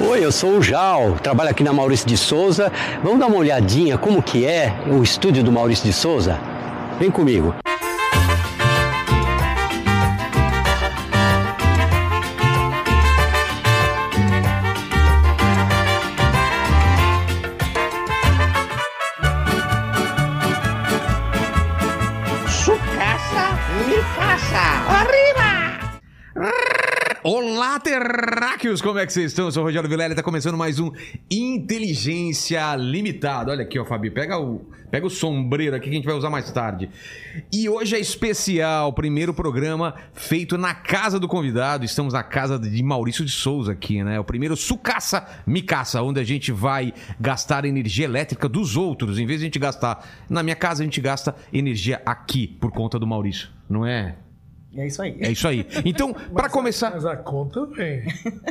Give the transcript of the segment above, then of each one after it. Oi, eu sou o Jal, trabalho aqui na Maurício de Souza. Vamos dar uma olhadinha como que é o estúdio do Maurício de Souza? Vem comigo. Sucaça, me caça. Arriba! Olá, terráqueos! Como é que vocês estão? Eu sou o Rogério Vilela e tá começando mais um Inteligência Limitada. Olha aqui, ó, Fabi, pega o, pega o sombreiro aqui que a gente vai usar mais tarde. E hoje é especial, primeiro programa feito na casa do convidado. Estamos na casa de Maurício de Souza aqui, né? O primeiro Sucaça Micaça, onde a gente vai gastar energia elétrica dos outros. Em vez de a gente gastar na minha casa, a gente gasta energia aqui, por conta do Maurício. Não é? É isso aí. É isso aí. Então, para começar... Mas a conta vem.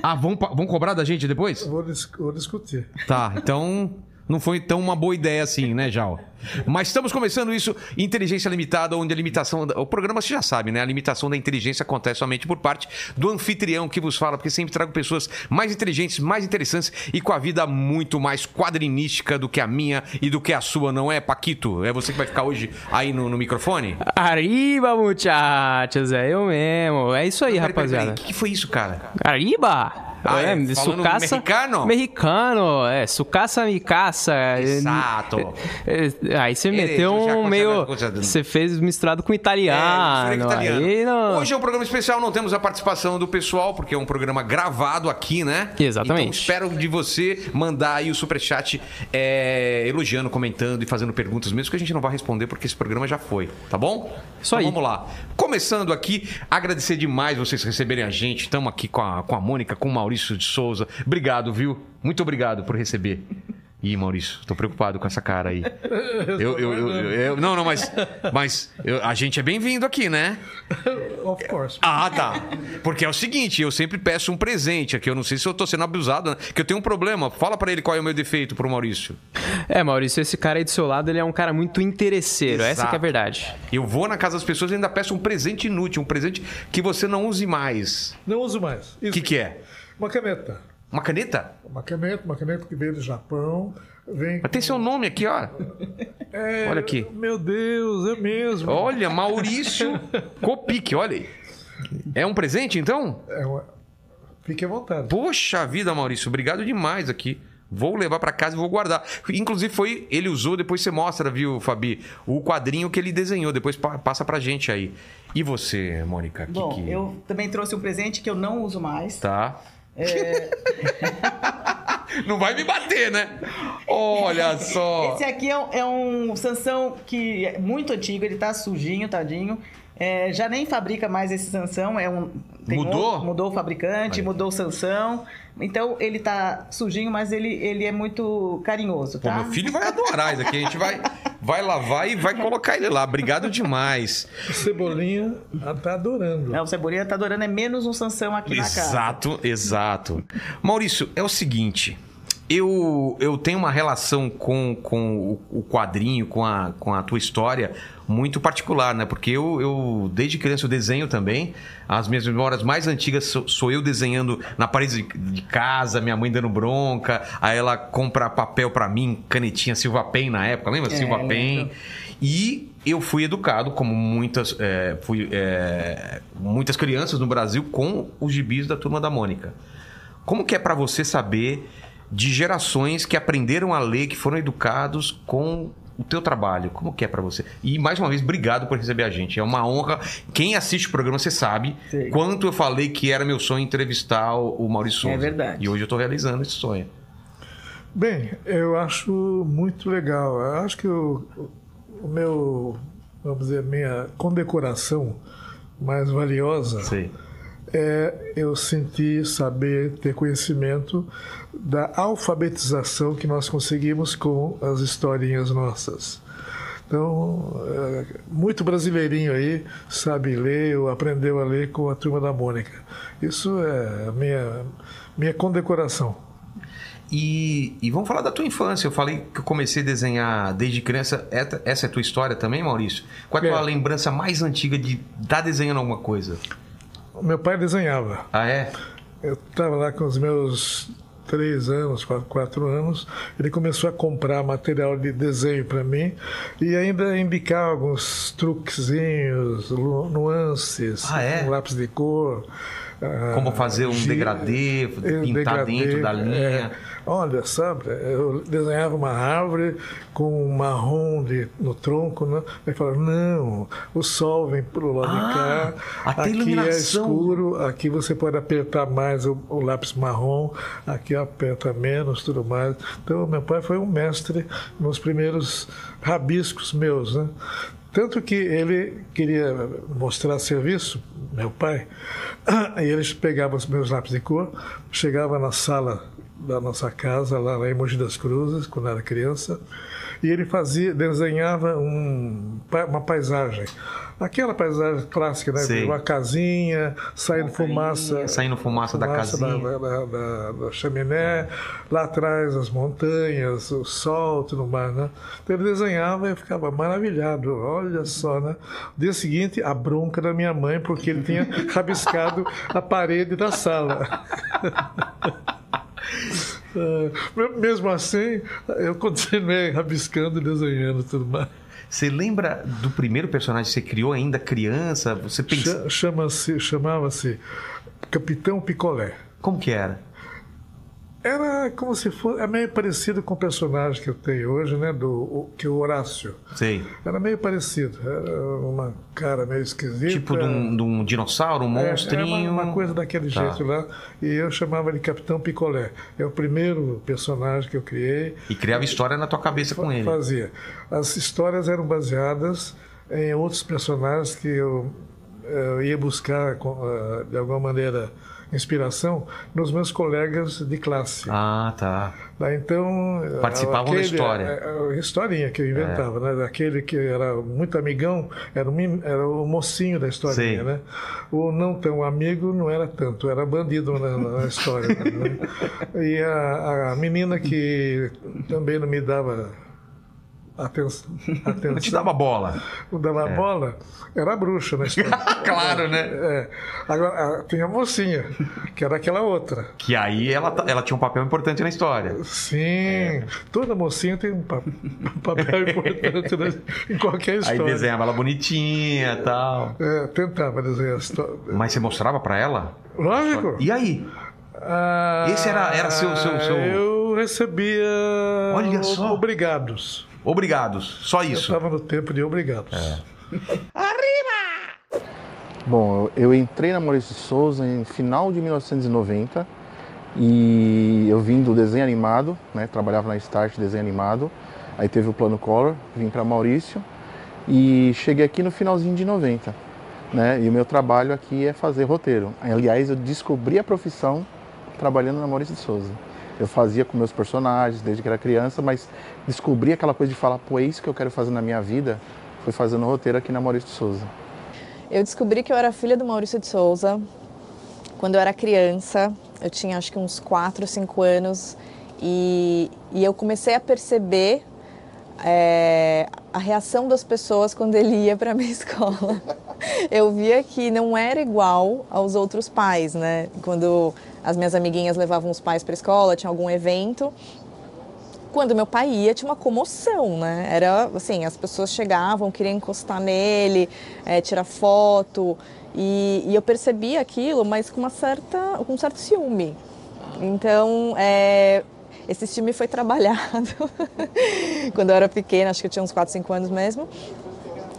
Ah, vão, pa- vão cobrar da gente depois? Vou, dis- vou discutir. Tá, então não foi tão uma boa ideia assim, né, Jal? Mas estamos começando isso, Inteligência Limitada, onde a limitação. da- O programa você já sabe, né? A limitação da inteligência acontece somente por parte do anfitrião que vos fala, porque sempre trago pessoas mais inteligentes, mais interessantes e com a vida muito mais quadrinística do que a minha e do que a sua, não é, Paquito? É você que vai ficar hoje aí no, no microfone? Arriba, muchachos, é eu mesmo. É isso aí, Peraí, peraí, peraí, rapaziada. O que que foi isso, cara? Arriba! Ah, é, é, falando sucaça. mexicano? Mexicano, é, sucaça me caça. é, Exato. é, é, aí você Ele meteu já um consegue meio. uma coisa do- Você fez misturado com É, italiano. misturei com italiano. aí não- Hoje é um programa especial, não temos a participação do pessoal, porque é um programa gravado aqui, né? Exatamente. Então espero de você mandar aí o superchat é, elogiando, comentando e fazendo perguntas, mesmo que a gente não vai responder, porque esse programa já foi, tá bom? Isso Então aí. Vamos lá. Começando aqui, agradecer demais vocês receberem a gente. Estamos aqui com a, com a Mônica, com o Maurício de Souza. Obrigado, viu? Muito obrigado por receber. Ih, Maurício, tô preocupado com essa cara aí. Eu, eu, eu- eu- eu- não, não, mas, mas eu- a gente é bem-vindo aqui, né? Of course. Ah, tá. Porque é o seguinte, eu sempre peço um presente aqui. Eu não sei se eu tô sendo abusado, né? Que eu tenho um problema. Fala pra ele qual é o meu defeito pro Maurício. É, Maurício, esse cara aí do seu lado, ele é um cara muito interesseiro. Essa que é Exato. a verdade. Eu vou na casa das pessoas e ainda peço um presente inútil, um presente que você não use mais. Não uso mais. O Isso. que, que é? Uma caneta. Uma caneta? Uma caneta, uma caneta que veio do Japão. Vem. Mas tem seu nome aqui, ó. É, olha aqui. Meu Deus, é mesmo. Olha, Maurício Copic, olha aí. É um presente, então? É uma- Fique à vontade. Poxa vida, Maurício, obrigado demais aqui. Vou levar pra casa e vou guardar. Inclusive foi, ele usou, depois você mostra, viu, Fabi, o quadrinho que ele desenhou, depois pa- passa pra gente aí. E você, Mônica? que Bom, que- eu também trouxe um presente que eu não uso mais. É. Tá. Não vai me bater, né? Olha só. Esse aqui é, um- é um Sansão que é muito antigo, ele tá sujinho, tadinho. É, já nem fabrica mais esse Sansão, é um... tem Mudou? um- mudou o fabricante, Aí. mudou o Sansão. Então, ele tá sujinho, mas ele, ele é muito carinhoso, Pô, tá? meu filho vai adorar isso aqui. A gente vai, vai lavar e vai colocar ele lá. Obrigado demais. Cebolinha ah, tá adorando. É, o Cebolinha tá adorando, é menos um Sansão aqui na casa. Exato, exato. Maurício, é o seguinte. Eu, eu tenho uma relação com, com o o quadrinho, com a, com a tua história muito particular, né? Porque eu, eu, desde criança, eu desenho também. As minhas memórias mais antigas sou, sou eu desenhando na parede de, de casa, minha mãe dando bronca, aí ela compra papel pra mim, canetinha Silva Pen na época, lembra? É, Silva Pen. lembro. E eu fui educado, como muitas, é, fui, é, muitas crianças no Brasil, com os gibis da Turma da Mônica. Como que é pra você saber de gerações que aprenderam a ler, que foram educados com o teu trabalho? Como que é pra você? E mais uma vez, obrigado por receber a gente. É uma honra. Quem assiste o programa, você sabe Sim. quanto eu falei que era meu sonho entrevistar o o Maurício Souza. É verdade. E hoje eu tô realizando esse sonho. Bem, eu acho muito legal. Eu acho que o, o meu, vamos dizer, minha condecoração mais valiosa Sei. é eu sentir, saber, ter conhecimento da alfabetização que nós conseguimos com as historinhas nossas. Então, é, muito brasileirinho aí sabe ler ou aprendeu a ler com a turma da Mônica. Isso é a minha, minha condecoração. E, e vamos falar da tua infância. Eu falei que eu comecei a desenhar desde criança. Eta- Essa é a tua história também, Maurício? Qual é a tua É. lembrança mais antiga de estar desenhando alguma coisa? Meu pai desenhava. Ah, é? Eu estava lá com os meus três anos, quatro, quatro anos, ele começou a comprar material de desenho para mim e ainda indicar alguns truquezinhos, lu- nuances, Ah, é? um lápis de cor. ah, Como fazer um gi- degradê, é, pintar dentro da linha. Olha, sabe, eu desenhava uma árvore com um marrom de- no tronco, né? Aí falava, não, o sol vem pro lado Ah, de cá, até aqui é iluminação. escuro, aqui você pode apertar mais o, o lápis marrom, aqui aperta menos, tudo mais. Então, meu pai foi um mestre nos primeiros rabiscos meus, né? Tanto que ele queria mostrar serviço, meu pai, e ele pegava os meus lápis de cor, chegava na sala da nossa casa, lá na Mogi das Cruzes, quando era criança, e ele fazia, desenhava um, pa- uma paisagem. Aquela paisagem clássica, né? Sei. Uma casinha, saindo fumaça. Saindo fumaça da casinha. Da, da- da- da chaminé, lá atrás as montanhas, o sol, tudo mais, né? Então ele desenhava e eu ficava maravilhado, olha só, né? Dia seguinte, a bronca da minha mãe, porque ele tinha rabiscado a parede da sala. É, me- Mesmo assim, eu continuei rabiscando e desenhando tudo mais. Você lembra do primeiro personagem que você criou ainda criança? Você pensa. Cha- Chama-se, chamava-se Capitão Picolé. Como que era? Era como se fosse. É meio parecido com o personagem que eu tenho hoje, né? Do, o- que é o Horácio. Sei. Era meio parecido. Era uma cara meio esquisita. Tipo de um, de um dinossauro, um É, monstrinho. Era uma, uma coisa daquele Tá. jeito lá. E eu chamava de Capitão Picolé. É o primeiro personagem que eu criei. E criava história na tua cabeça com ele. Fazia. As histórias eram baseadas em outros personagens que eu, eh, ia buscar, com, ah, de alguma maneira, inspiração nos meus colegas de classe. Ah, tá. Né, Então. é, Participavam da história. É. A, a historinha que eu inventava, né? Aquele que era muito amigão, era o, mim- era o mocinho da historinha, Sim. né? O não tão amigo não era tanto, era bandido na, na- na história. né? E a, a menina que também não me dava atenção, Não te atenção dava bola. não dava É. bola, era a bruxa na história. claro, né? É. Agora, a- tinha a mocinha, que era aquela outra. Que aí ela, ta- ela tinha um papel importante na história. Sim, É. toda mocinha tem um pa- um papel importante né, em qualquer Aí história. desenhava ela bonitinha e tal. É, tentava desenhar a história. Mas você mostrava pra ela? Lógico. E aí? Ah, Esse era- era seu- seu- seu- Eu recebia. Olha o- só. Obrigados. Obrigados. Só Eu isso. É. estava no tempo de obrigados. Bom, eu eu entrei na Maurício de Souza em final de 1990 e eu vim do desenho animado, né? Trabalhava na Start desenho animado. Aí teve o plano Collor, vim para Maurício e cheguei aqui no finalzinho de 90, né? E o meu trabalho aqui é fazer roteiro. Aliás, eu descobri a profissão trabalhando na Maurício de Souza. Eu fazia com meus personagens desde que era criança, mas descobri aquela coisa de falar, pô, é isso que eu quero fazer na minha vida, foi fazendo roteiro aqui na Maurício de Souza. Eu descobri que eu era filha do Maurício de Souza quando eu era criança. Eu tinha acho que uns 4, 5 anos e, e eu comecei a perceber é, a reação das pessoas quando ele ia para minha escola. Eu via que não era igual aos outros pais, né? Quando as minhas amiguinhas levavam os pais para escola, tinha algum evento, quando meu pai ia, tinha uma comoção, né? Era assim, as pessoas chegavam, queriam encostar nele, eh, tirar foto. E, e eu percebia aquilo, mas com uma certa, com um certo ciúme. Então, eh, esse ciúme foi trabalhado quando eu era pequena, acho que eu tinha uns 4, 5 anos mesmo.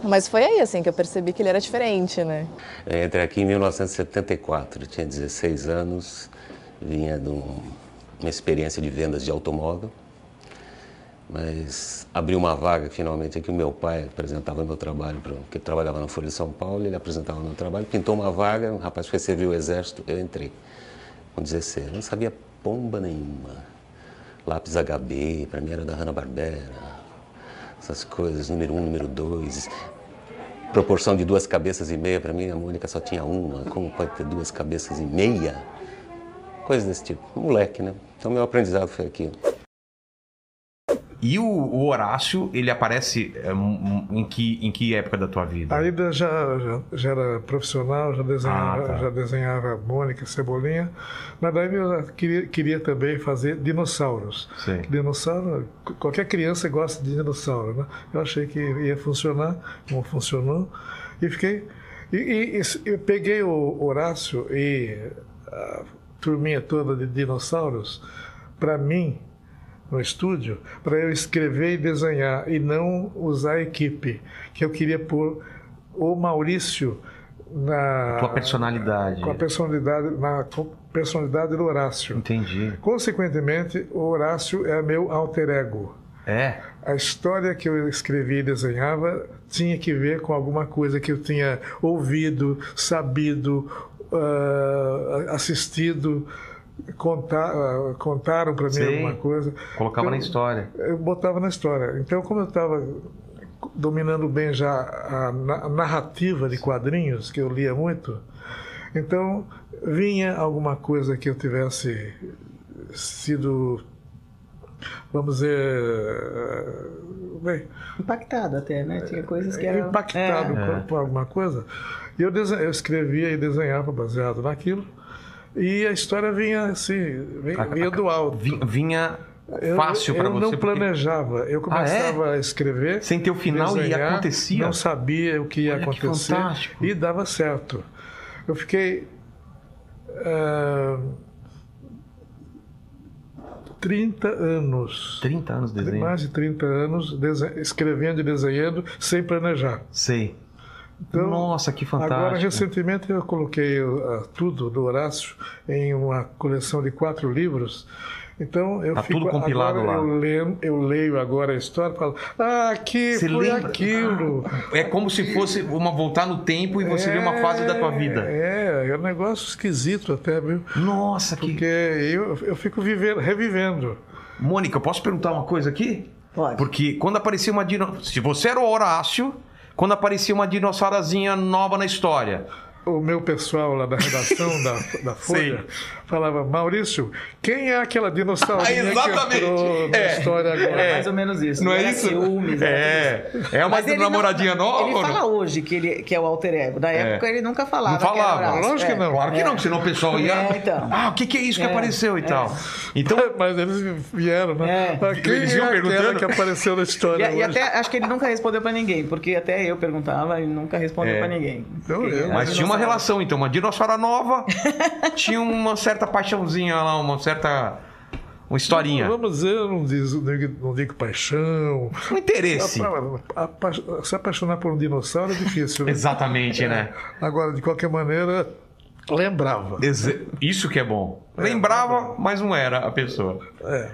Mas foi aí, assim, que eu percebi que ele era diferente, né? Eu entrei aqui em 1974, eu tinha 16 anos, vinha de um- uma experiência de vendas de automóvel, mas abri uma vaga finalmente aqui. O meu pai apresentava meu trabalho, pro- que trabalhava na Folha de São Paulo, ele apresentava meu trabalho, pintou uma vaga, um rapaz foi servir o exército, eu entrei com 16. Não sabia pomba nenhuma. Lápis HB, para mim era da Hanna-Barbera, essas coisas, número um, número dois, proporção de duas cabeças e meia para mim, a Mônica só tinha uma. Como pode ter duas cabeças e meia? Coisas desse tipo. Moleque, né? Então meu aprendizado foi aquilo. E o, o Horácio, ele aparece é, um- um- em que, em que época da tua vida? Ainda já, já, já era profissional, já desenhava, Ah, tá. já desenhava Mônica, Cebolinha, mas daí eu queria, queria também fazer dinossauros. Sim. Dinossauro, qu- qualquer criança gosta de dinossauro, né? Eu achei que ia funcionar, não funcionou, e fiquei... E, e- e s- eu peguei o Horácio e a turminha toda de dinossauros, para mim, no estúdio para eu escrever e desenhar e não usar a equipe, que eu queria pôr o Maurício na Tua personalidade. com a personalidade na co- personalidade do Horácio. Entendi. Consequentemente, o Horácio é meu alter ego. É. A história que eu escrevia e desenhava tinha que ver com alguma coisa que eu tinha ouvido, sabido, ah, assistido, contar, ah, contaram para mim Sim. alguma coisa. Colocava Eu- na história. eu botava na história. Então, como eu estava dominando bem já a na- narrativa de quadrinhos, que eu lia muito, então vinha alguma coisa que eu tivesse sido, vamos dizer, eh, bem, Impactado até, né? Tinha coisas que eram... impactado É. por, por alguma coisa. E eu, desen- eu escrevia e desenhava baseado naquilo. E a história vinha assim, vinha, vinha do alto. Vi- Vinha Eu- fácil eu pra você. não porque- Ah, é? planejava. Eu começava a escrever. Sem ter o final e desenhar, acontecia? Não sabia o que ia Olha que acontecer. fantástico. e dava certo. Eu fiquei. ah, 30 anos. 30 anos de desenho. Mais de 30 anos desen- escrevendo e desenhando sem planejar. Sei. Então, Nossa, que fantástico. Agora, recentemente, eu coloquei ah, tudo do Horácio em uma coleção de quatro livros. Então, eu Tá fico tudo compilado agora lá. Eu leio, eu leio agora a história e falo, ah, aqui Você foi lembra? aquilo. É como se fosse uma voltar no tempo e você vê Ah, uma fase da tua vida. É, é um negócio esquisito até, viu? Nossa, que. Porque eu, eu fico vivendo, revivendo. Mônica, eu posso perguntar uma coisa aqui? Pode. Porque quando aparecia uma dinossauro. Se você era o Horácio, quando aparecia uma dinossaurazinha nova na história. O meu pessoal lá da redação da, da Folha falava, Maurício, quem é aquela dinossaurinha Ah, exatamente. que entrou na É. história agora? Era mais ou menos isso. Não é Era isso? ciúmes, era é. É uma Mas ele não- namoradinha nova? Ele ou não? fala hoje que, ele, que é o alter ego. Na época ele nunca falava. Não que era falava. braço. Lógico que É. não. Claro que É. não, senão o pessoal ia. É, então. Ah, o que, que é isso que É, apareceu e é. tal. Então, Mas eles vieram, né? É. Mas quem Eles eles iam é aquela perguntando. que apareceu na E, história e hoje? até acho que ele nunca respondeu pra ninguém, porque até eu perguntava e nunca respondeu É. pra ninguém. Então, Porque eu- era mas tinha uma dinossauro. relação, então, uma dinossauro nova tinha uma certa paixãozinha lá, uma certa. Uma historinha. Vamos dizer, eu não digo, não digo- não digo paixão. Um interesse. A- a- a- Se apaixonar por um dinossauro é difícil. né? Exatamente, né? Agora, de qualquer maneira, lembrava. Ex- Isso que é bom. Lembrava, mas não era a pessoa. É.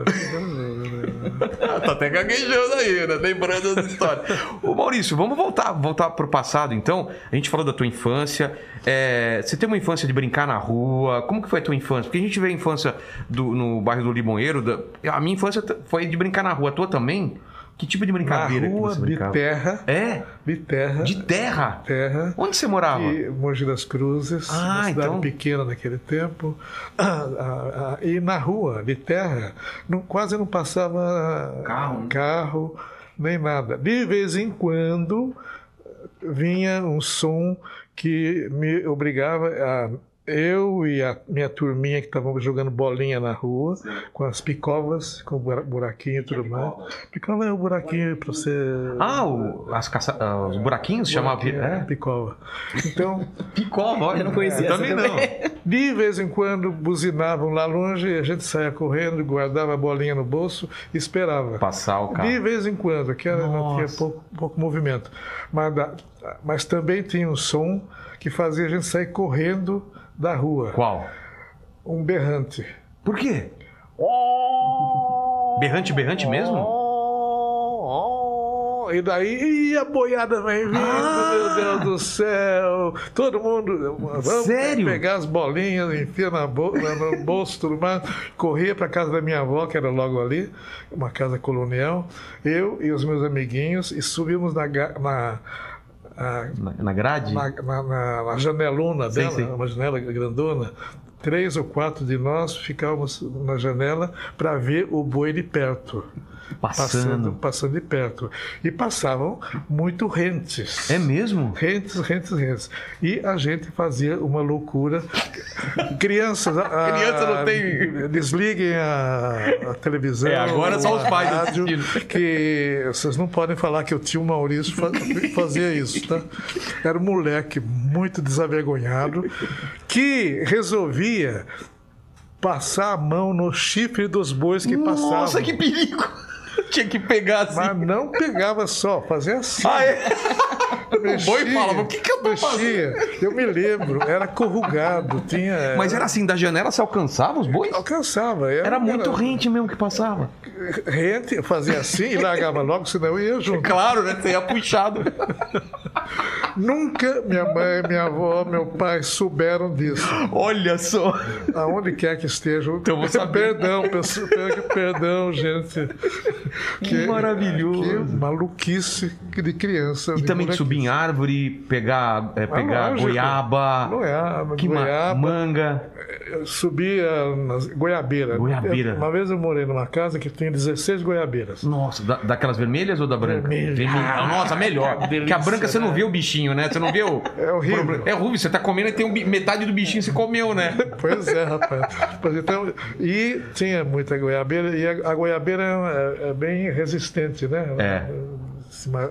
tá até gaguejando aí, né? Lembrando da história. Ô Maurício, vamos voltar, voltar pro passado então. A gente falou da tua infância. É, você teve uma infância de brincar na rua? Como que foi a tua infância? Porque a gente vê a infância do- no bairro do Limoeiro. da- a minha infância t- foi de brincar na rua. A tua também? Que tipo de Na brincadeira que rua você de brincava? terra, É? de terra, De terra? terra, Onde você morava? de Mogi das Cruzes, Ah, uma cidade então. pequena naquele tempo. Ah, ah, ah, E na rua, de terra, não- quase não passava Carro, né? carro, nem nada. De vez em quando eh, vinha um som que me obrigava a. Eu e a minha turminha que estavam jogando bolinha na rua, com as picovas, com o bura- buraquinho e tudo mais. Picova é o buraquinho para você. Ah, o- as caça- ah, os buraquinhos chamava. É, É, picova. Então, picova, olha. Eu não conhecia essa também. também. não. de vez em quando buzinavam lá longe e a gente saía correndo, guardava a bolinha no bolso e esperava. Passar o De carro. vez em quando, que era, não tinha Nossa. pouco, pouco movimento. Mas, da- mas também tinha um som que fazia a gente sair correndo da rua. Qual? Um berrante. Por quê? Berrante, berrante mesmo? Oh, oh, E daí, e a boiada vem vindo, Ah! meu Deus do céu. Todo mundo, vamos Sério? pegar as bolinhas, enfia na bol- na- no bolso, tudo mais. Corria para casa da minha avó, que era logo ali, uma casa colonial. Eu e os meus amiguinhos, e subimos na, ga- na, a- Na, na grade? na, na- na- na janelona Sim, dela, sim. uma janela grandona, três ou quatro de nós ficávamos na janela para ver o boi de perto. Passando. passando de perto. E passavam muito rentes. É mesmo? Rentes, rentes, rentes. E a gente fazia uma loucura. Crianças. a- Criança não tem- Desliguem a, a televisão. É, agora só os a pais rádio, assistindo. Que vocês não podem falar que o tio Maurício fa- fazia isso, tá? Era um moleque muito desavergonhado que resolvia passar a mão no chifre dos bois que passavam. Nossa, que perigo! Tinha que pegar assim. Mas não pegava só, fazia assim. Ah, é? Mexia, boi falava, "O que que eu tô mexia. Eu me lembro, era corrugado, tinha... Mas era assim, da janela se alcançava os bois? Alcançava. Era muito rente mesmo que passava. Rente, fazia assim e largava logo, senão ia junto. Claro, né? Você ia puxado. Nunca minha mãe, minha avó, meu pai souberam disso. Olha só. Aonde quer que estejam. Então vou saber. Perdão, pessoal, per- perdão, gente. Que Que maravilhoso. maluquice de criança. E de também de moleque. subir em árvore, pegar, é, Ah, pegar lógico. goiaba. Goiaba, Que ma- goiaba. manga. Eu subia eh, nas goiabeira. Goiabeira. Eu- uma vez eu morei numa casa que tinha 16 goiabeiras. Nossa, da- daquelas vermelhas ou da branca? Vermelha. Vermelha. Nossa, melhor. Porque a branca você não vê o bichinho, né? Você não vê o. É horrível. problema. É horrível. Você tá comendo e tem um bi- metade do bichinho você comeu, né? Pois é, rapaz. Pois então, e tinha muita goiabeira, e a, a goiabeira é, é bem resistente, né? Ela, É. se ma-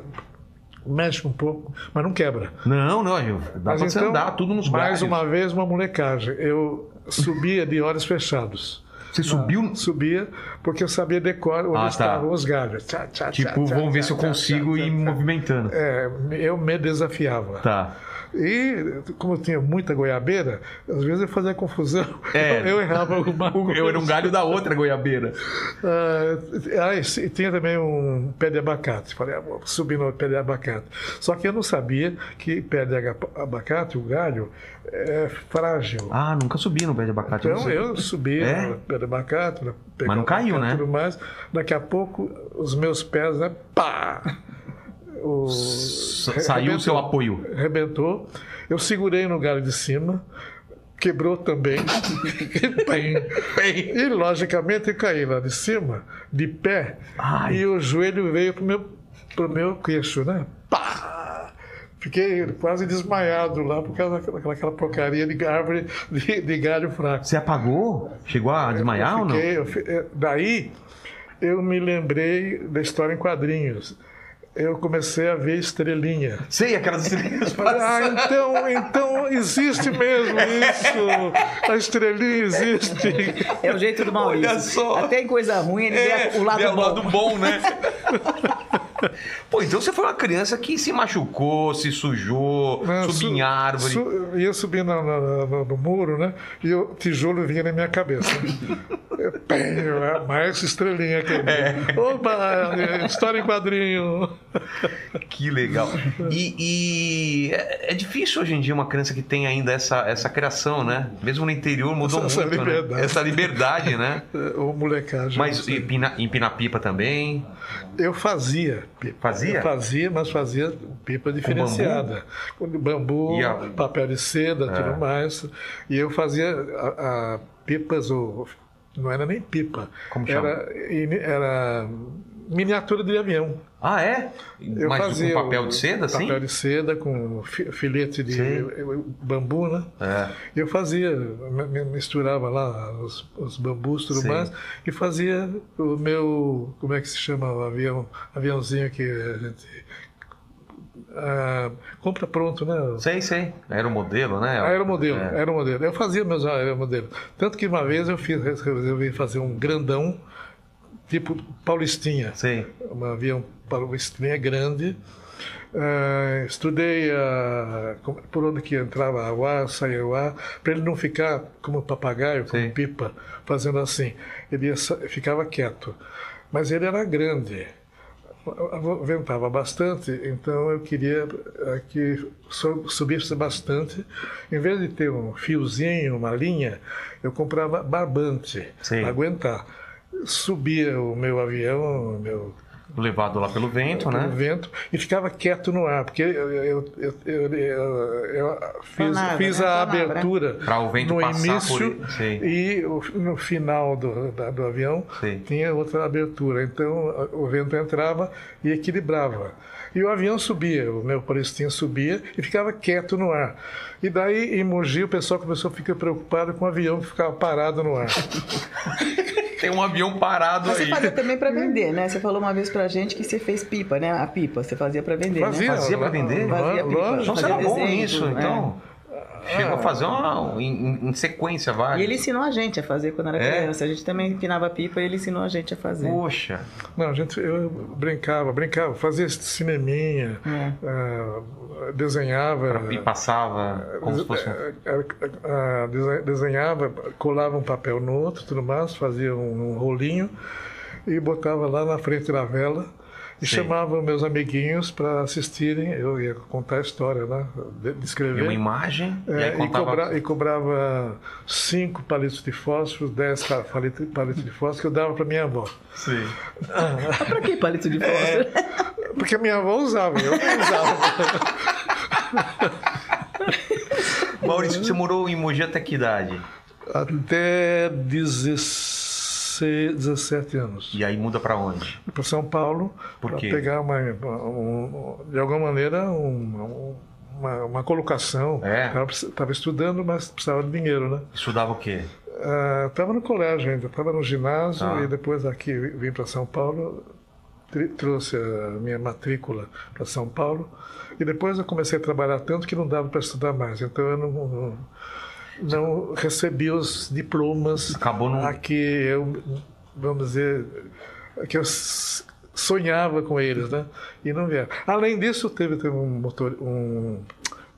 mexe um pouco, mas não quebra. então, Não, não. eu- Dá pra você andar tudo nos galhos. mais uma vez, uma molecagem. Eu subia de olhos fechados. Você subiu. Subia porque eu sabia decorar onde Ah, tá. estavam os galhos. Tchá, tchá, Tipo, tchá, vamos ver tchá, se eu tchá, consigo tchá, ir tchá, me tchá. movimentando. É, eu me desafiava. Tá. E como eu tinha muita goiabeira, às vezes eu fazia confusão. É. Eu errava alguma coisa. Eu era um galho da outra goiabeira. Ah, e se- tinha também um pé de abacate. Falei, ah, vou subir no pé de abacate. Só que eu não sabia que pé de aga- abacate, o galho, é frágil. Ah, nunca subi no pé de abacate. não Então sei. eu subi É? no pé de abacate, pra pegar Mas não o caiu, abacate e né? Tudo mais. Daqui a pouco, os meus pés, né? Pá! O- S- Saiu o seu apoio. Rebentou. Eu segurei no galho de cima. Quebrou também. Bem, e, logicamente, eu caí lá de cima, de pé. Ai. E o joelho veio pro meu, pro meu queixo, né? Pá! Fiquei quase desmaiado lá por causa daquela, daquela porcaria de árvore de, de galho fraco. Você apagou? Chegou a desmaiar ou não? Fiquei- eu fi- eh, daí eu me lembrei da história em quadrinhos. Eu comecei a ver estrelinha. Sei, aquelas estrelinhas Falei, ah, então, então existe mesmo isso. A estrelinha existe. É o jeito do Maurício. Olha só. Até em coisa ruim ele vê o lado é o bom. lado bom, né? Pô, então você foi uma criança que se machucou, se sujou, Não, subiu em su- árvore. su- eu ia subir na- na- na- no, muro, né? E o tijolo vinha na minha cabeça. É, Eu, pé, eu- mais estrelinha aqui. É. Opa, é, história em quadrinho. Que legal. E, e é, é difícil hoje em dia uma criança que tem ainda essa, essa criação, né? Mesmo no interior mudou Essa- essa muito, né? liberdade. Essa liberdade, né? Ou É, molecagem. não Mas sei. empina- empinar pipa também. eu fazia pipa. Fazia? Eu fazia, mas fazia pipa diferenciada. Com de bambu, E a- É. papel de seda, tudo mais. E eu fazia a, a pipas, ou não era nem pipa. Como chama? era, era miniatura de avião. Ah, é? Eu Mas fazia com papel de seda, papel assim? Papel de seda com fi- filete de Sim. bambu, né? É. Eu fazia, mi- mi- misturava lá os, os bambus e tudo Sim. mais e fazia o meu, como é que se chama o avião, aviãozinho que a gente ah, compra pronto, né? Sei, sei. Era o modelo, né? Aeromodelo, É. aeromodelo. Eu fazia meus aeromodelos. Tanto que uma vez eu fiz, resolvi fazer um grandão, tipo Paulistinha Sei. um avião para uma estreia grande. Ah, estudei ah, como- por onde que entrava o ar, saía o ar, para ele não ficar como um papagaio, como Sim. pipa, fazendo assim. Ele ia sa- ficava quieto. Mas ele era grande, ventava bastante, então eu queria ah, que so- subisse bastante. Em vez de ter um fiozinho, uma linha, eu comprava barbante Sim. para aguentar. Subia o meu avião, o meu levado lá pelo vento, pelo né? vento e ficava quieto no ar, porque eu, eu- eu- eu- eu- eu fiz, Planava, fiz né? a Planava, né? abertura Pra o vento no passar início por ele, sei. e o- no final do, da- do avião Sei. tinha outra abertura. Então a- o vento entrava e equilibrava. E o avião subia, o meu palestinho subia e ficava quieto no ar. E daí em Mogi o pessoal começou a ficar preocupado com o avião que ficava parado no ar. Tem um avião parado Você aí. fazia também pra vender, né? Você falou uma vez pra gente que você fez pipa, né? A pipa, você fazia pra vender, né? Fazia pra lá- vender? lá- Fazia pipa. lá- Então você fazia era bom desenho, nisso, tudo, né? então. Ah, Chegou é. a fazer uma. em- em, em sequência, vai. é. E ele ensinou a gente a fazer quando era É? criança. A gente também empinava pipa e ele ensinou a gente a fazer. Poxa. Não, a gente, eu brincava, brincava, fazia esse cineminha, É. ah, desenhava, E passava como se fosse. um- eh, eh, ah, desen- desenhava, colava um papel no outro, tudo mais, fazia um, um rolinho e botava lá na frente da vela e Sim. chamava meus amiguinhos para assistirem, eu ia contar a história lá, de- descrever. E uma imagem. e É, aí e, contava. cobra- e cobrava cinco palitos de fósforo, dez pa- palito- palitos de fósforo que eu dava para minha avó. Sim. Mas pra que palito É. de fósforo? Porque minha avó usava, eu não usava. Maurício, você morou em Mogi até que idade? Até 16, 17 anos. E aí muda pra onde? Para São Paulo, Hum. Por para quê? pegar uma, um- de alguma maneira um- uma, uma colocação. É. Estava estudando, mas precisava de dinheiro, né? Estudava o quê? Estava no colégio ainda, estava no ginásio Tá. e depois aqui vim para São Paulo, tri- trouxe a minha matrícula para São Paulo e depois eu comecei a trabalhar tanto que não dava para estudar mais, então eu não, não, não recebi os diplomas Acabou num- a que eu, vamos dizer, a que eu s- sonhava com eles, né? E não vieram. Além disso, teve, teve um, motor, um,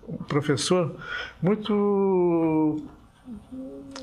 um professor muito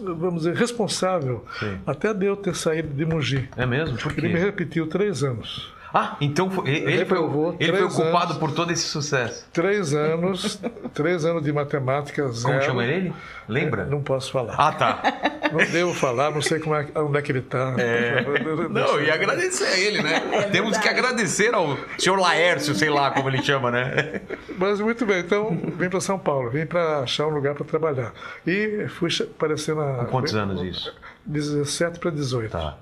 vamos dizer, responsável Sim. até de eu ter saído de Mogi. É mesmo? Por Ele me quê? repetiu três anos. Ah, então foi- ele, ele foi, o- Reprovou ele foi o três culpado anos. por todo esse sucesso. Três anos, três anos de matemática zero. Como chama ele? Lembra? É, Não posso falar. Ah, tá. Não devo falar, não sei como é, onde é que ele está. É. Não, e agradecer a ele, né? É Temos que agradecer ao senhor Laércio, sei lá como ele chama, né? Mas muito bem, então vim para São Paulo, vim para achar um lugar para trabalhar. E fui che- aparecer na. Quantos anos isso? 17 para 18. Tá.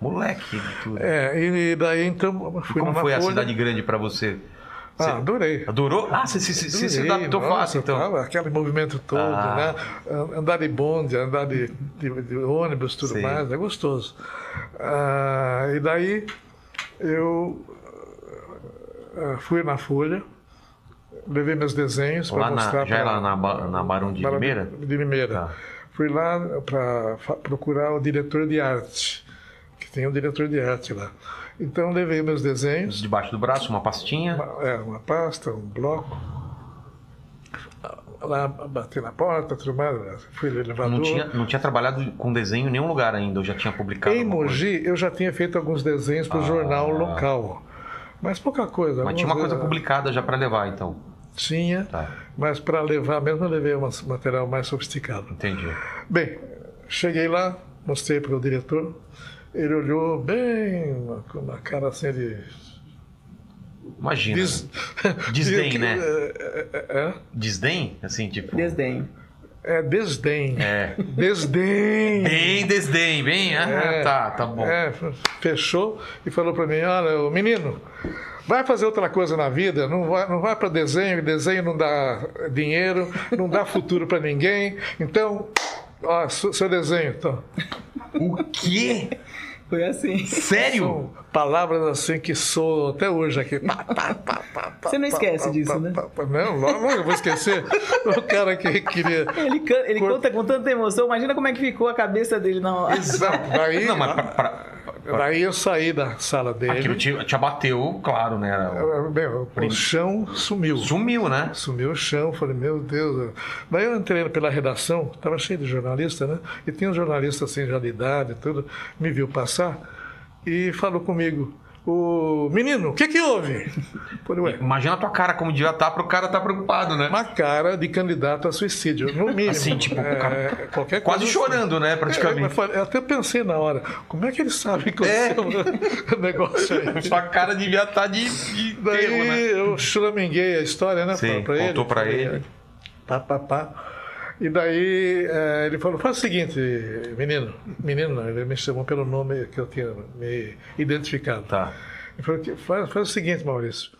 Moleque, tudo. É, e daí então fui como numa foi a folha. cidade grande pra você? Ah, Você- adorei. Adorou? Ah, você se, se, se, se Adorei, adaptou nossa, fácil, então. tava aquele movimento todo, Ah. né? An- Andar de bonde, andar de, de- de ônibus, tudo Sim. mais, é gostoso. Ah, e daí eu ah, fui na Folha, levei meus desenhos para Lá na- mostrar já pra- era na Ba- na Barão de Barão Limeira? De Limeira. Tá. Fui lá para procurar o diretor de arte, que tem um diretor de arte lá. Então levei meus desenhos Debaixo do braço, uma pastinha. uma, é, uma pasta, um bloco. Lá bati na porta, tudo mais, né? fui no elevador. Não tinha, não tinha trabalhado com desenho em nenhum lugar ainda, eu já tinha publicado. Em alguma coisa. Mogi, eu já tinha feito alguns desenhos para o jornal local. Mas pouca coisa. Ah. Mas tinha uma algumas- coisa publicada já pra levar, então. Tinha, Tá. mas para levar mesmo eu levei um material mais sofisticado. Entendi. Bem, cheguei lá, mostrei para o diretor. Ele olhou bem, uma- com uma cara assim de. Imagina. Des... Desdém, né? É, é- Desdém? Assim, tipo. Desdenho. é- é desdém. É. Desdém. Bem desdém, bem. Ah, É. tá, tá bom. É, fechou e falou pra mim: olha, ô, menino, vai fazer outra coisa na vida, não vai, não vai para desenho, desenho não dá dinheiro, não dá futuro pra ninguém, então, ó, seu seu desenho. Então, O quê? Foi assim. Sério? São palavras assim que soam até hoje aqui. Pá, pá, pá, pá, pá, Você não pá, esquece pá, disso, pá, né? pá, pá. Não, logo, logo eu vou esquecer. o cara que queria. Ele, can- ele Cor- conta com tanta emoção, imagina como é que ficou a cabeça dele na hora. Exato, daí, Não, mas pra, pra- daí eu saí da sala aquilo dele. te, te abateu, claro, né? Era- Meu, o chão sumiu. Sumiu, né? Sumiu o chão, falei, meu Deus. Daí eu entrei pela redação, estava cheio de jornalista, né? E tinha um jornalista assim, já de idade e tudo, me viu passar e falou comigo: O menino, o que que houve? Por ué, Imagina a tua cara como devia estar pro cara tá preocupado, né? uma cara de candidato a suicídio, no mínimo. Assim, tipo, o cara É, qualquer Quase coisa chorando, né? É, mas Praticamente. falei- eu até pensei na hora, como é que ele sabe que aconteceu o negócio aí? Sua cara devia estar de, de Daí terror, né? eu chulaminguei a história, né? Sim, pra, pra contou ele, pra falei, "É, ele. Pá, pá, pá. E daí eh, ele falou, faz o seguinte, menino, menino não, ele me chamou pelo nome que eu tinha me identificado. Tá. Ele falou, que faz, faz o seguinte, Maurício,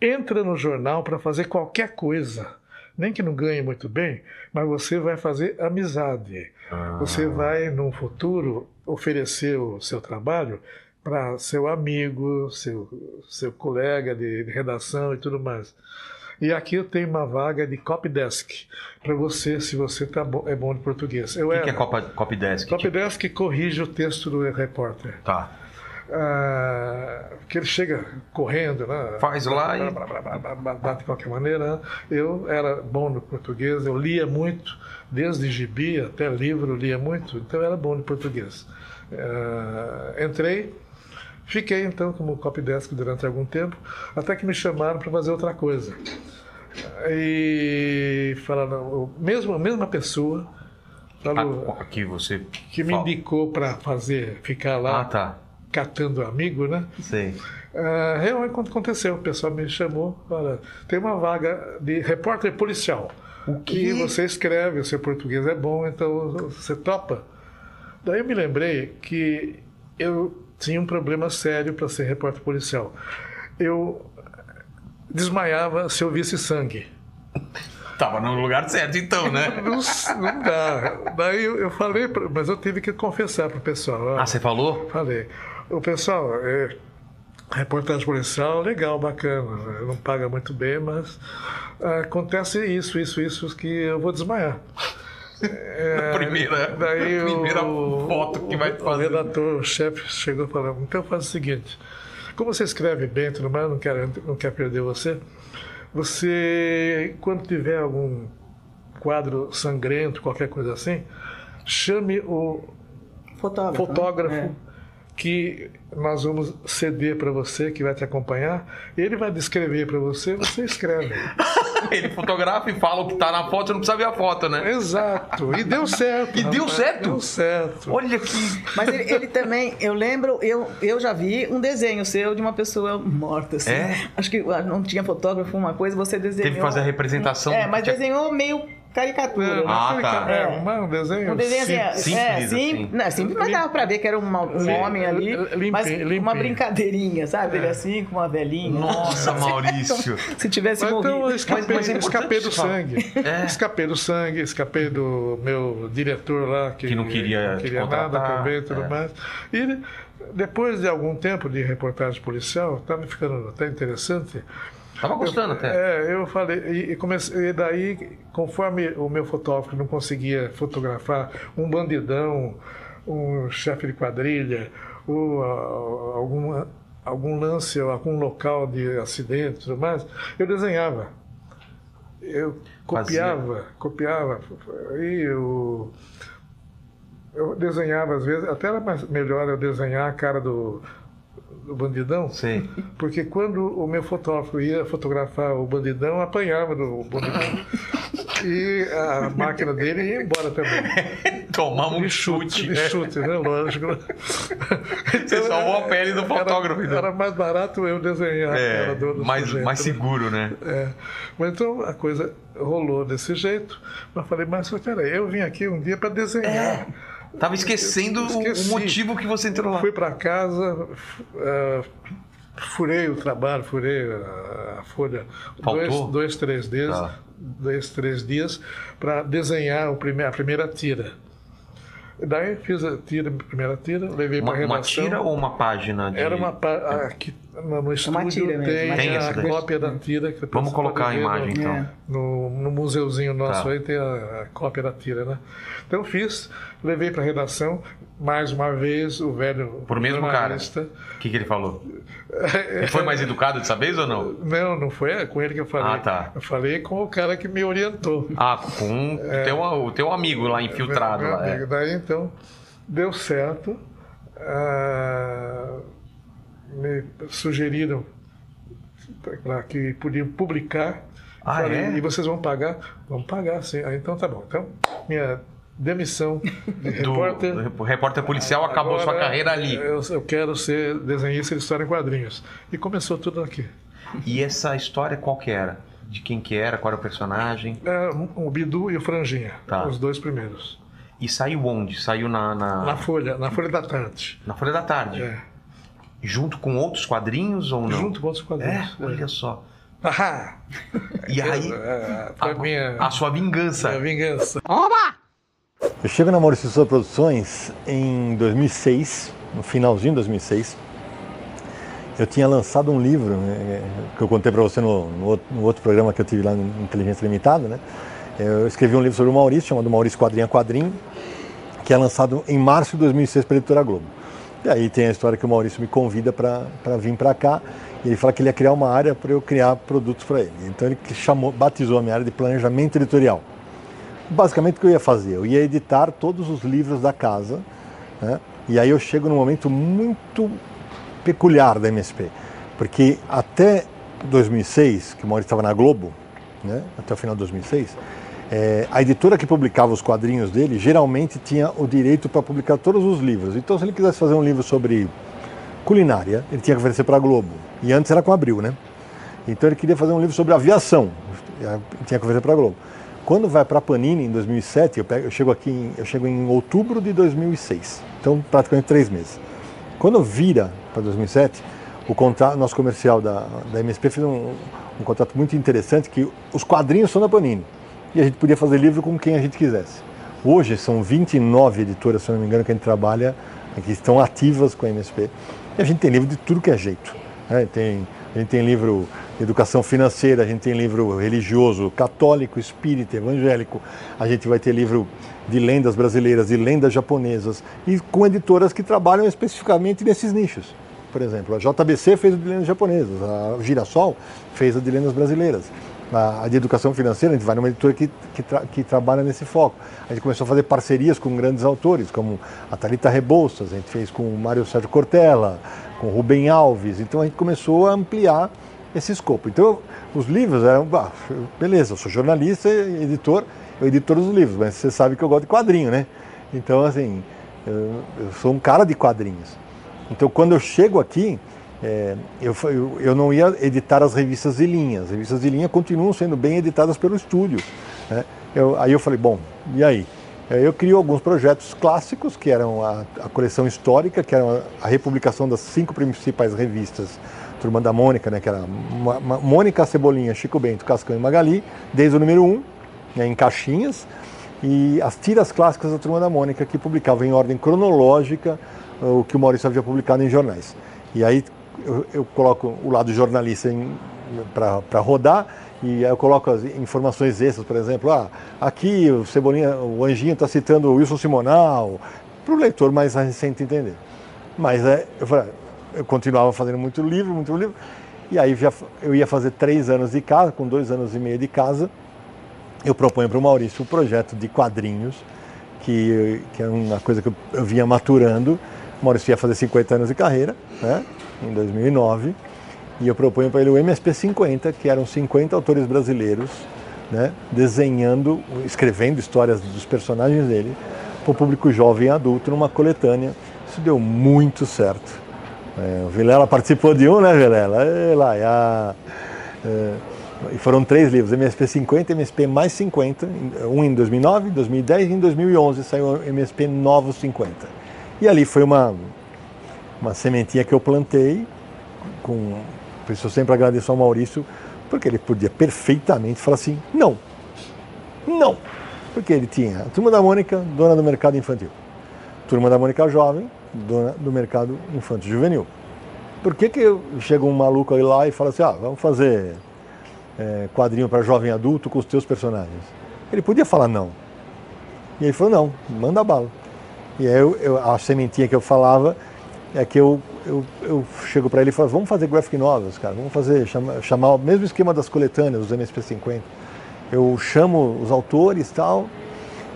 entra no jornal para fazer qualquer coisa. Nem que não ganhe muito bem, mas você vai fazer amizade. Ah. Você vai, no futuro, oferecer o seu trabalho para seu amigo, seu, seu colega de, de redação e tudo mais. E aqui eu tenho uma vaga de copy desk para você, se você tá bom, é bom de português. Eu O era. que, que é Copa, Copy Desk? Copy desk corrige o texto do repórter. Tá. Ah, que ele chega correndo, né? Faz lá e- Blá, blá, blá, blá, blá, blá, de qualquer maneira. né? Eu era bom no português, eu lia muito, desde gibi até livro, eu lia muito, então eu era bom de português. Ah, entrei, fiquei então como copy desk durante algum tempo, até que me chamaram para fazer outra coisa. E falaram, o mesmo, a mesma pessoa falou, Ah, que você. que me fala. indicou para fazer, ficar lá Ah, tá. catando amigo, né? Sei. Ah, realmente quando aconteceu, o pessoal me chamou, olha, tem uma vaga de repórter policial. O que você escreve, o seu português é bom, então você topa. Daí eu me lembrei que eu tinha um problema sério para ser repórter policial. Eu desmaiava se eu visse sangue. Tava no lugar certo, então, né? Não, s- não dá. Daí eu eu falei, pra- mas eu tive que confessar pro pessoal. olha, Ah, você falou? Falei. O pessoal, é, reportagem policial, legal, bacana. né? Não paga muito bem, mas ah, acontece isso, isso, isso, que eu vou desmaiar. É, primeira- daí primeira o- foto que vai o- fazer. O redator, o chefe, chegou e falou: então faz o seguinte, como você escreve bem, tudo mais, não quero, não quero perder você, você, quando tiver algum quadro sangrento, qualquer coisa assim, chame o Fotógrafo. Uhum. fotógrafo né? que nós vamos ceder para você, que vai te acompanhar. Ele vai descrever para você, você escreve. Ele fotografa e fala o que tá na foto, você não precisa ver a foto, né? Exato. E deu certo. E deu rapaz, certo? Deu certo. Olha que. Mas ele, ele também, eu lembro, eu, eu já vi um desenho seu de uma pessoa morta, assim. É? Acho que ah, não tinha fotógrafo, uma coisa, você desenhou. Teve que fazer a representação. É, mas Tinha- desenhou meio caricatura. né? Ah, tá. É, um desenho. Um desenho assim, é, Simples, é, assim. sim, não, é simples, mas dava pra ver que era uma- um Sim. homem ali, Limpinho, mas uma limpinho. brincadeirinha, sabe? É. Ele assim, com uma velhinha. Nossa, Maurício. Se tivesse Mas morrido. então eu escapei, mas é importante escapei do isso falar. sangue. É. Escapei do sangue, escapei do meu diretor lá que, Que não queria te queria nada contratar, também e tudo é. mais. E depois de algum tempo de reportagem policial, estava ficando até interessante. Tava gostando até. É, eu falei, e, e comecei, e daí, conforme o meu fotógrafo não conseguia fotografar um bandidão, um chefe de quadrilha, ou ah, alguma, algum lance, ou algum local de acidente e tudo mais, eu desenhava. Eu Fazia. copiava, copiava, e eu, eu desenhava às vezes, até era mais, melhor eu desenhar a cara do, do bandidão, Sei. porque quando o meu fotógrafo ia fotografar o bandidão, eu apanhava do bandidão. e a máquina dele ia embora também. Tomava um De chute. chute, de é. chute, né? Lógico. Então, Você salvou a pele do Era- fotógrafo. Era, então. mais barato eu desenhar a É, cara do, do mais, sujeito, mais né? seguro, né? É. Mas então a coisa rolou desse jeito. Mas falei, mas peraí, eu vim aqui um dia para desenhar. Tava esquecendo o- É. Esqueci. o motivo que você entrou lá. Fui para casa, f- ah, furei o trabalho, furei a, a folha Faltou? dois, dois, três dias, Tá. dois, três dias para desenhar o prime a primeira tira. Daí fiz a tira, a primeira tira, levei Uma, para uma redação. tira ou uma página? De... Era uma pa- aqui no, no estúdio É tira mesmo, tem, uma Tem tira. a essa daí? cópia da tira que Vamos você colocar pode a ver no- imagem, então. É. no, no museuzinho nosso Tá. aí tem a, a cópia da tira, né? Então fiz, levei para redação, mais uma vez o velho Pro mesmo cara. jornalista. O que, que ele falou? É. Ele foi mais educado dessa vez ou não? Não, não foi com ele que eu falei. Ah, tá. Eu falei com o cara que me orientou. Ah, com o teu, o teu amigo lá infiltrado. É. Meu lá, é. amigo. Daí então deu certo. ah, me sugeriram lá que podiam publicar. Ah, Falei, é? E vocês vão pagar? Vamos pagar, sim. Ah, então tá bom. Então, minha demissão de Do repórter. repórter, policial acabou Agora, é. sua carreira ali. Eu, eu quero ser desenhista de história em quadrinhos. E começou tudo aqui. E essa história qual que era? De quem que era? Qual era o personagem? É, um- o Bidu e o Franjinha, Tá. Ah. os dois primeiros. E saiu onde? Saiu na, na, Na Folha, na Folha da Tarde. na Folha da Tarde. É. Junto com outros quadrinhos ou não? Junto com outros É, quadrinhos. olha só. Ahá! E aí, Ah, É, foi a minha, a, a sua vingança. minha vingança. Eu chego na Maurício de Souza Produções em 2006, no finalzinho de 2006. Eu tinha lançado um livro, né, que eu contei para você no, no outro- no outro programa que eu tive lá no Inteligência Limitada, né? Eu escrevi um livro sobre o Maurício, chamado Maurício Quadrinho a Quadrinho, que é lançado em março de 2006 pela Editora Globo. E aí tem a história que o Maurício me convida para vir para cá, e ele fala que ele ia criar uma área para eu criar produtos para ele. Então ele chamou, batizou a minha área de planejamento editorial. Basicamente o que eu ia fazer? Eu ia editar todos os livros da casa, né? e aí eu chego num momento muito peculiar da MSP, porque até 2006, que o Maurício estava na Globo, né? até o final de 2006, eh, a editora que publicava os quadrinhos dele geralmente tinha o direito para publicar todos os livros. Então, se ele quisesse fazer um livro sobre culinária, ele tinha que oferecer para a Globo. E antes era com a Abril, né? Então ele queria fazer um livro sobre aviação. Eu Tinha conversa para a Globo. Quando vai para a Panini em 2007, eu, pego- eu chego aqui, em, eu chego em outubro de 2006. Então praticamente três meses. Quando vira para 2007, o contrato, nosso comercial da, da MSP fez um, um contrato muito interessante que os quadrinhos são da Panini e a gente podia fazer livro com quem a gente quisesse. Hoje são 29 editoras, se eu não me engano, que a gente trabalha, que estão ativas com a MSP. E a gente tem livro de tudo que é jeito. né? Tem, a gente tem livro de educação financeira, a gente tem livro religioso, católico, espírita, evangélico, a gente vai ter livro de lendas brasileiras, de lendas japonesas, e com editoras que trabalham especificamente nesses nichos. Por exemplo, a JBC fez a de lendas japonesas, a Girassol fez a de lendas brasileiras a, a de educação financeira, a gente vai numa editora que, que, tra- que trabalha nesse foco. A gente começou a fazer parcerias com grandes autores, como a Thalita Rebouças, a gente fez com o Mário Sérgio Cortella, com o Rubem Alves. Então a gente começou a ampliar esse escopo. Então eu- os livros eram, bah, beleza, eu sou jornalista, e editor, eu edito todos os livros, mas você sabe que eu gosto de quadrinho, né? Então, assim, eu, eu sou um cara de quadrinhos. Então, quando eu chego aqui, é, eu, fa- eu- eu não ia editar as revistas de linha. As revistas de linha continuam sendo bem editadas pelo estúdio. né? Eu- aí eu falei, bom, e aí? É, Eu crio alguns projetos clássicos, que eram a, a coleção histórica, que era a- a republicação das cinco principais revistas Turma da Mônica, né, que era Ma- Ma- Mônica, Cebolinha, Chico Bento, Cascão e Magali, desde o número um, né, em caixinhas, e as tiras clássicas da Turma da Mônica, que publicava em ordem cronológica eh, o que o Maurício havia publicado em jornais. E aí eu, eu coloco o lado jornalista para rodar, e aí eu coloco as informações extras, por exemplo, ah, aqui o Cebolinha, o Anjinho está citando o Wilson Simonal, para o leitor mais recente entender. Mas é, eu, falei, eu continuava fazendo muito livro, muito livro. E aí já, eu ia fazer três anos de casa, com dois anos e meio de casa. Eu proponho para o Maurício o projeto de quadrinhos, que, que é uma coisa que eu, eu vinha maturando. O Maurício ia fazer 50 anos de carreira, né, em 2009. E eu proponho para ele o MSP 50, que eram 50 autores brasileiros, né, desenhando, escrevendo histórias dos personagens dele para o público jovem e adulto numa coletânea. Isso deu muito certo. É, o Vilela participou de um, né, Vilela? Ê, laiá. É, e foram três livros, MSP 50, MSP mais 50, em- um em 2009, 2010 e em 2011 saiu o MSP Novo 50. E ali foi uma, uma sementinha que eu plantei, com, por isso eu sempre agradeço ao Maurício, porque ele podia perfeitamente falar assim, não, não, porque ele tinha a Turma da Mônica, dona do mercado infantil. Turma da Mônica Jovem, dona do mercado infanto juvenil. Por que, que eu- chega um maluco aí lá e fala assim, ah, vamos fazer eh, quadrinho para jovem adulto com os teus personagens? Ele podia falar não. E ele falou, não, manda bala. E aí eu, eu- a sementinha que eu falava é que eu, eu, eu chego para ele e falo, vamos fazer graphic novels, cara, vamos fazer, chama- chamar o mesmo esquema das coletâneas, dos MSP50. Eu chamo os autores e tal,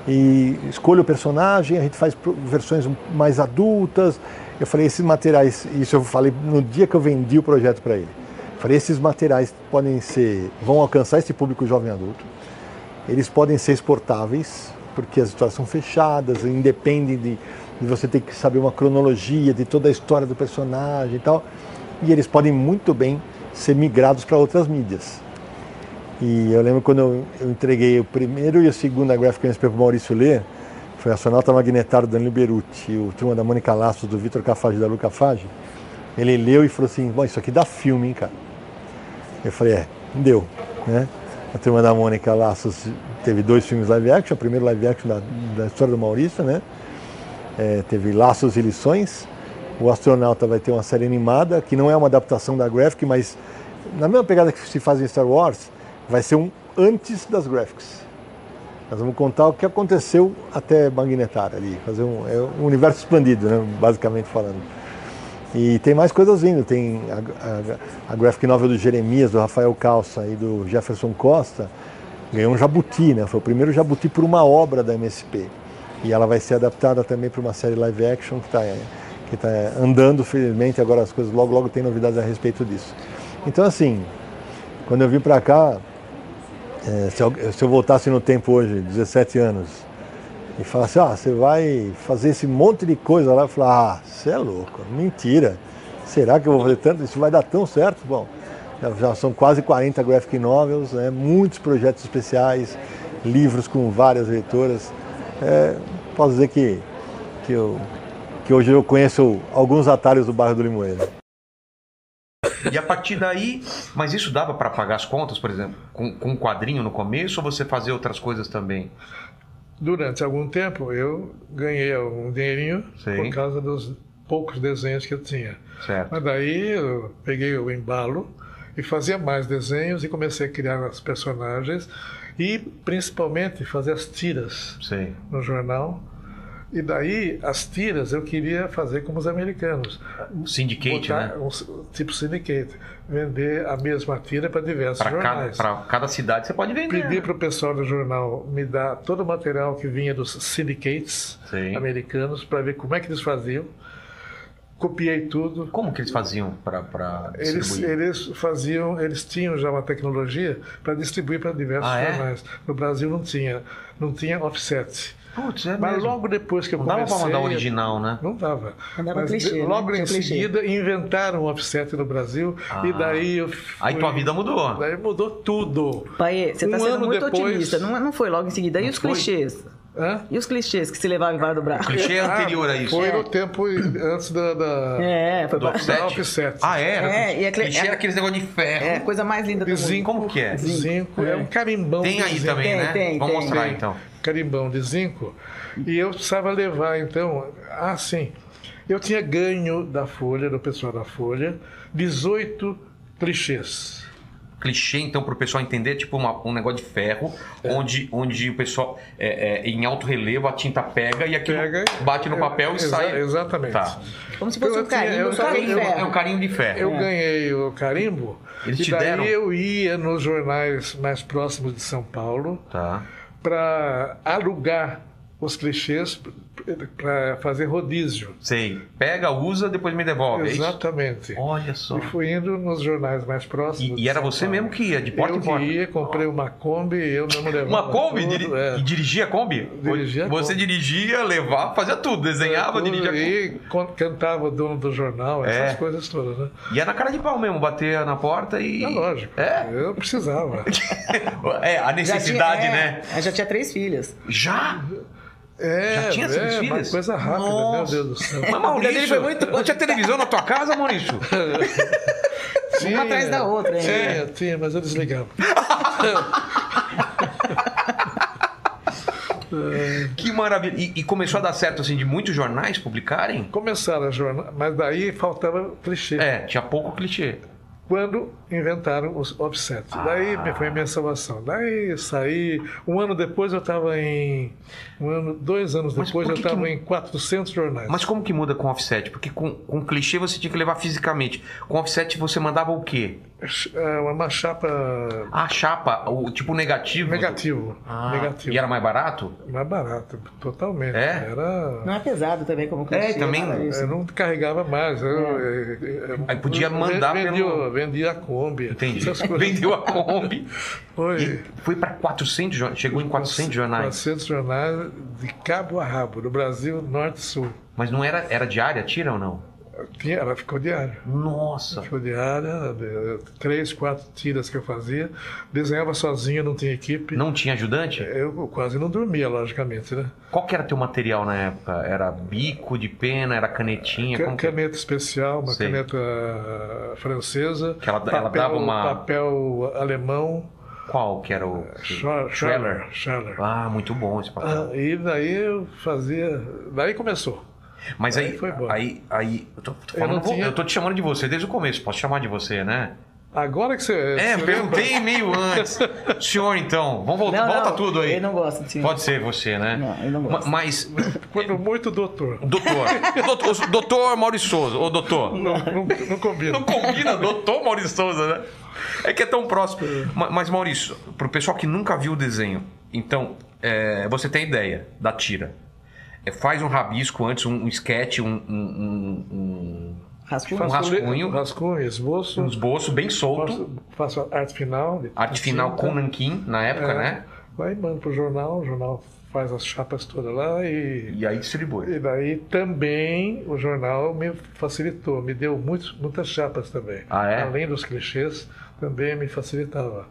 e escolho o personagem, a gente faz pro- versões mais adultas, Eu falei, esses materiais, isso eu falei no dia que eu vendi o projeto para ele. Eu falei, esses materiais podem ser, vão alcançar esse público jovem adulto. Eles podem ser exportáveis, porque as histórias são fechadas, independem de, de você ter que saber uma cronologia de toda a história do personagem e tal. E eles podem muito bem ser migrados para outras mídias. E eu lembro quando eu, eu entreguei o primeiro e o segundo Graphic Landscape para o Maurício Lê, foi a Sonata Magnetar do Danilo Beruti, o Turma da Mônica Laços do Vitor Cafage e da Luca Fage. Ele leu e falou assim: Bom, isso aqui dá filme, hein, cara? Eu falei: É, deu. Né? A Turma da Mônica Laços teve dois filmes live action, o primeiro live action da, da história do Maurício, né? É, teve Laços e Lições. O Astronauta vai ter uma série animada, que não é uma adaptação da Graphic, mas na mesma pegada que se faz em Star Wars, vai ser um antes das graphics. Nós vamos contar o que aconteceu até Magnetar ali, fazer um, é um universo expandido, né, basicamente falando. E tem mais coisas vindo, tem a, a, a graphic novel do Jeremias, do Rafael Calça e do Jefferson Costa, ganhou um jabuti, né? Foi o primeiro jabuti por uma obra da MSP. E ela vai ser adaptada também para uma série live action que está que tá andando, felizmente, agora as coisas logo logo tem novidades a respeito disso. Então assim, quando eu vim para cá, é, se, eu, se, eu, voltasse no tempo hoje, 17 anos, e falasse, ah, você vai fazer esse monte de coisa lá, eu falar, ah, você é louco, mentira. Será que eu vou fazer tanto? Isso vai dar tão certo? Bom, já, já são quase 40 graphic novels, né, muitos projetos especiais, livros com várias leitoras. É, posso dizer que, que, eu, que hoje eu conheço alguns atalhos do bairro do Limoeiro. E a partir daí, mas isso dava para pagar as contas, por exemplo, com, com, um quadrinho no começo ou você fazia outras coisas também? Durante algum tempo eu ganhei algum dinheirinho Sim. por causa dos poucos desenhos que eu tinha. Certo. Mas daí eu peguei o embalo e fazia mais desenhos e comecei a criar as personagens e principalmente fazer as tiras Sim. no jornal. E daí, as tiras eu queria fazer como os americanos. Syndicate, né? Um, tipo syndicate. Vender a mesma tira para diversos pra jornais. Para cada cidade você pode vender. né? Pedi para o pessoal do jornal me dar todo o material que vinha dos syndicates Sim. americanos para ver como é que eles faziam. Copiei tudo. Como que eles faziam para eles, eles faziam, eles tinham já uma tecnologia para distribuir para diversos ah, jornais. É? No Brasil não tinha, não tinha offset. Putz, é mas mesmo. logo depois que eu não comecei... Não dava para mandar original, né? Não dava. Mandava clichê, logo né? em seguida clichê. inventaram o offset no Brasil ah. e daí eu fui, Aí tua vida mudou. Daí mudou tudo. Pai, você está um sendo muito depois... otimista. Não, não foi logo em seguida. E os foi? clichês? Hã? E os clichês que se levavam embora do braço? Clichê anterior a isso. Foi é. no tempo antes da. da é, foi do offset. Da offset. Ah, era? É, e a clichê era, era aqueles negócio de ferro. É, coisa mais linda do zinco, Como que é? Zinco. É, um carimbão. Tem aí também, tem, né? Tem, Vamos tem, mostrar tem. então. Carimbão de zinco. E eu precisava levar, então. Ah, sim. Eu tinha ganho da Folha, do pessoal da Folha, 18 clichês clichê, então, para o pessoal entender, tipo uma, um negócio de ferro, é. onde, onde o pessoal, é, é, em alto relevo, a tinta pega e aquilo pega, bate no papel e exa sai. Exatamente. Tá. Como se fosse eu um carimbo, eu, carimbo, eu, É um carimbo de ferro. Eu ganhei o carimbo Eles e te daí deram? eu ia nos jornais mais próximos de São Paulo tá. para alugar os clichês para fazer rodízio. Sei. Pega, usa, depois me devolve. Exatamente. É Olha só. E fui indo nos jornais mais próximos. E, e era você mesmo que ia, de porta eu em porta? Eu ia, comprei uma Kombi e eu mesmo levava. Uma Kombi? Tudo, diri é. E dirigia a Kombi? Dirigia Você Kombi. dirigia, levava, fazia tudo. Desenhava, tudo, dirigia E cantava o dono do jornal, essas é. coisas todas, né? E era na cara de pau mesmo, bater na porta e... É lógico. É? Eu precisava. é, a necessidade, tinha, é, né? Já tinha três filhas. Já? É, já tinha é, filhos? Uma coisa rápida, Nossa. meu Deus do céu. Mas Maurício, foi muito... não tinha televisão na tua casa, Maurício? tinha, uma atrás da outra, hein? Tinha, tinha, mas eu desligava. que maravilha. E, e, começou a dar certo, assim, de muitos jornais publicarem? Começaram a jornal, mas daí faltava clichê. É, tinha pouco clichê quando inventaram os offset. Ah. Daí foi a minha salvação. Daí saí. Um ano depois eu estava em. Um ano, dois anos Mas depois eu estava que... em 400 jornais. Mas como que muda com offset? Porque com, com clichê você tinha que levar fisicamente. Com offset você mandava o quê? é uma chapa A chapa, o tipo negativo. Negativo. Ah, Negativo. E era mais barato? mais barata, totalmente. É? Era. Não é pesado também como quantia, também- é, nada disso. Eu não carregava mais. Eu, eu- eu- Aí podia eu mandar vendia, pelo- vendia a Kombi. Entendi. essas coisas. Vendeu a Kombi. Foi. E foi pra 400 jornais. Chegou em 400 jornais. 400 jornais de cabo a rabo, do Brasil, norte e sul. Mas não era, era diária, tira ou não? Tinha, ela ficou diária. Nossa. Ficou diária, Tipo de- três, quatro tiras que eu fazia. Desenhava sozinho, não tinha equipe. Não tinha ajudante? Eu quase não dormia, logicamente, né? Qual que era teu material na época? Era bico de pena, era canetinha? Ca- Como que- caneta especial, uma Sei. caneta ah, francesa. Que ela- ela papel, dava uma- Papel alemão. Qual que era o... Eh, Schwa- Scheller. Scheller. Ah, muito bom esse papel. Ah, e daí eu fazia. Daí começou. Mas aí, aí foi bom. aí, aí, eu tô, tô Eu falando, não eu, tinha- eu tô te chamando de você desde o começo, posso chamar de você, né? Agora que você. É, você perguntei meio antes. Senhor, então, vamos voltar, Não, volta não, tudo aí. Eu não gosto de senhor. Pode ser você, né? Não, eu não Ma- gosto. Mas, lembra? Quando muito, doutor. doutor, doutor, doutor Maurício Souza, ô doutor. Não, não, não combina. Não combina, doutor Maurício Souza, né? É que é tão próximo. Ma- Mas, Maurício, pro pessoal que nunca viu o desenho, então, é, você tem a ideia da tira. É, faz um rabisco antes, um, um sketch, um- um- um- Rascunho? um rascunho, Rascunho, esboço. um esboço bem solto. Faço, faço arte final. de- Arte final com nanquim, na época, É. né? Aí mando pro jornal, o jornal faz as chapas todas lá e. E aí distribui. E daí também o jornal me facilitou, me deu muitos, muitas chapas também. Ah, é? Além dos clichês, também me facilitava.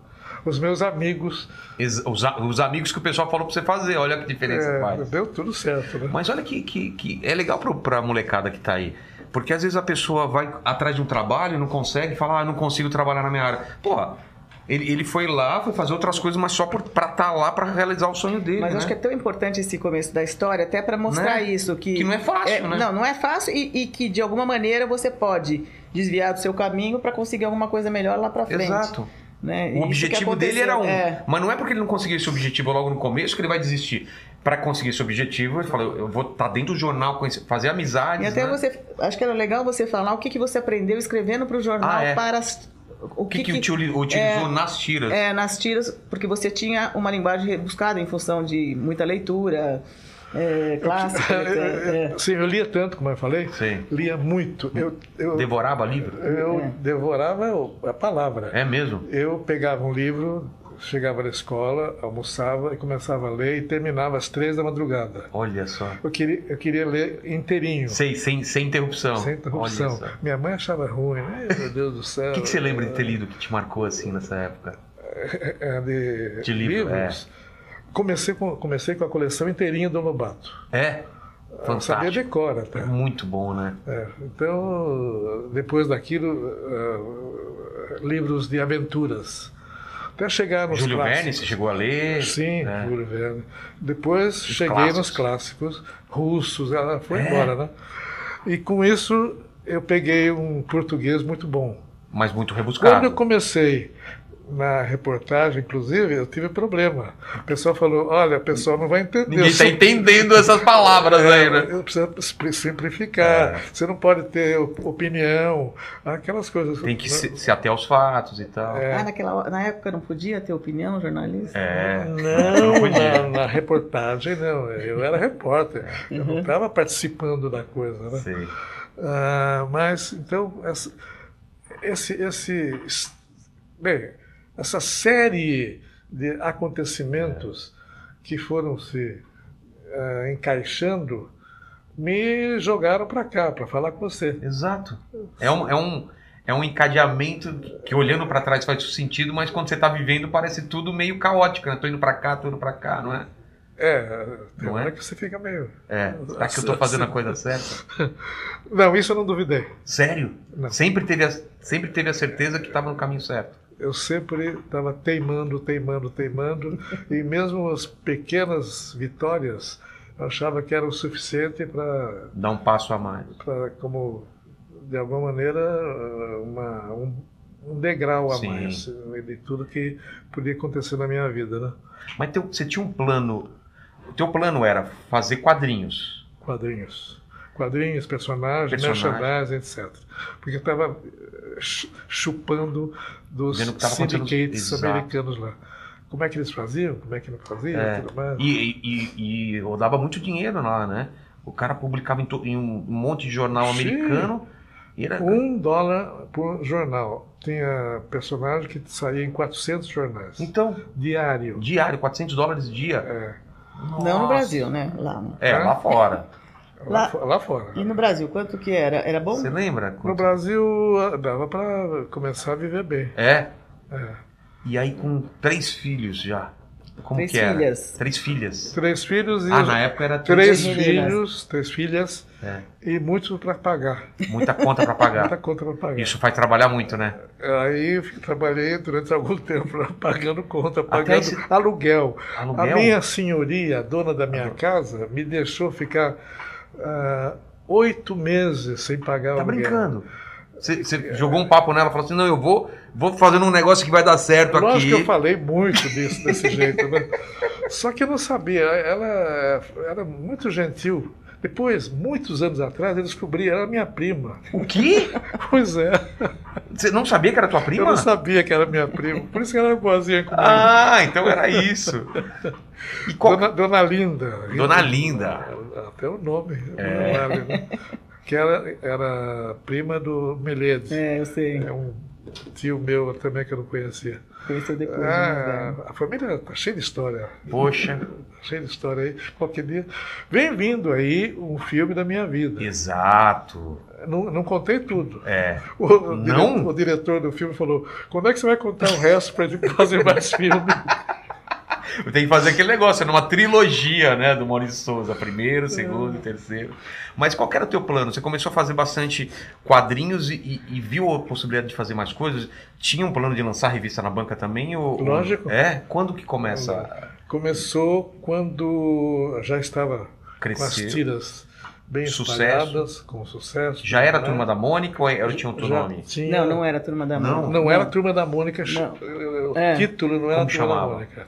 Os meus amigos, Ex- Os, a- os amigos que o pessoal falou pra você fazer, olha que diferença é, faz. deu tudo certo, né? Mas olha que, que, que é legal pro, pra molecada que tá aí. Porque às vezes a pessoa vai atrás de um trabalho, não consegue, fala, ah, não consigo trabalhar na minha área. Porra, ele, ele foi lá, foi fazer outras coisas, mas só por, pra estar tá lá pra realizar o sonho dele. Mas né? acho que é tão importante esse começo da história, até pra mostrar Né? isso. Que, Que não é fácil, né? Não, não é fácil e, e que de alguma maneira você pode desviar do seu caminho pra conseguir alguma coisa melhor lá pra frente. Exato. né? Isso O que objetivo aconteceu, dele era um. é. Mas não é porque ele não conseguiu esse objetivo logo no começo que ele vai desistir. Pra conseguir esse objetivo, ele fala: eu eu vou estar dentro do jornal, conhecer- fazer amizades. E até né? você. Acho que era legal você falar o que, que você aprendeu escrevendo pro jornal Ah, é. para. as- O que, que, utili- utilizou nas tiras? É, nas tiras, porque você tinha uma linguagem rebuscada em função de muita leitura, é, clássica. é, é. Sim, eu lia tanto, como eu falei, Sim. lia muito. Eu, eu, Devorava livro? eu É. devorava o- a palavra. É mesmo? Eu pegava um livro, chegava na escola, almoçava e começava a ler e terminava às três da madrugada. Olha só. Eu queria, eu queria ler inteirinho. Sei, sem, sem interrupção. Sem interrupção. Olha só. Minha mãe achava ruim, né? Meu Deus do céu. O que, que você lembra de ter lido que te marcou assim nessa época? É, de, De livro, livros? Comecei, com, comecei com a coleção inteirinha do Lobato. É? Eu sabia Fantástico. de cor até. É Muito bom, né? É, então, depois daquilo, eh, livros de aventuras. Até chegar nos Júlio É clássicos. Verne, você chegou a ler? Sim, É. Júlio Verne. Depois cheguei nos clássicos russos, ela foi É? embora, né? E com isso eu peguei um português muito bom. Mas muito Quando rebuscado. eu comecei na reportagem, inclusive, eu tive problema. O pessoal falou: olha, o pessoal não vai entender. Ninguém tá Sim- entendendo essas palavras aí, né? É. eu preciso expli- simplificar. Você não pode ter op- opinião, aquelas coisas. Tem que Não- se, se até aos fatos e tal. É. Ah, naquela, hora- na época não podia ter opinião, jornalista? É. Não, na, na reportagem não. Eu era repórter. É. Eu não estava participando da coisa, né? Sei. Ah, mas então essa, esse, esse es- bem, essa série de acontecimentos que foram se ah, encaixando me jogaram para cá para falar com você. Exato. É um, é um, é um encadeamento que olhando pra trás faz sentido, mas quando você tá vivendo parece tudo meio caótico, né? Tô indo pra cá, tô indo pra cá, não é? É, tem Não é? hora que você fica meio. É. Será que eu tô fazendo a coisa certa? Não, isso eu não duvidei. Sério? Não. Sempre teve, a, sempre teve a certeza que tava no caminho certo. Eu sempre estava teimando, teimando, teimando, e mesmo as pequenas vitórias eu achava que era o suficiente para Dá um passo a mais. pra, como de alguma maneira uma- um, um degrau a Sim. mais né, de tudo que podia acontecer na minha vida, né? Mas teu- você tinha um plano. O teu plano era fazer quadrinhos. Quadrinhos. quadrinhos, personagens, Personagem. merchandising, etc. Porque eu estava chupando dos Vendo o que tava acontecendo. syndicates Exato. americanos lá. Como é que eles faziam, como é que não faziam, É. tudo mais. E, e, e rodava muito dinheiro lá, né? O cara publicava em, to- em um monte de jornal Sim. americano e era. Um dólar por jornal. Tinha personagem que saía em 400 jornais. Então. Diário. É, Diário, 400 dólares dia. Não Nossa. no Brasil, né? Lá. né? É, lá fora. Lá, fo- lá fora. E no Brasil, quanto que era? Era bom? Você lembra? No Brasil ah, dava para começar a viver bem. É. É. E aí com três filhos já. Como Três que era? filhas. Três filhas. Três filhos e Ah, na época era três três filhos, três filhas É. e muito para pagar. Muita conta pra pagar. Muita conta para pagar. Isso faz trabalhar muito, né? Aí eu fiquei- trabalhei durante algum tempo lá, pagando conta, Até pagando esse- aluguel. Aluguel? Ah. A minha senhoria, a dona da minha casa, me deixou ficar ah, oito meses sem pagar Tá aluguel. brincando? Você, você jogou um papo nela, falou assim, não, eu vou, vou fazendo um negócio que vai dar certo É Lógico aqui. que eu falei muito disso, desse jeito, né? Só que eu não sabia, ela era muito gentil. Depois, muitos anos atrás, eu descobri, ela era minha prima. O quê? Pois é. Você não sabia que era tua prima? Eu não sabia que era minha prima, por isso que ela era boazinha comigo. Ah, então era isso. Dona, Dona Linda. Dona Linda. Até o nome. É. Dona Linda. Que era, era prima do Meledes. É, eu sei. É um tio meu também que eu não conhecia. Conheceu depois. né? Ah, a família tá cheia de história. Poxa. Cheia de história aí. Qualquer dia. Vem vindo aí um filme da minha vida. Exato. Não, não contei tudo. É. O, o Não? diretor, o diretor do filme falou: quando é que você vai contar o resto pra gente fazer mais filme? Tem que fazer aquele negócio, é numa trilogia, né, do Maurício Souza, primeiro, segundo, e terceiro. Mas qual que era o teu plano? Você começou a fazer bastante quadrinhos e, e- e viu a possibilidade de fazer mais coisas? Tinha um plano de lançar revista na banca também? Ou, Lógico. É? Quando que começa? Começou quando já estava com as Cresceu. tiras bem Sucesso. espalhadas, com sucesso. Já era a né? Turma da Mônica ou era- tinha um outro Já nome? tinha- Não, não era a Turma da Mônica. Não, era a Turma da Mônica. Não. O É. título não era Como a Turma chamava? da Mônica.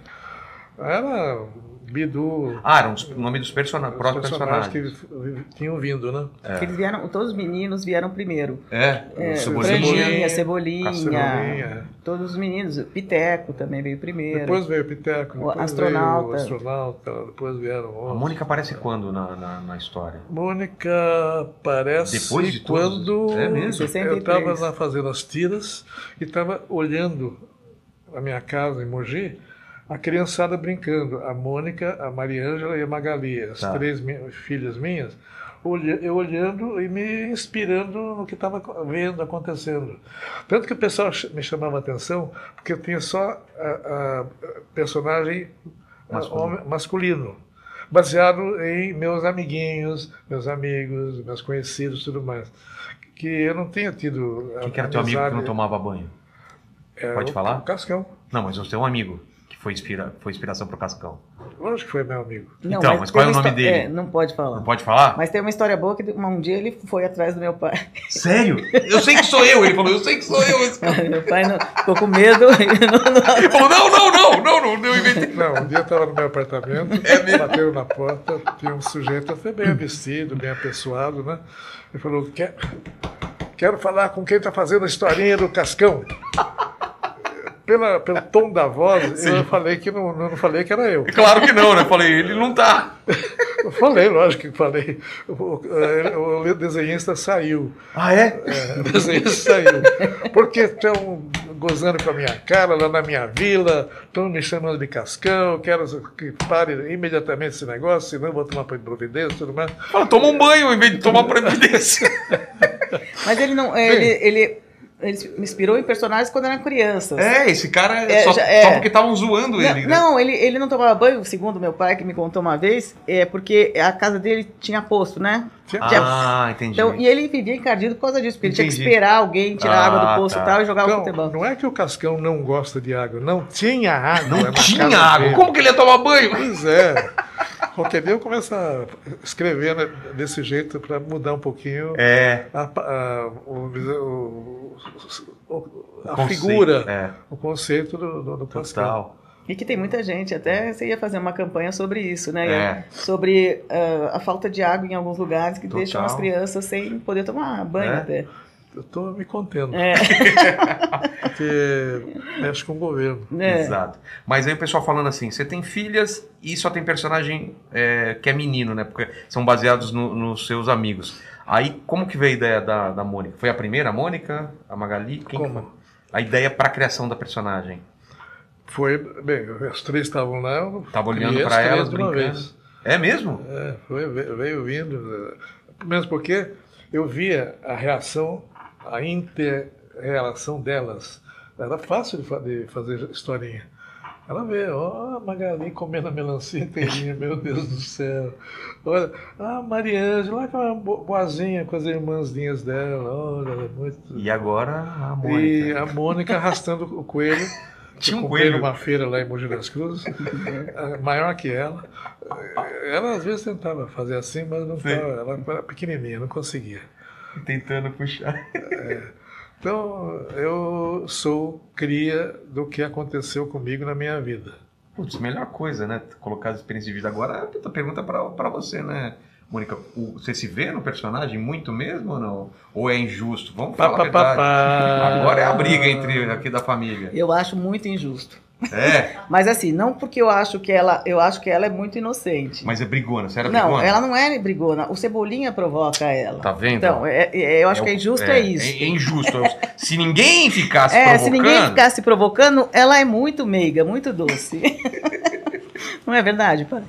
Era Bidu. Ah, era os- o nome dos persona próprios personagens. que vi- tinham vindo, né? É. Eles vieram, todos os meninos vieram primeiro. É, É, o Franjinha, Cebolinha, Cebolinha, Cebolinha. Todos os meninos. Piteco também veio primeiro. Depois veio o Piteco, O depois astronauta. veio o astronauta, depois vieram A outros. Mônica aparece quando na, na, na história? Mônica parece Depois de quando todos? É mesmo? eu estava 63. lá fazendo as tiras e estava olhando a minha casa em Mogi, a criançada brincando, a Mônica, a Mariângela e a Magali, as Tá. três mi- filhas minhas, olha- eu olhando e me inspirando no que estava vendo, acontecendo. Tanto que o pessoal ch- me chamava a atenção, porque eu tinha só a, a personagem ah, Masculino. homem- masculino baseado em meus amiguinhos, meus amigos, meus conhecidos, tudo mais. Que eu não tenha tido. Quem que era teu amigo que não tomava banho? É, Pode o- falar? o Cascão. Não, mas o teu amigo, que foi, inspira, foi inspiração pro Cascão. Lógico que foi meu amigo. Não, então, mas, qual é o tem uma nome histó- dele? é, não pode falar. Não pode falar? Mas tem uma história boa que um dia ele foi atrás do meu pai. Sério? Eu sei que sou eu, ele falou, eu sei que sou eu. esse cara. meu pai não, ficou com medo. Ele falou, não, não, não, não, não, não inventei. Não, um dia eu estava no meu apartamento, bateu na porta, tinha um sujeito até bem vestido, bem apessoado, né? Ele falou: "Que- Quero falar com quem está fazendo a historinha do Cascão. Pela, pelo tom da voz, eu falei que não, não falei que era eu. Claro que não, né? Eu Falei, ele não tá. Eu falei, lógico que falei. O, o- o desenhista saiu. Ah, é? O desenhista saiu. Porque estão gozando com a minha cara lá na minha vila, estão me chamando de cascão, quero que pare imediatamente esse negócio, senão eu vou tomar providência e tudo mais. Fala, toma um banho em vez de tomar providência. Mas ele não. é, Ele, ele, ele me inspirou em personagens quando era criança. É, esse cara É, só, já- é. só porque estavam zoando Não, ele. né? não, ele, ele não tomava banho, segundo meu pai, que me contou uma vez, é porque a casa dele tinha posto, né? Ah, entendi. Então, e ele vivia encardido por causa disso, porque ele tinha que Entendi. esperar alguém tirar a Ah, água do poço tá. e tal e jogar então, o futebol. Não é que o Cascão não gosta de água, não tinha água. Não tinha água. Como que ele ia tomar banho? Pois é. Qualquer dia eu começo a escrever né, desse jeito para mudar um pouquinho É. a, pa- a- o- o- o- a conceito, figura, é. o conceito do, do, do Pascal. Total. E que tem muita gente, até você ia fazer uma campanha sobre isso, né? É. Sobre ah, a falta de água em alguns lugares que Total. deixam as crianças sem poder tomar banho É. até. Eu estou me contendo. É. Porque mexe com o governo. né? Exato. Mas aí o pessoal falando assim, você tem filhas e só tem personagem é, que é menino, né? Porque são baseados no- nos seus amigos. Aí, como que veio a ideia da, da Mônica? Foi a primeira, a Mônica? A Magali? Quem que Como? foi? A ideia para a criação da personagem. Foi, bem, as três estavam lá. eu Tava criei olhando as pra três elas, de uma brincando. vez. É mesmo? É, foi, ve- veio vindo. eh, Mesmo porque eu via a reação, a inter-relação delas. Era fácil de, fa- de fazer historinha. Ela vê, ó, a Magali comendo a melancia inteirinha, meu Deus do céu. Olha, a Mariângela, lá que ela é bo- boazinha com as irmãzinhas dela, olha, ela é muito. E agora a Mônica. E a Mônica arrastando o coelho. Tinha um Eu comprei coelho. numa feira lá em Mogi das Cruzes, eh, maior que ela. Ela às vezes tentava fazer assim, mas não Sim. tava, ela era pequenininha, não conseguia. Tentando puxar. Então, eu sou cria do que aconteceu comigo na minha vida. Putz, melhor coisa, né? Colocar as experiências de vida. Agora, a pergunta pra, pra você, né, Mônica? O- você se vê no personagem muito mesmo ou não? Ou é injusto? Vamos Pá, falar a pá, pá, verdade. pá. Agora é a briga entre aqui da família. Eu acho muito injusto. É, Mas assim, não porque eu acho que ela, eu acho que ela é muito inocente. mas é brigona. Você era não, brigona? ela não é brigona. O Cebolinha provoca ela. Tá vendo? Então, é- é- eu É acho o- que é injusto é, isso. É, injusto. se ninguém ficasse É, provocando... se ninguém ficasse provocando, ela é muito meiga, muito doce. não é verdade, pai?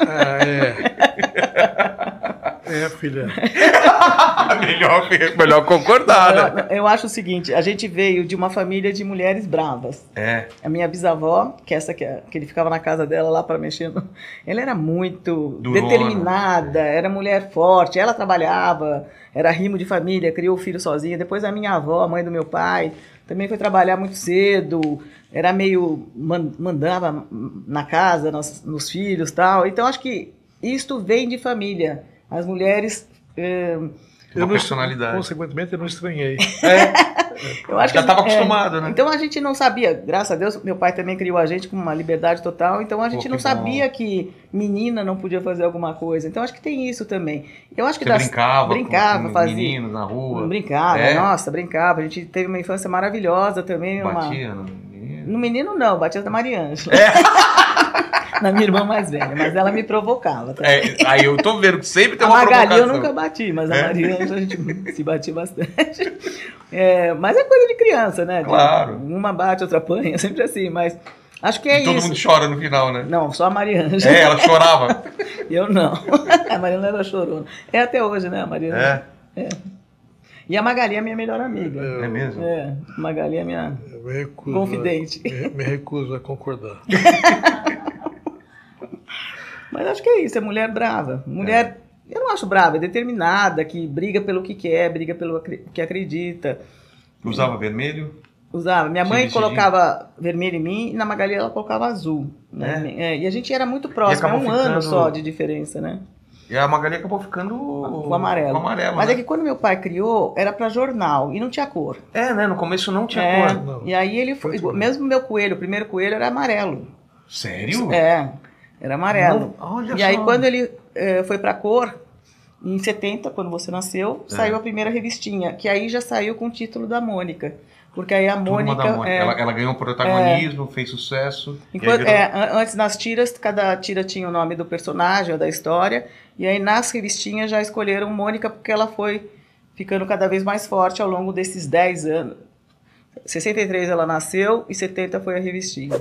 Ah, é. É, filha. Ah, melhor, melhor concordar, né? Eu, eu acho o seguinte, a gente veio de uma família de mulheres bravas. É. A minha bisavó, que é essa que, que ele ficava na casa dela lá para mexer, no- ela era muito Durona. determinada, era mulher forte, ela trabalhava, era rimo de família, criou o filho sozinha. Depois a minha avó, a mãe do meu pai, também foi trabalhar muito cedo, era meio man- mandava na casa, nos, nos filhos, tal. Então acho que isto vem de família. As mulheres eh, Eu não- personalidade. Consequentemente, eu não estranhei. É, eu acho Já que- tava é. acostumado, né? Então a gente não sabia, graças a Deus, meu pai também criou a gente com uma liberdade total, então a gente que não bom. sabia que menina não podia fazer alguma coisa. Então acho que tem isso também. Eu acho que Você das- brincava, brincava com, com fazia. um meninos na rua. Brincava, É? nossa, brincava. A gente teve uma infância maravilhosa também. uma- Batia no menino. No menino não, batia na Mariângela. na minha irmã mais velha, mas ela me provocava. Tá? É, aí eu tô vendo que sempre tem A uma Magali eu provocação. nunca bati, mas a É. Mariângela a gente se batia bastante. É, mas é coisa de criança, né? Claro. Uma bate, outra apanha, sempre assim, mas acho que é E todo isso. mundo chora no final, né? Não, só a Mariângela. É, ela chorava. Eu não. A Mariana era chorona. É até hoje, né, a Mariana? É. E a Magali é minha melhor amiga. É mesmo? É, a Magali é minha Eu me recuso. a- confidente. me- me recuso a concordar. Mas acho que é isso, é mulher brava. Mulher, eu não acho brava, é determinada, que briga pelo que quer, briga pelo acre- que acredita. Usava vermelho? Usava. Minha Tinha mãe vestidinho? colocava vermelho em mim e na Magali ela colocava azul. né? É, e a gente era muito próximo, é um acabou ano ficando- só de diferença, né? E a Magali acabou ficando Com o amarelo. Com o amarelo Mas né? é que quando meu pai criou, era pra jornal e não tinha cor. É, né? No começo não tinha É, cor. Não. E aí ele foi. Mesmo meu coelho, o primeiro coelho era amarelo. Sério? É, era amarelo. Não, olha e aí só. quando ele eh, foi pra cor, em 70, quando você nasceu, É. saiu a primeira revistinha, que aí já saiu com o título da Mônica. Porque aí a Turma Mônica. da Mônica. é, Ela, ela ganhou protagonismo, fez sucesso. e aí Enquanto- virou- é, an- antes nas tiras, cada tira tinha o nome do personagem ou da história, e aí nas revistinhas já escolheram Mônica porque ela foi ficando cada vez mais forte ao longo desses 10 anos. 63 ela nasceu e 70 foi a revistinha.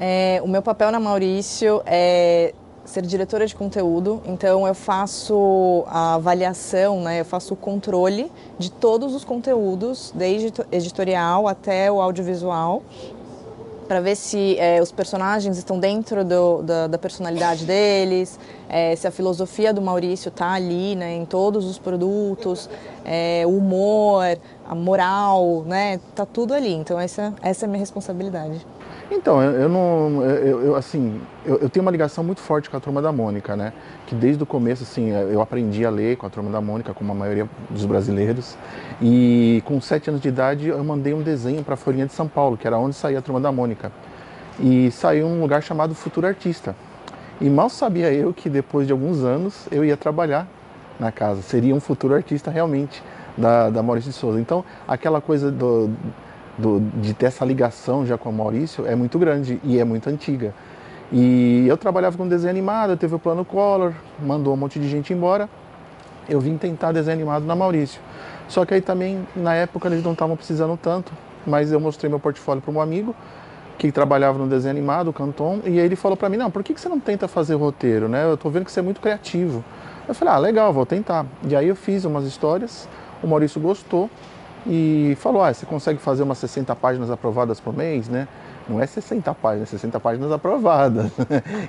É, o meu papel na Maurício é ser diretora de conteúdo, então eu faço a avaliação, né? Eu faço o controle de todos os conteúdos, desde to- editorial até o audiovisual, para ver se é, os personagens estão dentro do- da, da personalidade deles, é, se a filosofia do Maurício está ali, né? Em todos os produtos, é, o humor, a moral, né? Tá tudo ali. Então essa, essa é a minha responsabilidade. Então, eu, eu não. Eu, eu, assim, eu, eu tenho uma ligação muito forte com a turma da Mônica, né? Que desde o começo, assim, eu aprendi a ler com a turma da Mônica, como a maioria dos brasileiros. E com sete anos de idade, eu mandei um desenho para a Folhinha de São Paulo, que era onde saía a turma da Mônica. E saiu um lugar chamado Futuro Artista. E mal sabia eu que depois de alguns anos eu ia trabalhar na casa. Seria um futuro artista realmente da, da Maurício de Souza. Então, aquela coisa do, do, de ter essa ligação já com a Maurício é muito grande e é muito antiga. E eu trabalhava com desenho animado, teve o plano Collor, mandou um monte de gente embora. Eu vim tentar desenho animado na Maurício. Só que aí também, na época, eles não estavam precisando tanto, mas eu mostrei meu portfólio para um amigo que trabalhava no desenho animado, o Canton, e aí ele falou para mim: "Não, por que que você não tenta fazer roteiro, né? Eu tô vendo que você é muito criativo". Eu falei: "Ah, legal, vou tentar". E aí eu fiz umas histórias, o Maurício gostou e falou: "Ah, você consegue fazer umas 60 páginas aprovadas por mês, né?" Não é 60 páginas, é 60 páginas aprovadas.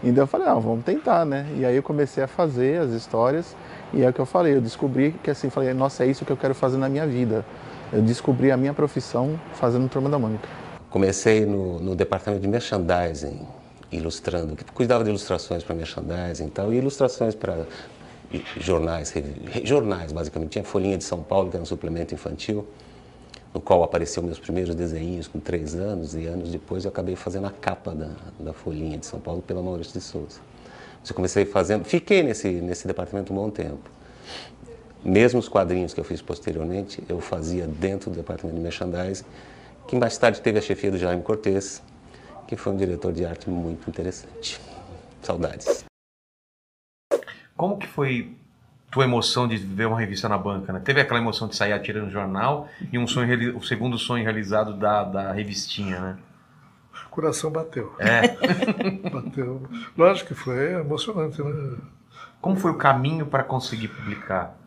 então eu falei: "Não, vamos tentar, né?". E aí eu comecei a fazer as histórias e é o que eu falei, eu descobri que assim, falei: "Nossa, é isso que eu quero fazer na minha vida". Eu descobri a minha profissão fazendo Turma da Mônica. Comecei no, no departamento de merchandising, ilustrando, que cuidava de ilustrações para merchandising e tal, e ilustrações para jornais, revi- jornais basicamente. Tinha Folhinha de São Paulo, que era um suplemento infantil, no qual apareceram meus primeiros desenhinhos com três anos, e anos depois eu acabei fazendo a capa da, da Folhinha de São Paulo pela Maurício de Souza. Mas Eu comecei fazendo, fiquei nesse, nesse departamento um bom tempo. Mesmo os quadrinhos que eu fiz posteriormente, eu fazia dentro do departamento de merchandising, que mais tarde teve a chefia do Jaime Cortez, que foi um diretor de arte muito interessante. Saudades. Como que foi tua emoção de ver uma revista na banca? Né? Teve aquela emoção de sair atirando no jornal e um sonho, reali- o segundo sonho realizado da, da revistinha, né? O coração bateu. É. bateu. Lógico que foi emocionante, né? Como foi o caminho para conseguir publicar?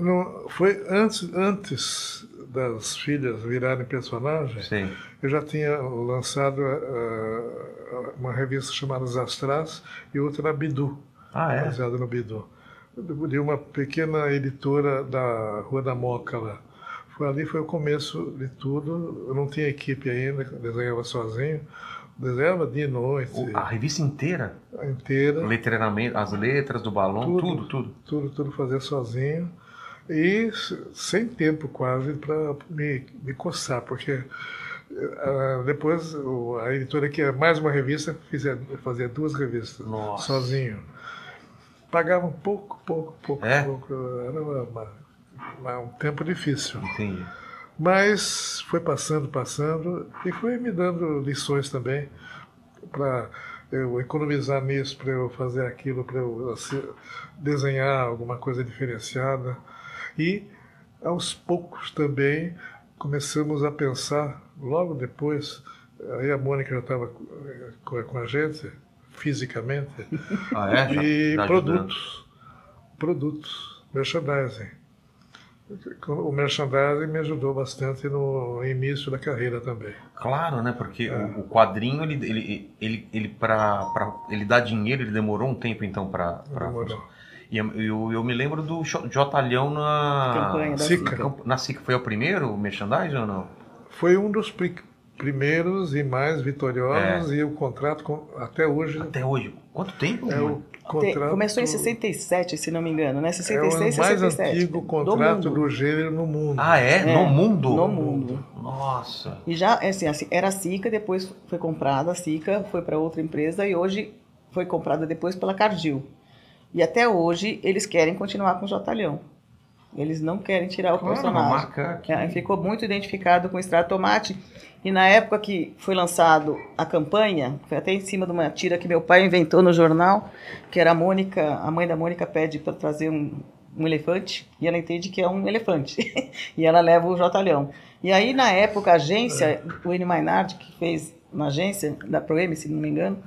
Não, foi antes, antes das filhas virarem personagens, Sim. eu já tinha lançado ah, uma revista chamada Os Astras e outra na Bidu, Ah, é? baseada no Bidu, de uma pequena editora da Rua da Moca lá. Foi ali foi o começo de tudo. Eu não tinha equipe ainda, desenhava sozinho. Desenhava dia e noite. A revista inteira? Inteira. Letreiramento, as letras do balão, tudo, tudo. Tudo, tudo fazer sozinho. E s- sem tempo quase para me, me coçar, porque eh, ah, depois o- a editora que era mais uma revista fizia, fazia duas revistas sozinho. Pagava um pouco, pouco, pouco, É? pouco. Era uma- uma- uma- um tempo difícil. Entendi. Mas foi passando, passando, e foi me dando lições também para eu economizar nisso, para eu fazer aquilo, para eu assim, desenhar alguma coisa diferenciada. E aos poucos também começamos a pensar, logo depois, aí a Mônica já estava com com a gente, fisicamente, Ah, é? Já- e já produtos, produtos, merchandising. O merchandising me ajudou bastante no início da carreira também. Claro, né? Porque É. o, o quadrinho, ele, ele, ele, ele, pra, pra, ele dá dinheiro, ele demorou um tempo então para. Pra... Demorou. E eu, eu, eu me lembro do Jo- Jotalhão na. Campanha da Sica. Sica. Camp- Na SICA. Foi o primeiro o merchandising ou não? Foi um dos pri- primeiros e mais vitoriosos e o contrato com- até hoje. Até hoje. Quanto tempo? É o Tem- contrato, começou em 67, se não me engano, né? é o 66, mais 67. antigo do contrato mundo. do, gênero no mundo. Ah, é? No mundo? No mundo. Nossa. E já, assim, assim, era a Sica, depois foi comprada a Sica, foi para outra empresa e hoje foi comprada depois pela Cardil. E até hoje eles querem continuar com o Jotalhão. Eles não querem tirar o Claro, personagem. uma marca que- É, ficou muito identificado com o Estrada Tomate. E na época que foi lançado a campanha, foi até em cima de uma tira que meu pai inventou no jornal, que era a Mônica, a mãe da Mônica pede para trazer um, um elefante, e ela entende que é um elefante. e ela leva o Jotalhão. E aí, na época, a agência, o N. Maynard, que fez na agência, da Proeme, se não me engano,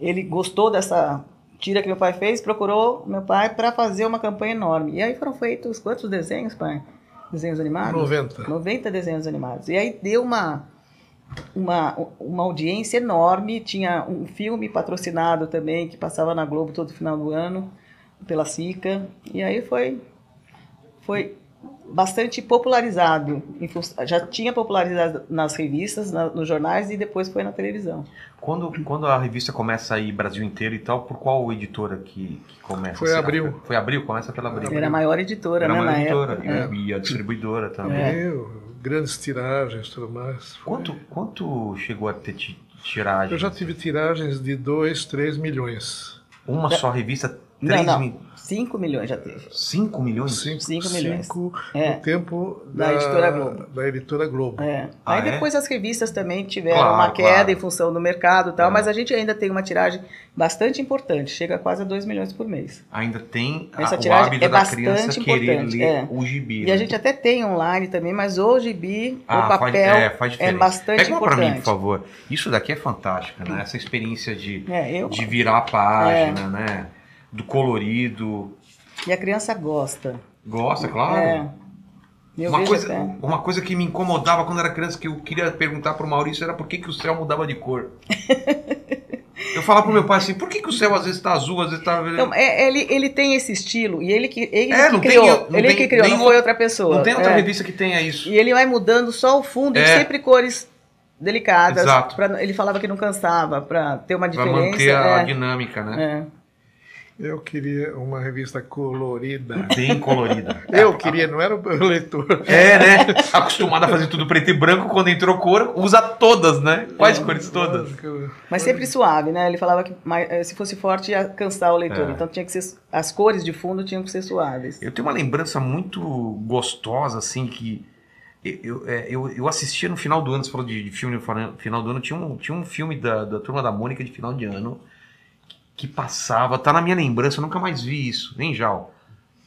ele gostou dessa tira que meu pai fez, procurou meu pai para fazer uma campanha enorme. E aí foram feitos quantos desenhos, pai? Desenhos animados? 90. 90 desenhos animados. E aí deu uma uma, uma audiência enorme. Tinha um filme patrocinado também, que passava na Globo todo final do ano, pela SICA. E aí foi, foi bastante popularizado. em fun- Já tinha popularizado nas revistas, na- nos jornais e depois foi na televisão. Quando, quando a revista começa a ir Brasil inteiro e tal, por qual editora que, que começa? Foi Será? Abril. Foi Abril? Começa pela Abril. Era a maior editora, Era a né, maior na editora época. e- É. e, a distribuidora também. Meu, grandes tiragens e tudo mais. Quanto, quanto chegou a ter ti- tiragem? Eu já tive tiragens de 2, 3 milhões. Uma É. só revista? Não, três não. mil- 5 milhões já teve. 5 milhões? 5 milhões. Cinco É. no tempo Da da, Editora Globo. Da editora Globo. É. Ah, Aí é? depois as revistas também tiveram Claro, uma queda claro. em função do mercado e É. tal, mas a gente ainda tem uma tiragem bastante importante, chega a quase a 2 milhões por mês. Ainda tem a- Essa o tiragem hábito é da criança bastante querer importante, ler é. o gibi. E né? a gente até tem online também, mas hoje gibi, Ah, o papel faz, é, faz é diferença. bastante Pega uma importante. pra mim, por favor. Isso daqui é fantástico, né? Essa experiência de, É, eu- de virar a página, né? Do colorido. E a criança gosta. Gosta, claro. É. Eu uma, vejo coisa, até. uma coisa que me incomodava quando era criança, que eu queria perguntar pro Maurício, era por que, que o céu mudava de cor. eu falava pro meu pai assim, por que, que o céu às vezes tá azul, às vezes tá vermelho? Então, é- ele, ele tem esse estilo e ele que, ele É, que não tem- criou. não ele tem que criou, não nenhum- foi outra pessoa. Não tem outra É. revista que tenha isso. E ele vai mudando só o fundo e É. sempre cores delicadas. Exato. pra- ele falava que não cansava, pra ter uma Pra diferença. manter a é. dinâmica, né? É. Eu queria uma revista colorida. É. Bem colorida. Eu queria, não era o leitor. É, né? Acostumado a fazer tudo preto e branco, quando entrou cor, usa todas, né? Quais É. cores todas? Mas sempre suave, né? Ele falava que mas, eh, se fosse forte ia cansar o leitor. É. Então tinha que ser. As cores de fundo tinham que ser suaves. Eu tenho uma lembrança muito gostosa, assim, que eu, eu, é, eu, eu assistia no final do ano, você falou de, de filme no final do ano, tinha um, tinha um filme da, da Turma da Mônica de final de ano que passava, tá na minha lembrança, eu nunca mais vi isso, nem Jal.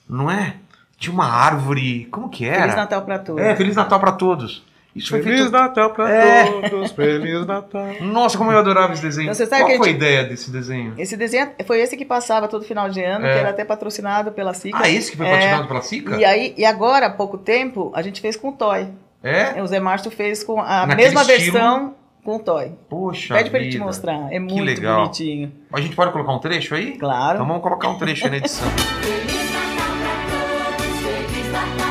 Não é? Tinha uma árvore, como que era? Feliz Natal pra todos. É, Feliz Natal pra todos. Isso foi Feliz feito... Natal pra É. todos, Feliz Natal. Nossa, como eu adorava esse desenho. Então, você sabe Qual que a foi a gente- ideia desse desenho? Esse desenho foi esse que passava todo final de ano, É. que era até patrocinado pela Sica. Ah, esse que foi É. patrocinado pela Sica? E aí, e agora, há pouco tempo, a gente fez com o Toy. É? O Zé Márcio fez com a Naquele mesma estilo. versão com o Toy. Poxa Pede pra ele te vida. mostrar. É Que muito legal. bonitinho. A gente pode colocar um trecho aí? Claro. Então vamos colocar um trecho aí na edição. Feliz Natal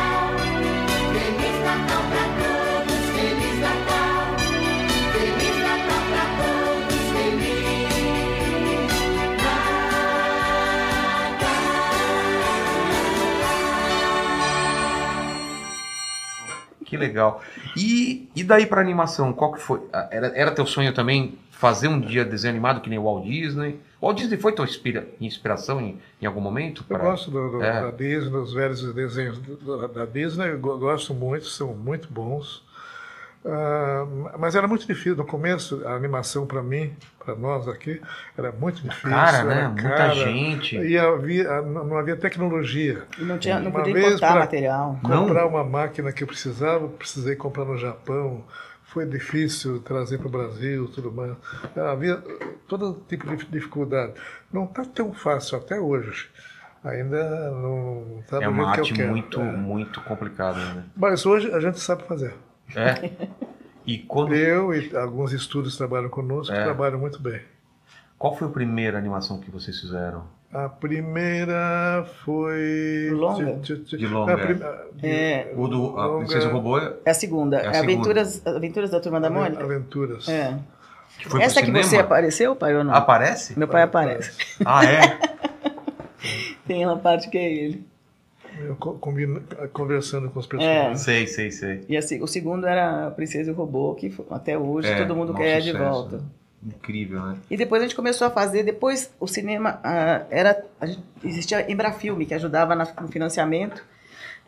pra todos, Feliz Natal. Feliz Natal pra todos, Feliz Natal. Feliz Natal pra todos, Feliz Que legal. E, e daí pra animação, qual que foi? Ah, Era, era teu sonho também fazer um dia desenho animado que nem o Walt Disney? O Walt Disney foi tua inspira- inspiração em, em algum momento? Eu pra- gosto do- do- É. da Disney, dos velhos desenhos do- do- da Disney, eu go- gosto muito, são muito bons. Ah, mas era muito difícil no começo a animação para mim, para nós aqui, era muito difícil. Cara, era né? Muita gente. E havia, ah, não não havia tecnologia. Não tinha- não Uma podia vez importar pra material. Não? Comprar uma máquina que eu precisava, precisei comprar no Japão. Foi difícil trazer para o Brasil, tudo mais. Havia todo tipo de dificuldade. Não está tão fácil até hoje. Ainda não está do É jeito uma que eu arte quero. muito, É. muito complicada, né? Mas hoje a gente sabe fazer. É. E quando, Eu e alguns estúdios trabalham conosco, É. trabalham muito bem. qual foi a primeira animação que vocês fizeram? A primeira foi. Longa? Tch, tch, tch. De longa, A é. prime- É. O do a Princesa Robô é É a segunda. É a É segunda. Aventuras, Aventuras da Turma da Aven- Mônica. Aventuras. É. Que foi pro Essa que cinema? você apareceu, pai, ou não? Aparece? Meu pai aparece. Ah, é? Tem uma parte que é ele. Eu co- combino- conversando com os É. personagens. sei, sei, sei. E assim, o segundo era a Princesa e o Robô, que foi- até hoje É, todo mundo maior quer de sucesso, volta. né? Incrível, né? E depois a gente começou a fazer, depois o cinema ah, era. A gente, existia a Embrafilme, que ajudava na- no financiamento.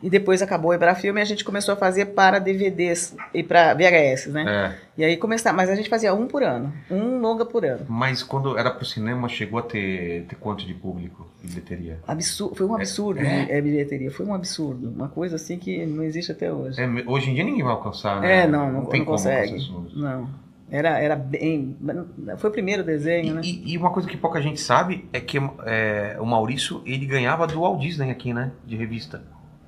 E depois acabou o Embrafilme e a gente começou a fazer para DVDs e para VHS, É. né? E aí começar, mas a gente fazia um por ano, um longa por ano. Mas quando era pro cinema, chegou a ter, ter quanto de público e bilheteria? Absurdo, foi um absurdo, É. né? É bilheteria, foi um absurdo, uma coisa assim que não existe até hoje. É, me- hoje em dia ninguém vai alcançar, né? É, não, não, tem não como consegue. alcançar esse número. Não. Era, era bem. Foi o primeiro desenho, né? E, e uma coisa que pouca gente sabe é que é, o Maurício, ele ganhava do Walt Disney aqui, né? De revista.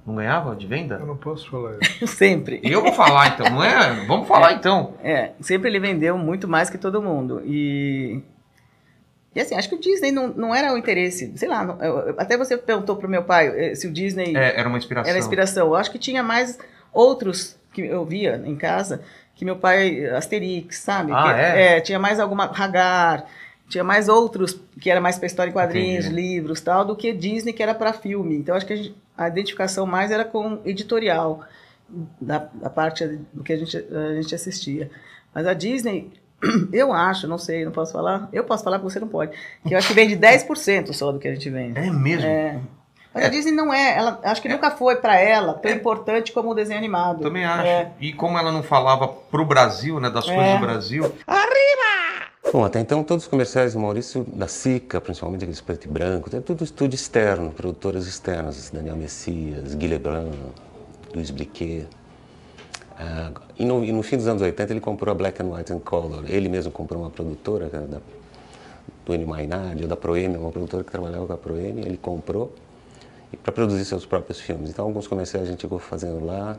Não ganhava de Eu venda? não posso falar isso. Sempre. Eu vou falar então, não é? Vamos falar então. É, sempre ele vendeu muito mais que todo mundo. E E assim, acho que o Disney não, não era o interesse. Sei lá, não- eu- eu- até você perguntou pro meu pai eh, se o Disney. É, era uma inspiração. Era inspiração. Eu acho que tinha mais outros que eu via em casa, que meu pai, Asterix, sabe? Ah, Que- é? Tinha mais alguma, Hagar, tinha mais outros que era mais pra história em quadrinhos, Entendi. livros tal, do que Disney, que era pra filme. Então acho que a, gente- a identificação mais era com editorial, da, da parte do que a gente, a gente assistia. Mas a Disney, eu acho, não sei, não posso falar, eu posso falar porque você não pode, que eu acho que vende 10% só do que a gente vende. É mesmo? É. Mas a Disney não é, ela, acho que nunca foi pra ela tão importante como o desenho animado. Também acho. É. E como ela não falava pro Brasil, né, das coisas É. do Brasil, Bom, até então todos os comerciais do Maurício, da Sica, principalmente aqueles preto e branco, é tudo estúdio externo, produtoras externas, Daniel Messias, Guy Lebrun, Luiz Briquet. Ah, e, no, e no fim dos anos 80 ele comprou a Black and White and Color. Ele mesmo comprou uma produtora que era da, do Ennio Mainardi, ou da Proeme, uma produtora que trabalhava com a Proeme, ele comprou para produzir seus próprios filmes. Então alguns comerciais a gente ficou fazendo lá.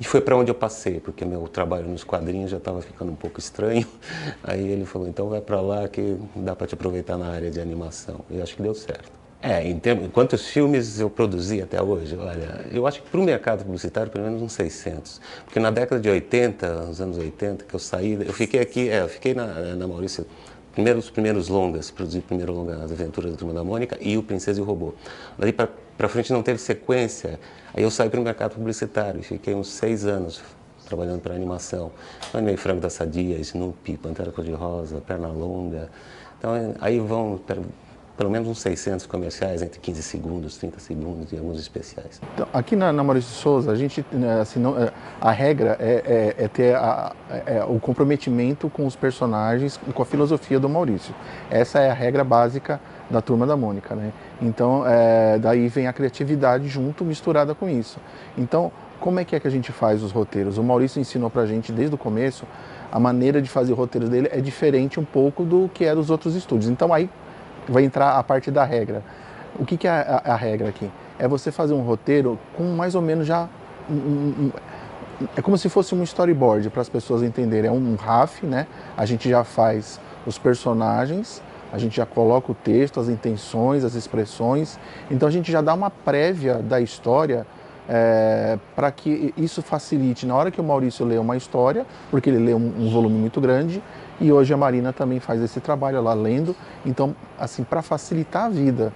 E foi para onde eu passei, porque meu trabalho nos quadrinhos já estava ficando um pouco estranho. Aí ele falou: então vai para lá que dá para te aproveitar na área de animação. E acho que deu certo. É, em termos, quantos filmes eu produzi até hoje? Olha, eu acho que para o mercado publicitário, pelo menos uns 600. Porque na década de 80, nos anos 80, que eu saí, eu fiquei aqui, é, eu fiquei na, na Maurício, primeiro, os primeiros longas, produzi o primeiro longa As Aventuras da Turma da Mônica e o Princesa e o Robô. Dali para para frente não teve sequência. Aí eu saí para o mercado publicitário e fiquei uns seis anos trabalhando para animação. Eu Animei Frango da Sadia, Snoopy, Pantera Cor-de-Rosa, Perna Longa. Então eh, aí vão per- pelo menos uns 600 comerciais, entre 15 segundos, 30 segundos e alguns especiais. Então, aqui na, na Maurício de Souza, a gente, né, assim, não, é, a regra é, é- é ter a- é- é o comprometimento com os personagens e com a filosofia do Maurício. Essa é a regra básica da turma da Mônica, né? Então, é, daí vem a criatividade junto, misturada com isso. Então, como é que é que a gente faz os roteiros? O Maurício ensinou pra gente desde o começo a maneira de fazer roteiros dele é diferente um pouco do que é dos outros estúdios. Então, aí vai entrar a parte da regra. O que, que é a, a- a regra aqui? É você fazer um roteiro com mais ou menos já. um- um- um- é como se fosse um storyboard para as pessoas entenderem. É um RAF, né? A gente já faz os personagens, a gente já coloca o texto, as intenções, as expressões. Então a gente já dá uma prévia da história para É, que isso facilite na hora que o Maurício lê uma história, porque ele lê um, um volume muito grande, e hoje a Marina também faz esse trabalho lá lendo. Então, assim, para facilitar a vida,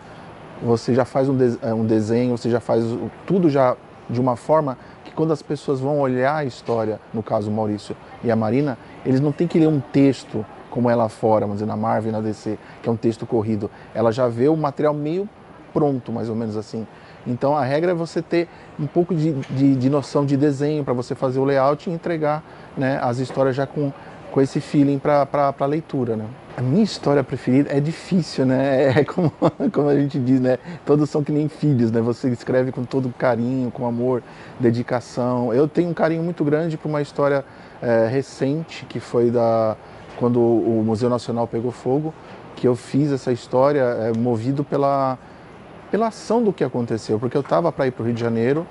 você já faz um, des- eh, um desenho, você já faz o- tudo já de uma forma que quando as pessoas vão olhar a história, no caso o Maurício e a Marina, eles não têm que ler um texto como é lá fora, vamos dizer, na Marvel e na DC, que é um texto corrido. Ela já vê o material meio pronto, mais ou menos assim. Então a regra é você ter um pouco de, de- de noção de desenho para você fazer o layout e entregar né, as histórias já com, com esse feeling para a leitura. Né? A minha história preferida é difícil, né? É como, como a gente diz, né? Todos são que nem filhos, né? Você escreve com todo carinho, com amor, dedicação. Eu tenho um carinho muito grande para uma história eh, recente que foi da quando o Museu Nacional pegou fogo, que eu fiz essa história eh, movido pela pela ação do que aconteceu, porque eu estava para ir para o Rio de Janeiro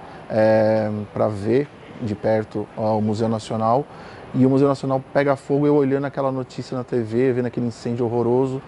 para é, ver de perto ó, o Museu Nacional e o Museu Nacional pega fogo, eu olhando aquela notícia na TV, vendo aquele incêndio horroroso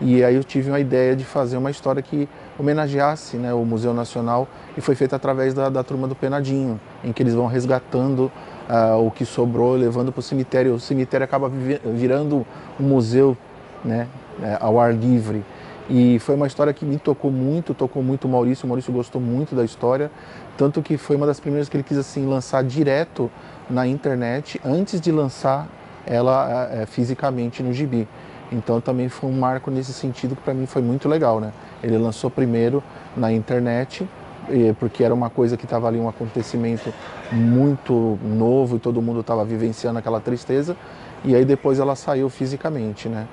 e aí eu tive uma ideia de fazer uma história que homenageasse né, o Museu Nacional e foi feita através da, da turma do Penadinho, em que eles vão resgatando ah, o que sobrou, levando para o cemitério. O cemitério acaba vi- virando um museu né, é, ao ar livre. E foi uma história que me tocou muito, tocou muito o Maurício, o Maurício gostou muito da história, tanto que foi uma das primeiras que ele quis assim lançar direto na internet, antes de lançar ela é, é, fisicamente no gibi. Então também foi um marco nesse sentido que para mim foi muito legal, né? Ele lançou primeiro na internet, eh, porque era uma coisa que estava ali um acontecimento muito novo e todo mundo estava vivenciando aquela tristeza. E aí depois ela saiu fisicamente, né?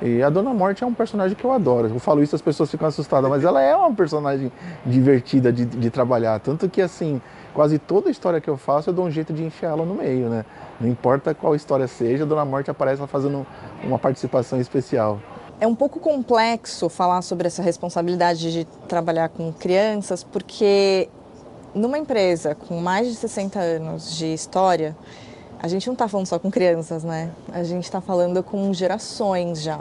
E a Dona Morte é um personagem que eu adoro. Eu falo isso, as pessoas ficam assustadas, mas ela é uma personagem divertida de, de trabalhar. Tanto que, assim, quase toda história que eu faço, eu dou um jeito de enfiar ela no meio, né? Não importa qual história seja, a Dona Morte aparece lá fazendo uma participação especial. É um pouco complexo falar sobre essa responsabilidade de trabalhar com crianças, porque numa empresa com mais de 60 anos de história, tá a gente não está falando só com crianças, né? A gente está falando com gerações já.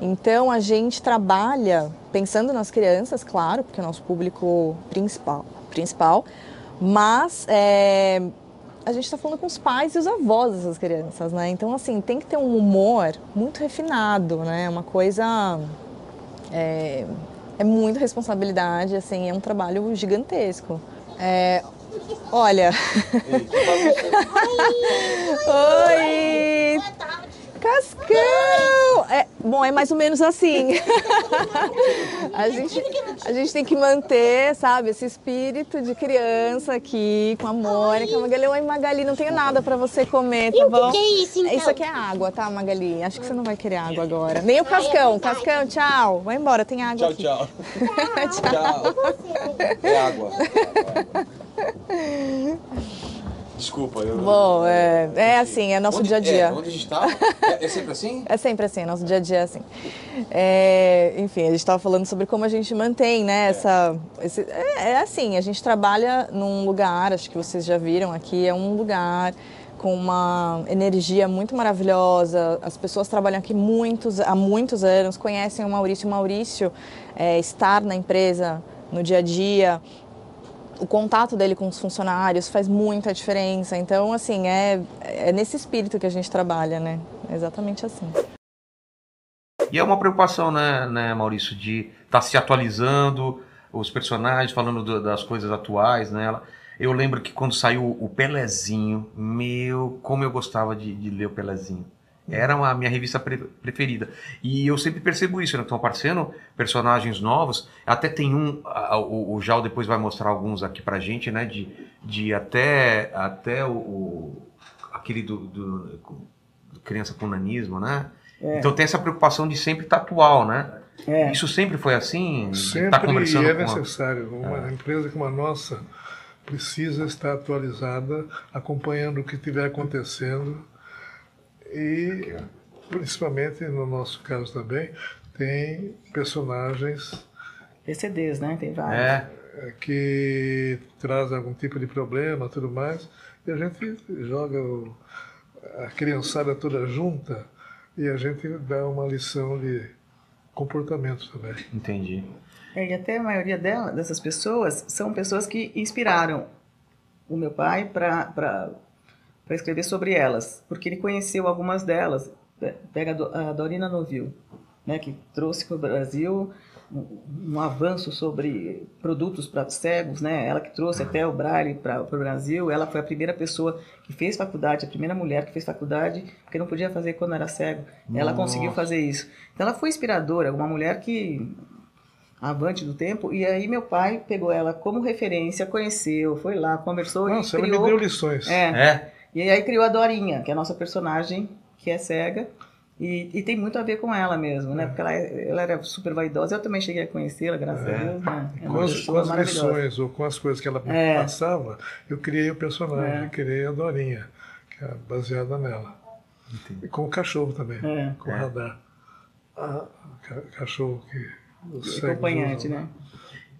Então a gente trabalha pensando nas crianças, claro, porque é o nosso público principal, principal mas é, a gente está falando com os pais e os avós dessas crianças, né? Então assim tem que ter um humor muito refinado, né? Uma coisa é, é muita responsabilidade, assim, é um trabalho gigantesco. É, olha. Oi! Cascão! É, bom, é mais ou menos assim. a, gente, a gente tem que manter, sabe, esse espírito de criança aqui com a Mônica. Magali, oi Magali, não tenho nada pra você comer, tá E o que bom? que é isso, então? Isso aqui é água, tá, Magali? Acho que você não vai querer água agora. Nem o é Cascão. Cascão, tchau. Vai embora, tem água aqui. tchau. tchau. É água. Desculpa, eu. Bom, é, é assim, é nosso Onde- dia a dia. é, onde a gente tá? É, é sempre assim? É sempre assim, nosso dia a dia é assim. É, enfim, a gente estava falando sobre como a gente mantém, né? Essa, esse- é, é assim, a gente trabalha num lugar, acho que vocês já viram aqui, é um lugar com uma energia muito maravilhosa. As pessoas trabalham aqui muitos, há muitos anos, conhecem o Maurício. O Maurício é, estar na empresa no dia a dia, o contato dele com os funcionários faz muita diferença. Então, assim, é, é nesse espírito que a gente trabalha, né? É exatamente assim. E é uma preocupação, né, né Maurício, de estar se atualizando, os personagens falando do- das coisas atuais, né? Ela- Eu lembro que quando saiu o Pelezinho, meu, como eu gostava de, de ler o Pelezinho. Era uma- a minha revista pre- preferida. E eu sempre percebo isso, né? Estão aparecendo personagens novos. Até tem um, a- a- o, o Jal depois vai mostrar alguns aqui pra gente, né? De, de até, até o, o- aquele do, do- do criança com nanismo, né? É. Então tem essa preocupação de sempre estar atual, né? É. Isso sempre foi assim? Sempre tá conversando é com É. a- necessário. Uma empresa como a nossa precisa estar atualizada, acompanhando o que estiver acontecendo e, principalmente no nosso caso também, tem personagens PCDs, né? Tem vários. É, eh, que trazem algum tipo de problema, tudo mais, e a gente joga o- a criançada toda junta e a gente dá uma lição de comportamento também. Entendi. É, e até a maioria dela, dessas pessoas são pessoas que inspiraram o meu pai para escrever sobre elas, porque ele conheceu algumas delas. Pe- Pega a Do- a Dorina Novil, né, que trouxe para o Brasil um, um avanço sobre produtos para cegos, né? Ela que trouxe até o Braille para o Brasil. Ela foi a primeira pessoa que fez faculdade, a primeira mulher que fez faculdade, porque não podia fazer quando era cego. Ela Nossa. conseguiu fazer isso. Então ela foi inspiradora, uma mulher que avante do tempo. E aí meu pai pegou ela como referência, conheceu, foi lá, conversou Nossa, e ela me Então, criou... deu lições. É. É? E aí criou a Dorinha, que é a nossa personagem, que é cega. E, e tem muito a ver com ela mesmo, né? Porque ela, é- ela era super vaidosa. Eu também cheguei a conhecê-la, graças a Deus. Né? Com É uma as, com pessoa as maravilhosa. lições ou com as coisas que ela É. passava, eu criei o personagem, É. eu criei a Dorinha, que é baseada nela. E com o cachorro também, É. com o É. radar. Ah, ca- cachorro que. o E sangue acompanhante, do- né?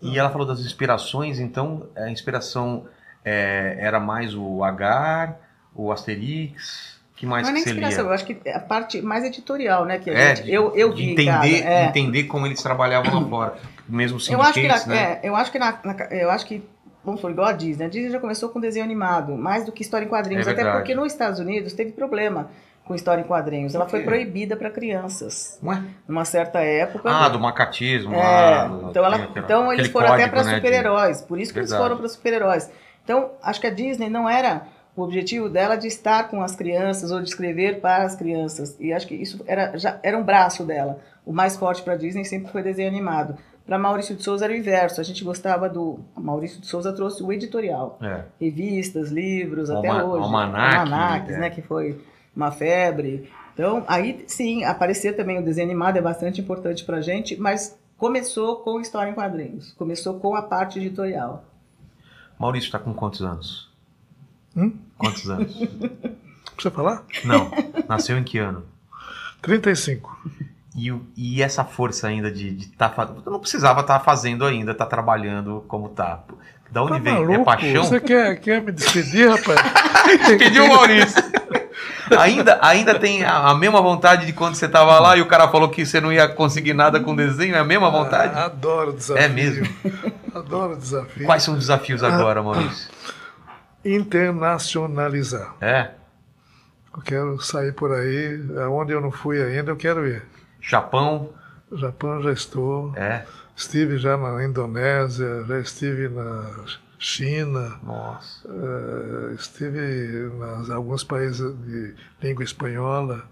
E ela falou das inspirações, então a inspiração é, era mais o Agar, o Asterix, que mais Não é que nem você inspiração, eu lia? acho que é a parte mais editorial, né? Que a É, gente, de- eu, eu de vi, cara, entender, é. entender como eles trabalhavam lá fora. Mesmo sem Eu acho que, na, né? é, eu acho que na, na- eu acho que vamos falar igual a Disney. A Disney já começou com desenho animado, mais do que história em quadrinhos, É até verdade. porque nos Estados Unidos teve problema com história em quadrinhos. Ela Por foi quê? proibida para crianças. Ué? Numa certa época. Ah, do macatismo. É, lá, do- então, ela- tem aquela- então eles aquele foram até código, para né, de- super-heróis. Por isso que eles Verdade. foram para super-heróis. Então, acho que a Disney não era o objetivo dela de estar com as crianças ou de escrever para as crianças. E acho que isso era, já era um braço dela. O mais forte para a Disney sempre foi desenho animado. Para Maurício de Souza era o inverso. A gente gostava do. Maurício de Souza trouxe o editorial. É. Revistas, livros, até Um Alma- hoje. almanaque, Almanaques, é. né? Que foi uma febre. Então, aí sim, aparecer também o desenho animado é bastante importante pra gente, mas começou com história em quadrinhos, começou com a parte editorial. Maurício tá com quantos anos? Quantos anos? Precisa falar? Não. Nasceu em que ano? 35. E, o- e essa força ainda de estar fazendo. Não precisava estar fazendo ainda, estar trabalhando como tá. Da onde Tá vem? maluco? É paixão? Você quer, quer me despedir, rapaz? Pediu o Maurício. Ainda, ainda tem a, a mesma vontade de quando você tava lá e o cara falou que você não ia conseguir nada com desenho, é a mesma vontade? Ah, adoro desafio. É mesmo. Adoro desafio. Quais são os desafios agora, Maurício? Internacionalizar. É? Eu quero sair por aí, aonde eu não fui ainda, eu quero ir. Japão? Japão já estou. É. Estive já na Indonésia, já estive na China. eh, Nossa. estive em alguns países de língua espanhola.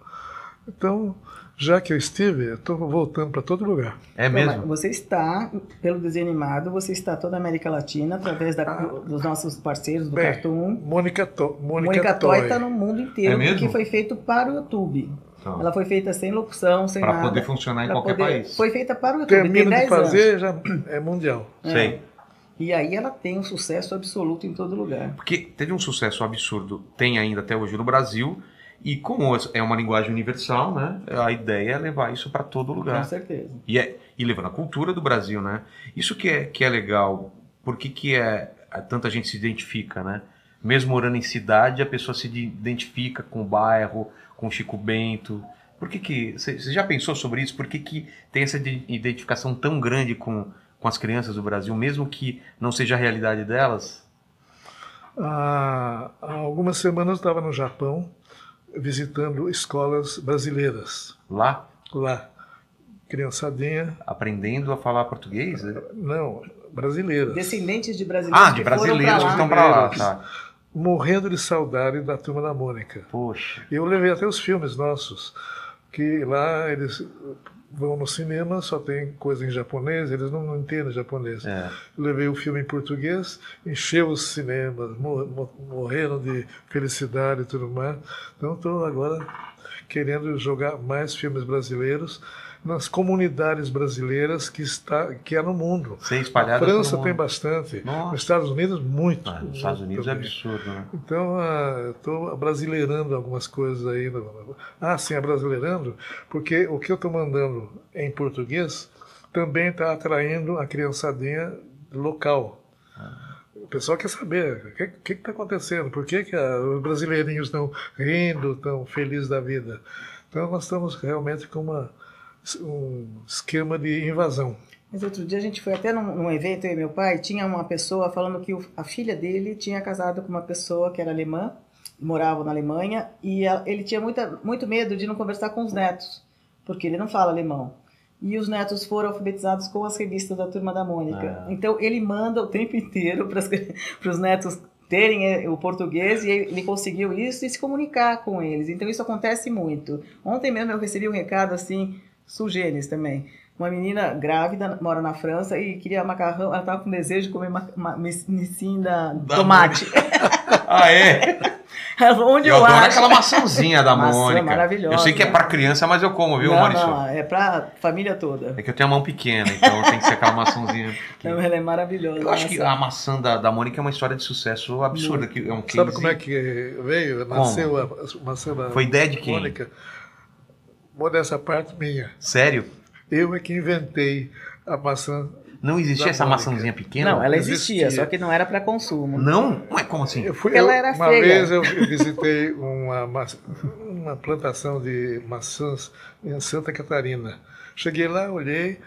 Então, já que eu estive, eu estou voltando para todo lugar. É Então, Você está, pelo desenho animado, você está toda a América Latina, através da- dos nossos parceiros do Ah. Bem, Cartoon. Mônica, to Mônica, Mônica Toy Toy. está no mundo inteiro, É mesmo? porque foi feito para o YouTube. Tá. Ela foi feita sem locução, sem Pra nada. poder funcionar em Pra qualquer país. Foi feita para o YouTube, Termino tem de 10 fazer, anos. já é mundial. Sei. E aí ela tem um sucesso absoluto em todo lugar. Porque teve um sucesso absurdo, tem ainda até hoje no Brasil, e como é uma linguagem universal, né? A ideia é levar isso para todo lugar. Com certeza. E, é, e levando a cultura do Brasil, né? Isso que é, que é legal. Por que, que é, a- tanta gente se identifica, né? Mesmo morando em cidade, a pessoa se de- identifica com o bairro, com o Chico Bento. Por que que... Você já pensou sobre isso? Por que que tem essa de- identificação tão grande com, com as crianças do Brasil, mesmo que não seja a realidade delas? Há há algumas semanas eu estava no Japão visitando escolas brasileiras Lá, lá. Criançadinha, aprendendo a falar português? né? não, brasileiras. Descendentes de brasileiros Ah, de que foram brasileiros que pra estão lá. pra lá, tá. Morrendo de saudade da turma da Mônica. Poxa. Eu levei até os filmes nossos, que lá eles vão no cinema, só tem coisa em japonês, eles não, não entendem japonês. É. Eu levei o filme em português, encheu os cinemas, mor- mor- morreram de felicidade e tudo mais. Então estou agora querendo jogar mais filmes brasileiros nas comunidades brasileiras que está que é no mundo. Ser espalhado A França pelo tem mundo. bastante, Nossa. nos Estados Unidos muito. Ah, nos Estados Unidos é absurdo, né? Então, ah, estou brasileirando algumas coisas aí. no- no- Ah, sim, brasileirando, porque o que eu estou mandando em português também está atraindo a criançadinha local. O pessoal quer saber o que que está acontecendo, por que, que ah, os brasileirinhos estão rindo, estão felizes da vida. Então, nós estamos realmente com uma, um esquema de invasão. Mas outro dia a gente foi até num, num evento, eu e meu pai, tinha uma pessoa falando que o- a filha dele tinha casado com uma pessoa que era alemã, morava na Alemanha, e a- ele tinha muita, muito medo de não conversar com os netos, porque ele não fala alemão. E os netos foram alfabetizados com as revistas da Turma da Mônica. Ah. Então ele manda o tempo inteiro para os netos terem eh, o português e ele conseguiu isso e se comunicar com eles. Então isso acontece muito. Ontem mesmo eu recebi um recado assim, sugênis também. Uma menina grávida mora na França e queria macarrão, ela estava com desejo de comer ma- ma- mis- missim da, tomate. Ah, é? Ela falou, onde eu, eu adoro acho? aquela maçãzinha da Maçã Mônica. maravilhosa. Eu sei que é pra criança, mas eu como, viu, não, Maurício? não, é pra família toda. É que eu tenho a mão pequena, então tem que ser aquela maçãzinha. Então ela é assim. maravilhosa. Eu acho que maçã. a maçã da, da Mônica é uma história de sucesso absurda. Que é um case... Sabe como é que veio? Nasceu a, a maçã da Foi ideia de quem? Mônica. Modéstia à parte minha. Sério? Eu é que inventei a maçã. Não existia da essa Mônica. maçãzinha pequena? Não, ela é existia, só que não era pra consumo. Não? Ué, como assim? Eu fui, Ela eu- era uma feia. vez eu visitei uma, maçã- uma plantação de maçãs em Santa Catarina. Cheguei lá, olhei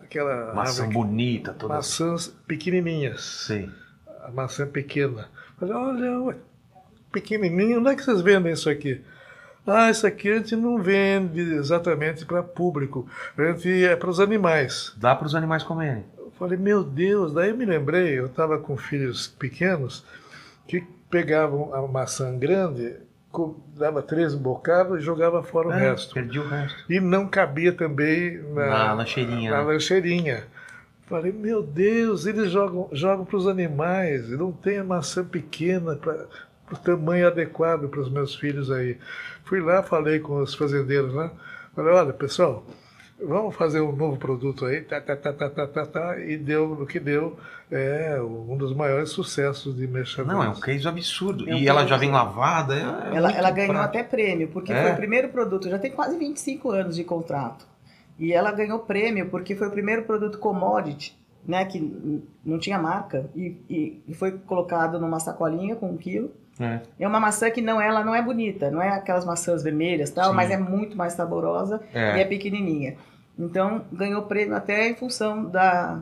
aquela Maçã árvore- bonita, né? toda. maçãs pequenininhas. Sei. A maçã pequena. Falei, olha, ué, pequenininho, onde é que vocês vendem isso aqui? Ah, isso aqui a gente não vende exatamente para público. A gente é para os animais. Dá para os animais comerem. Eu falei, meu Deus, daí eu me lembrei, eu estava com filhos pequenos que pegavam a maçã grande, co- dava três bocados e jogava fora o É, resto. Perdi o resto. E não cabia também na, Na lancheirinha, na né? lancheirinha. Falei, meu Deus, eles jogam jogam para os animais, e não tem a maçã pequena para o tamanho adequado para os meus filhos aí. Fui lá, falei com os fazendeiros lá, falei, olha pessoal, vamos fazer um novo produto aí, tá, tá, tá, tá, tá, tá, tá, e deu no que deu, é um dos maiores sucessos de merchandising. Não, é um case absurdo. É um e ela case já vem lavada. é- é Ela, muito ela ganhou prático. até prêmio, porque É? foi o primeiro produto, já tem quase 25 anos de contrato. E ela ganhou prêmio porque foi o primeiro produto commodity, né, que n- não tinha marca, e, e- e foi colocado numa sacolinha com um quilo, É. É uma maçã que não, ela não é bonita, não é aquelas maçãs vermelhas tal, Sim. mas é muito mais saborosa É. e é pequenininha. Então ganhou prêmio até em função da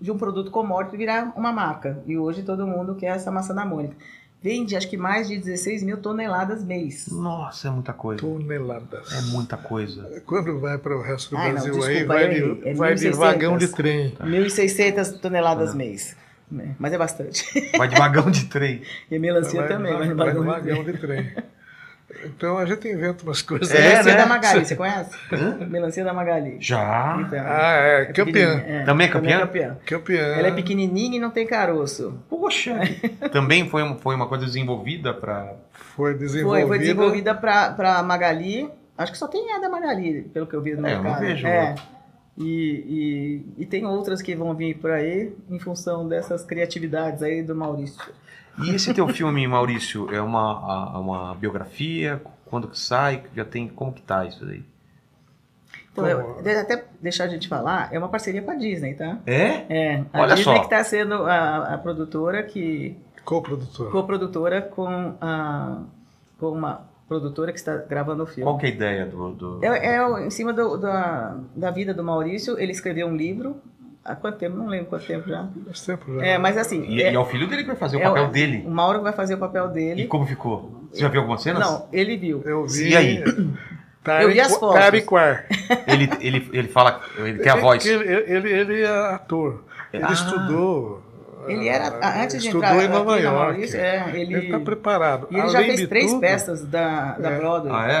de um produto commodity virar uma marca. E hoje todo mundo quer essa maçã da Mônica. Vende acho que mais de 16 mil toneladas mês. Nossa, é muita coisa. Toneladas. É muita coisa. Quando vai para o resto do Ai, não, Brasil desculpa, aí, vai, eu errei. de, É vai de 1.600. vagão de trem. 1.600 toneladas mês. né? Mas é bastante. Vai de vagão de trem. E a melancia Vai- também, vai- vai no vai no vagão de vagão É, de trem. Então a gente inventa umas coisas. É, Melancia da Magali, você conhece? Melancia da Magali. Já. Então, ah, é, campeã. pequenininha, Também é campeã? campeã. Ela é pequenininha e não tem caroço. Poxa! Também foi, um- foi uma coisa desenvolvida pra. Foi desenvolvida. Foi, foi desenvolvida pra, pra Magali. Acho que só tem a da Magali, pelo que eu vi no É, eu não mercado. vejo É. outra. E, e, e tem outras que vão vir por aí em função dessas criatividades aí do Maurício. E esse teu filme, Maurício, é uma, a- uma biografia? Quando que sai? Já tem. Como que tá isso daí? Então, eu, de- até deixar a gente falar, é uma parceria com a Disney, tá? É? É. A Olha Disney só. que está sendo a, a produtora que... Co-produtora. Co-produtora com, a, com uma produtora que está gravando o filme. Qual que é a ideia do. do... É, é o- em cima do- da, da vida do Maurício, ele escreveu um livro. Há quanto tempo? Não lembro quanto tempo já. Faz tempo já. É, mas assim. E, e é o filho dele que vai fazer o papel dele. O Mauro vai fazer o papel dele. E como ficou? Você já viu algumas cenas? Não, ele viu. Eu E aí? Eu vi as fotos. Tariquar. Ele, ele, ele fala. Ele tem é a voz. Ele, ele, ele é ator. Ele Ah. estudou. Ele era- ah, antes de estudou entrar em Nova aqui na York. Maurício, é, ele- está preparado. E ele já Além fez de três tudo- peças da, da É. Broadway. Ah,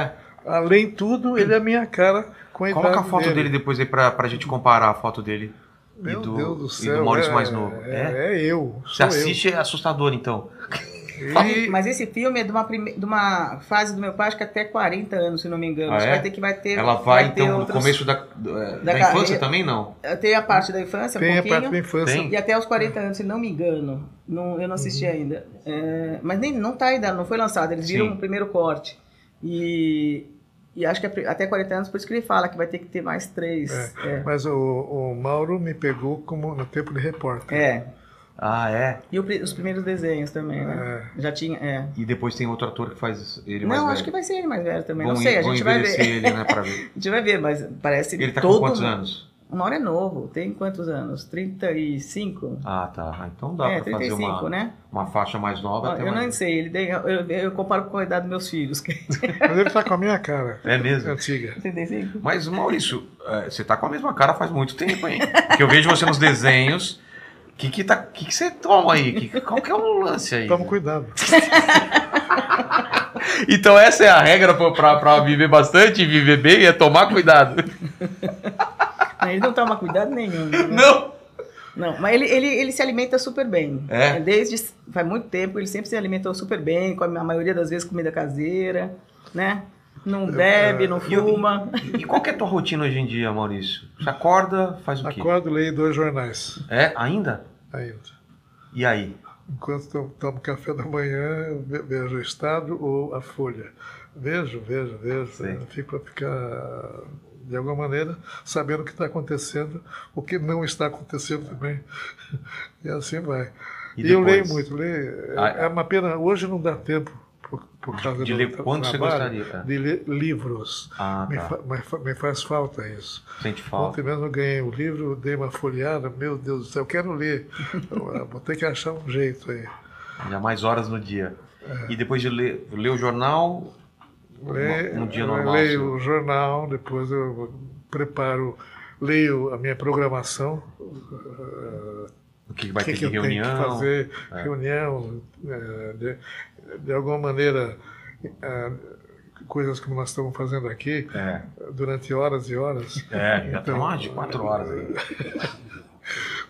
é? Além de tudo, ele é a minha cara com a Coloca a idade foto dele, depois aí pra, pra gente comparar a foto dele. Meu e do, Deus do E do céu, Maurício é- mais novo. é- é eu, Você sou eu. assiste, é assustador, então. Mas- Mas esse filme é de uma, prime- de uma fase do meu pai, acho que até 40 anos, se não me engano. Ah, Acho que é? Vai ter que vai ter. Ela vai, ter então, no outros- começo da, da, da carreira. infância também, não? Tem a parte da infância, Tem um a pouquinho. parte da infância. Tem. E até os 40 anos, se não me engano. Não, eu não assisti Uhum. ainda. É, mas nem, não tá ainda, não foi lançado. Eles viram Sim. o primeiro corte. E, e acho que é até 40 anos, por isso que ele fala que vai ter que ter mais três. É, É. Mas o, o Mauro me pegou como no tempo de repórter. É. Ah, é? E o pri- os primeiros desenhos também, né? Já tinha. É. E depois tem outro ator que faz Ah. ele mais não, velho. acho que vai ser ele mais velho também. Vão não sei, en- a vão gente vai ver. envelhecer ele, né, pra ver. a gente vai ver, mas parece Ele tá com todo quantos mundo- anos? O Mauro é novo, tem quantos anos? 35? Ah, tá. Ah, Então dá É, pra fazer 35, uma, né? uma faixa mais nova. Ó, até eu mais... não sei, ele tem- eu, eu- eu comparo com a idade dos meus filhos. é Mas ele tá com a minha cara. É mesmo? Antiga. 35? Mas, Maurício, eh, você tá com a mesma cara faz muito tempo, hein? Porque eu vejo você nos desenhos. O que, que, tá, que, que você toma aí? Que, qual que é o lance aí? Toma cuidado. Então essa é a regra pra- pra pra viver bastante, viver bem, é tomar cuidado. Ele não toma cuidado nenhum. né? Não! Não, mas ele, ele, ele se alimenta super bem. É? Desde faz muito tempo, ele sempre se alimentou super bem, come a maioria das vezes comida caseira, né? Não bebe, não fuma. ah, E qual que é a tua rotina hoje em dia, Maurício? Você acorda, faz o quê? Acordo, leio dois jornais. É, ainda? Ainda. E aí? Enquanto tomo, tomo café da manhã, eu ve- vejo o Estado ou a Folha. Vejo, vejo, vejo. Eu Fico a ficar, de alguma maneira, sabendo o que está acontecendo, o que não está acontecendo também. E assim vai. E E, eu leio depois? muito. Leio. É- Ah. É uma pena. Hoje não dá tempo. Por, por causa De do ler tra- quanto você trabalho, gostaria, cara? De ler livros. Ah, me, tá. fa- me fa- me faz falta isso. Sente falta. Ontem mesmo eu ganhei o livro, dei uma folheada, meu Deus do céu, eu quero ler. Eu, eh, Vou ter que achar um jeito aí. Já mais horas no dia. E depois de ler, ler o jornal, Lê- um dia eu normal. leio seu. o jornal, depois eu preparo, leio a minha programação. O que vai ter de eu tenho reunião. que fazer É. reunião, eh, de, de alguma maneira, eh, coisas como nós estamos fazendo aqui, É. durante horas e horas. É, já tem mais de quatro horas aí.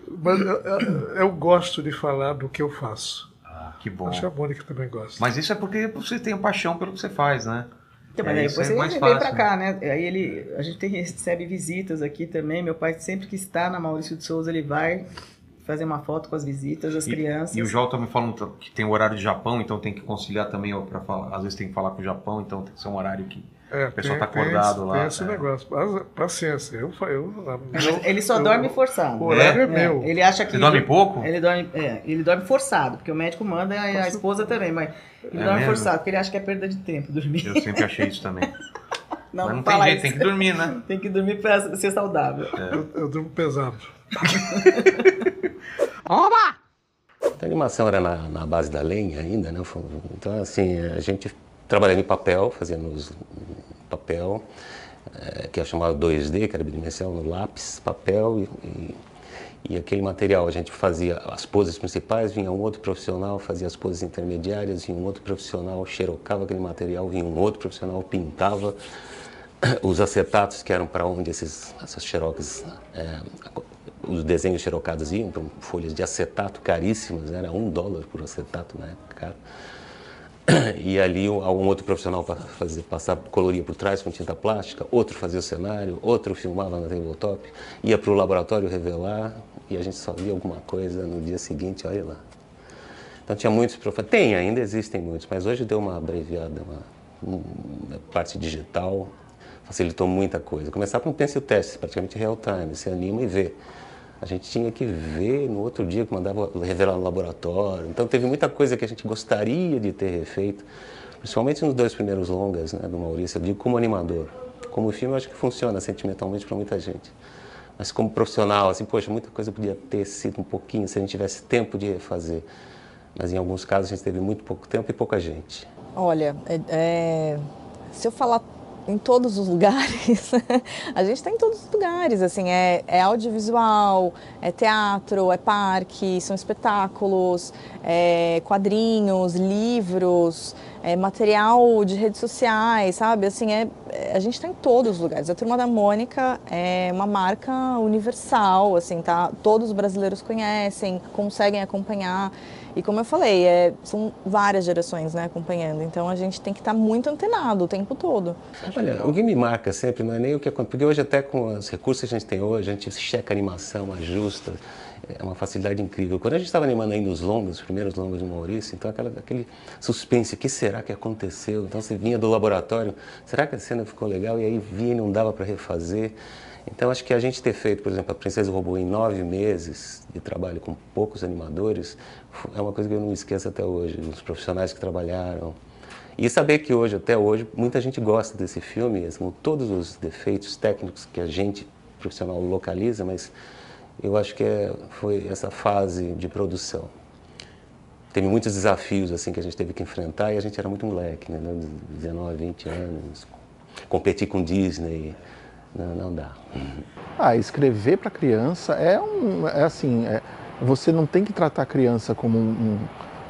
Mas eu, eu- eu gosto de falar do que eu faço. Ah, que bom. Acho que a Mônica também gosta. Mas isso é porque você tem paixão pelo que você faz, né? Então, mas É, aí isso é depois ele mais veio fácil, pra né? cá, né? Aí ele, a gente tem- recebe visitas aqui também. Meu pai sempre que está na Maurício de Souza, ele vai fazer uma foto com as visitas, as crianças. E o Joel também falando que tem o horário de Japão, então tem que conciliar também, ó, pra falar. às vezes tem que falar com o Japão, então tem que ser um horário que É, O pessoal tem- tá acordado tem, lá, Tem esse é. negócio. Mas, paciência, eu. fa- eu, Mas eu- ele só eu- dorme forçado. O horário é, meu. Ele acha que. Ele dorme pouco? Ele dorme, é, ele dorme forçado, porque o médico manda e a esposa também, mas ele É dorme mesmo? forçado, porque ele acha que é perda de tempo dormir. Eu sempre achei isso também. Não, Mas não tem fala jeito, isso. tem que dormir, né? Tem que dormir pra ser saudável. É. Eu durmo pesado. Oba! A animação era na, na base da lenha ainda, né? Foi- Então, assim, a gente trabalhava em papel, fazendo os- papel, eh, que é chamado 2D, que era bidimensional, no lápis, papel e, e- e aquele material. A gente fazia as poses principais, vinha um outro profissional, fazia as poses intermediárias, vinha um outro profissional, xerocava aquele material, vinha um outro profissional, pintava os acetatos, que eram para onde esses, essas xeroques eh, os desenhos xerocados iam para folhas de acetato caríssimas, era um dólar por acetato na época, caro. E ali um algum outro profissional para fazer passar coloria por trás com tinta plástica, outro fazia o cenário, outro filmava na tabletop, ia para o laboratório revelar e a gente só via alguma coisa no dia seguinte, olha lá. Então tinha muitos profissionais, tem ainda, existem muitos, mas hoje deu uma abreviada, uma, uma parte digital facilitou muita coisa. Começar com um pencil teste, praticamente real time, você anima e vê. A gente tinha que ver no outro dia que mandava revelar no laboratório. Então teve muita coisa que a gente gostaria de ter refeito, principalmente nos dois primeiros longas né, do Maurício, eu digo como animador. Como filme eu acho que funciona sentimentalmente para muita gente. Mas como profissional, assim, poxa, muita coisa podia ter sido um pouquinho se a gente tivesse tempo de refazer. Mas em alguns casos a gente teve muito pouco tempo e pouca gente. Olha, é- é, se eu falar em todos os lugares, a gente está em todos os lugares, assim, é, é audiovisual, é teatro, é parque, são espetáculos, é quadrinhos, livros, é material de redes sociais, sabe? Assim, é, é- a gente está em todos os lugares. A Turma da Mônica é uma marca universal, assim, tá? Todos os brasileiros conhecem, conseguem acompanhar. E como eu falei, é- são várias gerações né, acompanhando, então a gente tem que estar muito antenado o tempo todo. Olha, o que me marca sempre não é nem o que acontece, porque hoje até com os recursos que a gente tem hoje, a gente checa a animação, ajusta, é uma facilidade incrível. Quando a gente estava animando ainda os longos, os primeiros longos do Maurício, então aquela- aquele suspense, o que será que aconteceu? Então você vinha do laboratório, será que a cena ficou legal? E aí vinha e não dava para refazer. Então acho que a gente ter feito, por exemplo, a Princesa Robô em nove meses de trabalho com poucos animadores, é uma coisa que eu não esqueço até hoje, os profissionais que trabalharam, e saber que hoje, até hoje, muita gente gosta desse filme, assim, com todos os defeitos técnicos que a gente, profissional, localiza, mas eu acho que é- foi essa fase de produção. Teve muitos desafios assim que a gente teve que enfrentar e a gente era muito moleque, né? 19, 20 anos, competir com Disney, não, não dá. Ah, escrever para criança é um, é assim, é- você não tem que tratar a criança como um,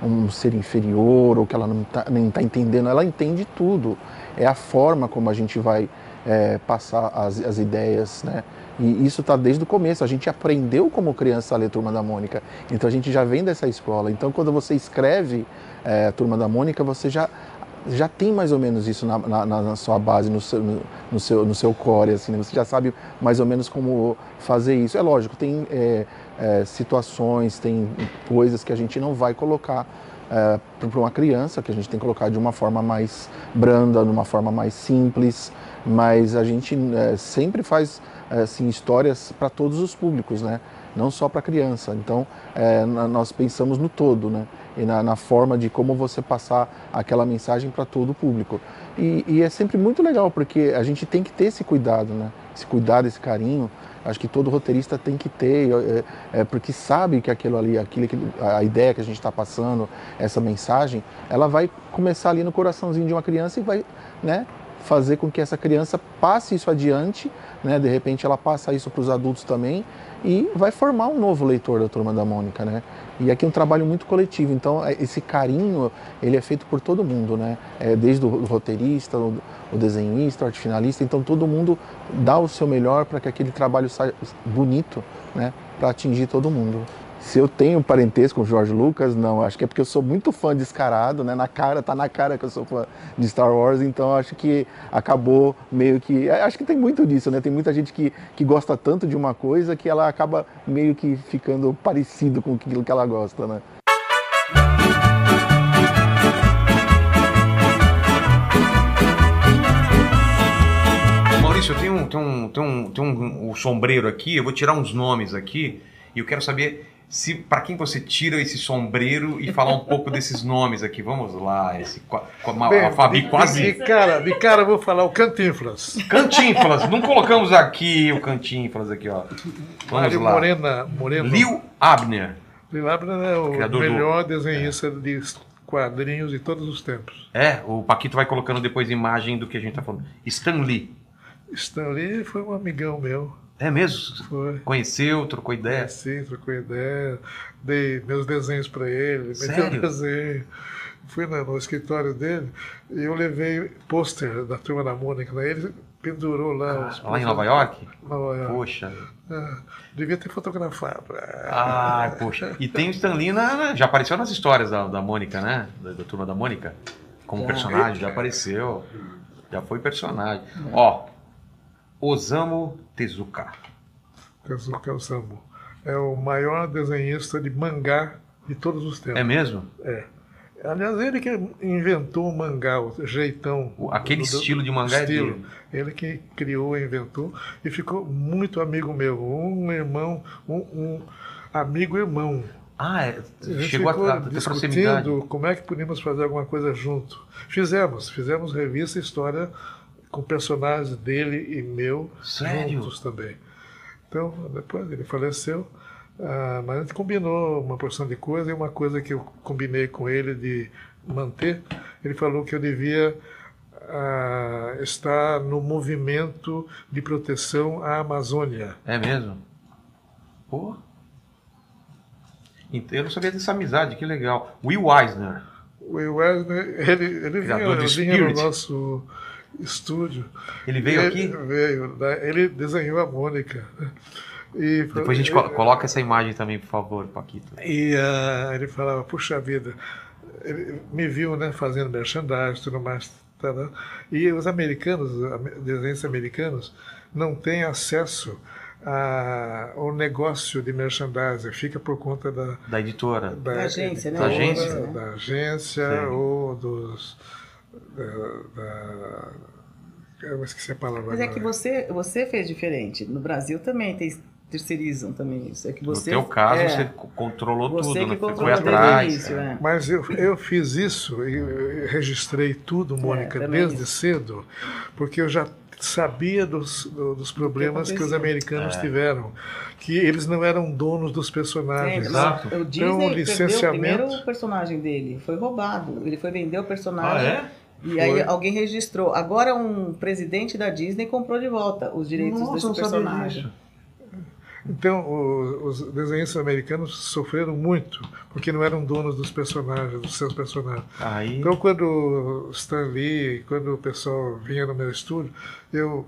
um- um ser inferior ou que ela não tá, nem está entendendo. Ela entende tudo. É a forma como a gente vai é, passar as, as ideias, né? E isso está desde o começo. A gente aprendeu como criança a ler Turma da Mônica. Então a gente já vem dessa escola. Então quando você escreve é, Turma da Mônica, você já já tem mais ou menos isso na, na- na- na sua base, no seu, no, no seu, no seu core, assim, né? você já sabe mais ou menos como fazer isso. É lógico, tem é, é, situações, tem coisas que a gente não vai colocar para uma criança, que a gente tem que colocar de uma forma mais branda, de uma forma mais simples, mas a gente é, sempre faz é, assim, histórias para todos os públicos, né? não só para criança. Então, é, na- nós pensamos no todo, né? E na, na forma de como você passar aquela mensagem para todo o público. E, e é sempre muito legal, porque a gente tem que ter esse cuidado, né? Esse cuidado, esse carinho. Acho que todo roteirista tem que ter, é, é, porque sabe que aquilo ali, aquilo, aquele- a ideia que a gente está passando, essa mensagem, ela vai começar ali no coraçãozinho de uma criança e vai, né? fazer com que essa criança passe isso adiante, né? De repente ela passa isso para os adultos também e vai formar um novo leitor da Turma da Mônica, né? E aqui é um trabalho muito coletivo, então é, esse carinho ele é feito por todo mundo, né? É, desde o roteirista, o, o desenhista, o arte finalista, então todo mundo dá o seu melhor para que aquele trabalho saia bonito, né? Para atingir todo mundo. Se eu tenho parentesco com o Jorge Lucas, não. Acho que é porque eu sou muito fã descarado, né? Na cara, tá na cara que eu sou fã de Star Wars, então acho que acabou meio que. é, Acho que tem muito disso, né? Tem muita gente que, que gosta tanto de uma coisa que ela acaba meio que ficando parecido com aquilo que ela gosta, né? tem um, tem um, tem um, um sombreiro aqui, eu vou tirar uns nomes aqui e eu quero saber se para quem você tira esse sombreiro e falar um pouco desses nomes aqui. Vamos lá, esse qua- com a, Bem, a Fabi de- quase De cara, de cara eu vou falar o Cantinflas. Cantinflas, não colocamos aqui o Cantinflas aqui, ó. Vamos Mário lá. Morena, Moreno. Lil Abner. Lilabra é o Criador do- melhor desenhista de quadrinhos de todos os tempos. É, o Paquito vai colocando depois imagem do que a gente tá falando. Stan Lee. Stan Lee foi um amigão meu. É mesmo? Foi. Conheceu, trocou ideia. É Sim, trocou ideia. Dei meus desenhos para ele, me Sério? deu desenho. Fui na- no escritório dele e eu levei pôster da Turma da Mônica. né? Ele pendurou lá os Ah, Lá em pôster- Nova York? Nova York. Poxa. Ah, devia ter fotografado. Ah, poxa. E tem o Stan Lee na, já apareceu nas histórias da, da Mônica, né? Da, da turma da Mônica. Como Já. personagem, já apareceu. Já foi personagem. Hum. Ó, Osamu Tezuka. Tezuka Osamu. É o maior desenhista de mangá de todos os tempos. É mesmo? É. Aliás, ele que inventou o mangá, o jeitão. O- aquele estilo de mangá é dele. Ele que criou, inventou e ficou muito amigo meu. Um irmão, um, um amigo-irmão. Ah, é, gente chegou a- ficou a- a ter proximidade. discutindo como é que podíamos fazer alguma coisa junto. Fizemos, fizemos revista e história com personagens dele e meu Sério? juntos também. Então, depois ele faleceu, ah, mas a gente combinou uma porção de coisa e uma coisa que eu combinei com ele de manter, ele falou que eu devia ah, estar no movimento de proteção à Amazônia. É mesmo? Pô. Então, Eu não sabia dessa amizade, que legal. Will Eisner. O Wesner, ele, ele vinha, Criador do vinha no Spirit. nosso estúdio. Ele veio aqui? Veio, né? ele desenhou a Mônica. né? E, Depois a gente e- co- coloca essa imagem também, por favor, Paquito. E ah, ele falava, puxa vida, ele me viu né, fazendo merchandising e tudo mais. tá, né? E os americanos, am- desenhos americanos, não têm acesso a- ao negócio de merchandising, fica por conta da, Da editora. Da agência, né? da Da agência. da- da agência Sim. ou dos. Da, da- eu esqueci a palavra. Mas é agora. que você, você fez diferente. No Brasil também tem, terceirizam também isso. É que você, no teu caso, é, você co- controlou tudo, Você que né? Você foi controlou é. desde o atrás. início, né? Mas eu, eu fiz isso e eu registrei tudo, Mônica, É, também desde cedo, porque eu já sabia dos, do- dos problemas que, os acontecia. americanos É. tiveram, que eles não eram donos dos personagens. Sempre. O Disney Então, o perdeu o licenciamento. primeiro personagem dele. Foi roubado. Ele foi vender o personagem. é? Ah, E aí Foi. alguém registrou. Agora um presidente da Disney comprou de volta os direitos Nossa, desse não sabia personagem. Então, o- os desenhistas americanos sofreram muito, porque não eram donos dos personagens, dos seus personagens. Aí- Então, quando o Stan Lee, quando o pessoal vinha no meu estúdio, eu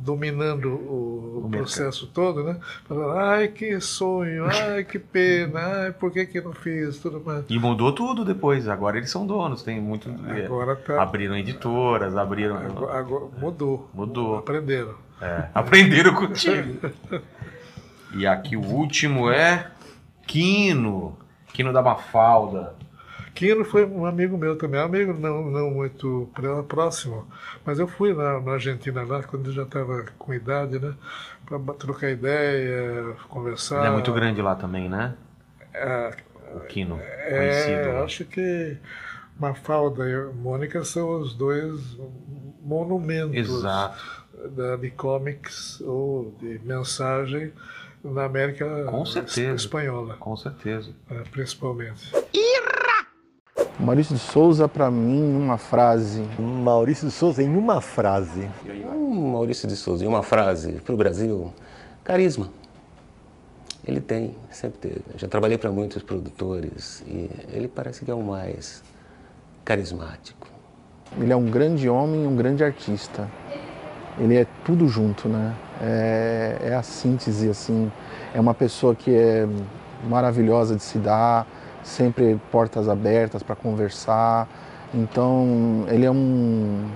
dominando o, O mercado. processo todo, né? Falando, ai que sonho, ai que pena, ai por que que não fiz, tudo mais. E mudou tudo depois. Agora eles são donos. Tem muito. é, Agora tá- Abriram editoras, abriram. Agora, agora mudou, Mudou. aprenderam. É, aprenderam contigo. E aqui o último é Quino. Quino da Mafalda. Quino foi um amigo meu também, amigo não, não muito pró- próximo, mas eu fui lá na Argentina lá, quando ele já estava com idade, né? Para trocar ideia, conversar. Ele é muito grande lá também, né? O Quino. Conhecido. É, né? acho que Mafalda e Mônica são os dois monumentos Exato. da, de comics ou de mensagem na América Com certeza. Espanhola, Com certeza. eh, principalmente. Maurício de Souza, para mim, uma frase. Maurício de Souza em uma frase. Um Maurício de Souza, em uma frase para o Brasil, carisma. Ele tem, sempre teve. Eu Já trabalhei para muitos produtores e ele parece que é o mais carismático. Ele é um grande homem, um grande artista. Ele é tudo junto, né? É, é a síntese, assim. É uma pessoa que é maravilhosa de se dar, sempre portas abertas para conversar. Então, ele é um,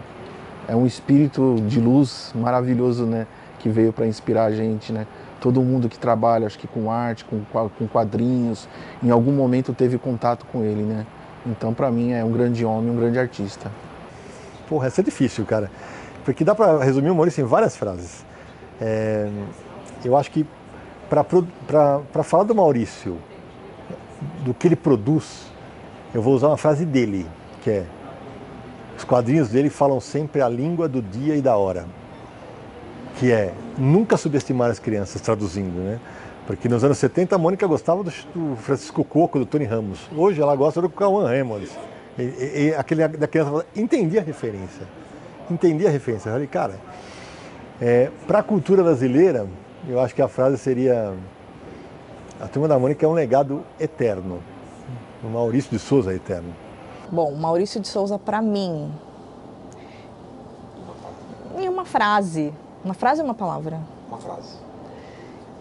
é um espírito de luz maravilhoso, né? Que veio para inspirar a gente, né? Todo mundo que trabalha, acho que com arte, com, qua- com quadrinhos, em algum momento teve contato com ele, né? Então, para mim, é um grande homem, um grande artista. Porra, essa é difícil, cara. Porque dá pra resumir o Maurício em várias frases. É, eu acho que para falar do Maurício, do que ele produz, eu vou usar uma frase dele, que é: os quadrinhos dele falam sempre a língua do dia e da hora, que é nunca subestimar as crianças, traduzindo, né? Porque nos anos 70 a Mônica gostava do, do Francisco Coco, do Tony Ramos. Hoje ela gosta do Cauã Reynolds. E, e- e aquele da criança fala, entendi a referência. Entendi a referência. Eu falei, cara, para a cultura brasileira, eu acho que a frase seria a Turma da Mônica é um legado eterno. O Maurício de Souza é eterno. Bom, Maurício de Souza, pra mim, em uma frase. Uma frase ou uma palavra? Uma frase.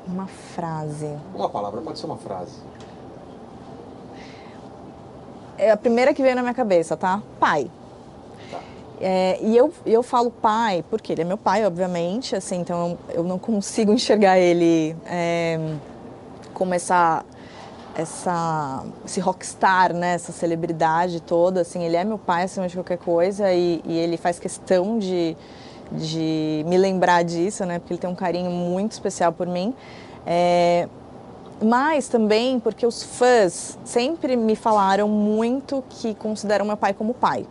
Uma frase. Uma palavra, pode ser uma frase. É a primeira que veio na minha cabeça, tá? Pai. É, e eu, e eu falo pai porque ele é meu pai, obviamente, assim, então eu não consigo enxergar ele é, como essa, essa, esse rockstar, né, essa celebridade toda, assim, ele é meu pai acima de qualquer coisa e, e ele faz questão de, de me lembrar disso, né, porque ele tem um carinho muito especial por mim. É, mas também porque os fãs sempre me falaram muito que consideram meu pai como pai.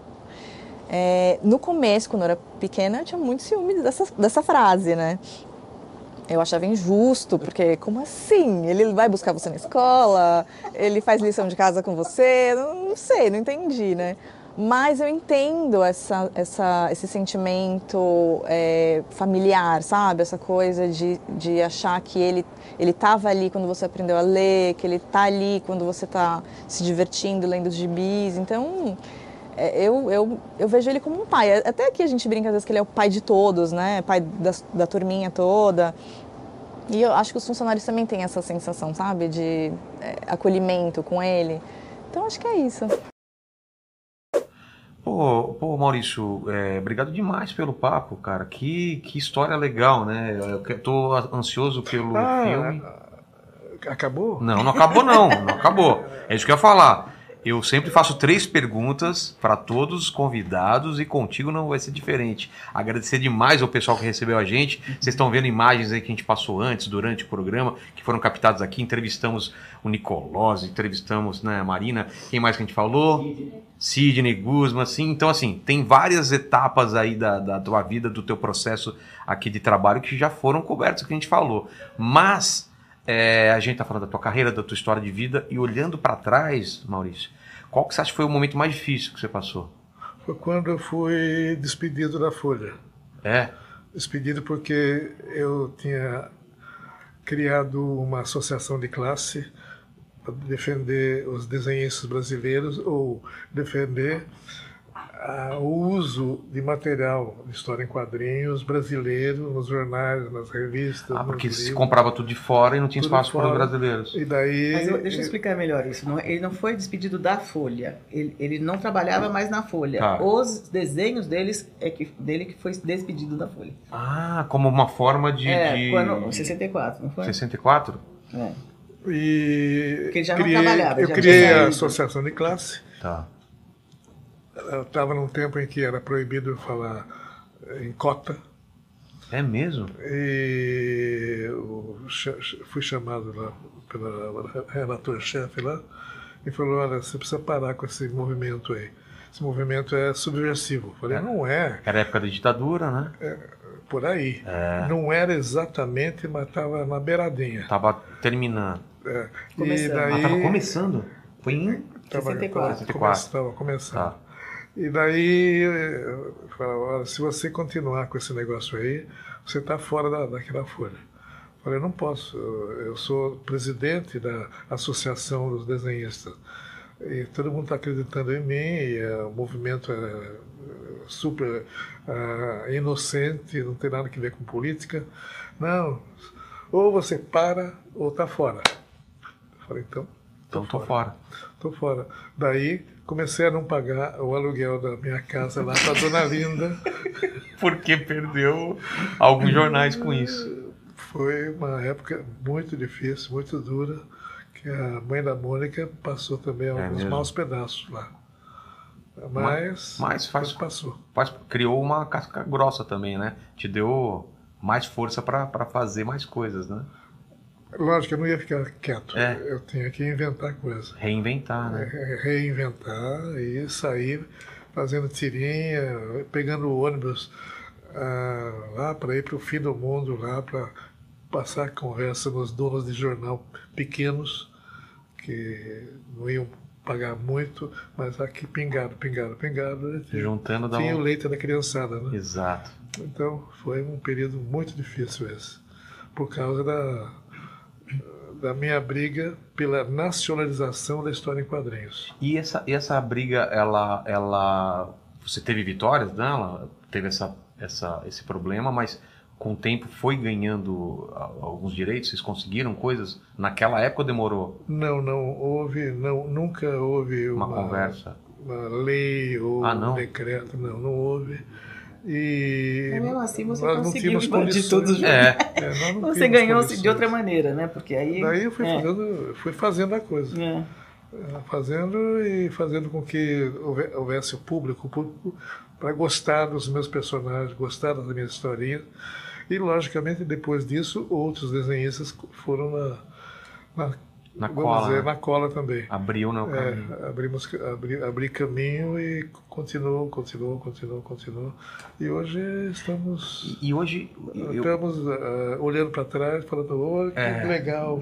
É, no começo, quando eu era pequena, eu tinha muito ciúme dessa, dessa frase, né? Eu achava injusto, porque como assim? Ele vai buscar você na escola, ele faz lição de casa com você, não, não sei, não entendi, né? Mas eu entendo essa, essa, esse sentimento é, familiar, sabe? Essa coisa de, de achar que ele ele estava ali quando você aprendeu a ler, que ele está ali quando você está se divertindo, lendo os gibis. Então, é, eu, eu, eu vejo ele como um pai. Até aqui a gente brinca às vezes que ele é o pai de todos, né? Pai das- da, turminha toda. E eu acho que os funcionários também têm essa sensação, sabe? De é, acolhimento com ele. Então acho que é isso. Pô, pô Maurício, é, obrigado demais pelo papo, cara. Que, que história legal, né? Eu que- tô a- ansioso pelo Ah, filme. Acabou? Não, não acabou não, não acabou. É isso que eu ia falar. Eu sempre faço três perguntas para todos os convidados e contigo não vai ser diferente. Agradecer demais ao pessoal que recebeu a gente. Vocês estão vendo imagens aí que a gente passou antes, durante o programa, que foram captadas aqui. Entrevistamos o Nicolós, entrevistamos né, a Marina. Quem mais que a gente falou? Sidney Guzman, assim. Então, assim, tem várias etapas aí da, da tua vida, do teu processo aqui de trabalho que já foram cobertas, que a gente falou. Mas é, a gente tá falando da tua carreira, da tua história de vida e olhando para trás, Maurício, qual que você acha que foi o momento mais difícil que você passou? Foi quando eu fui despedido da Folha. É? Despedido porque eu tinha criado uma associação de classe para defender os desenhistas brasileiros ou defender ah, o uso de material de história em quadrinhos brasileiro nos jornais, nas revistas. Ah, porque nos se livros. comprava tudo de fora e não tinha Tudo espaço para os fora. brasileiros. E daí. Mas eu- deixa eu explicar melhor isso. Não- ele não foi despedido da Folha. Ele, ele não trabalhava mais na Folha. Tá. Os desenhos deles é que, dele que foi despedido da Folha. Ah, como uma forma de. é, de- quando, 64, não foi? 64? É. E Porque ele já não criei, trabalhava, eu já criei tinha a saído. associação de classe. Tá. Eu estava num tempo em que era proibido falar eh, em cota. É mesmo? E eu cha- fui chamado lá pelo relator-chefe lá e falou, olha, você precisa parar com esse movimento aí. Esse movimento é subversivo. Eu Falei, não é, Era a época da ditadura, né? por aí. É. Não era exatamente, mas estava na beiradinha. Tava terminando. É. E Começando. daí... Ah, tava começando? Foi em Tava- 64. tava- Estava começando. E daí, eh, falava, olha, se você continuar com esse negócio aí, você está fora da, daquela folha. Eu Falei, não posso, eu eu sou presidente da Associação dos Desenhistas. E todo mundo está acreditando em mim, e, eh, o movimento é eh, super ah, inocente, não tem nada que ver com política. Não, ou você para ou está fora. Eu Falei, então, Então tô fora. Tô fora. Daí comecei a não pagar o aluguel da minha casa lá para Dona Linda. Porque perdeu alguns jornais com isso. Foi uma época muito difícil, muito dura, que a mãe da Mônica passou também alguns É mesmo? maus pedaços lá. Mas, Mas faz, passou. faz- criou uma casca grossa também, né? Te deu mais força para fazer mais coisas, né? Lógico, eu não ia ficar quieto. É. Eu tinha que inventar coisa. Reinventar, né? Re- Reinventar e sair fazendo tirinha, pegando o ônibus ah, lá para ir para o fim do mundo, lá para passar conversa nos donos de jornal pequenos, que não iam pagar muito, mas aqui pingado, pingado, pingado. né? Juntando dá Tinha um- o leite da criançada, né? Exato. Então foi um período muito difícil esse, por causa da, da minha briga pela nacionalização da história em quadrinhos. E essa, e essa briga, ela, ela. Você teve vitórias dela? Teve essa, essa, esse problema, mas com o tempo foi ganhando a- alguns direitos? Vocês conseguiram coisas? Naquela época demorou Não, não houve, não, nunca houve uma, uma, conversa. uma lei ou Ah, não? um decreto, não, não houve. E Mas mesmo assim você nós não conseguiu tínhamos invadir condições. todos os É. jornais. É, nós não Você tínhamos ganhou condições. de outra assim. maneira, né? Porque aí. Daí eu fui, é. Hum. fazendo, fui fazendo a coisa. Eh, Fazendo e fazendo com que houve- houvesse o público, o público para gostar dos meus personagens, gostar das minhas historinhas. E, logicamente, depois disso, outros desenhistas co- foram na, na, Na vamos cola, dizer, né? na cola também. Abriu, né, o caminho. É, abrimos, abri, abri caminho e continuou, continuou, continuou, continuou. E hoje estamos. E, hoje. Estamos ah, olhando para trás, falando, oh, que É. legal.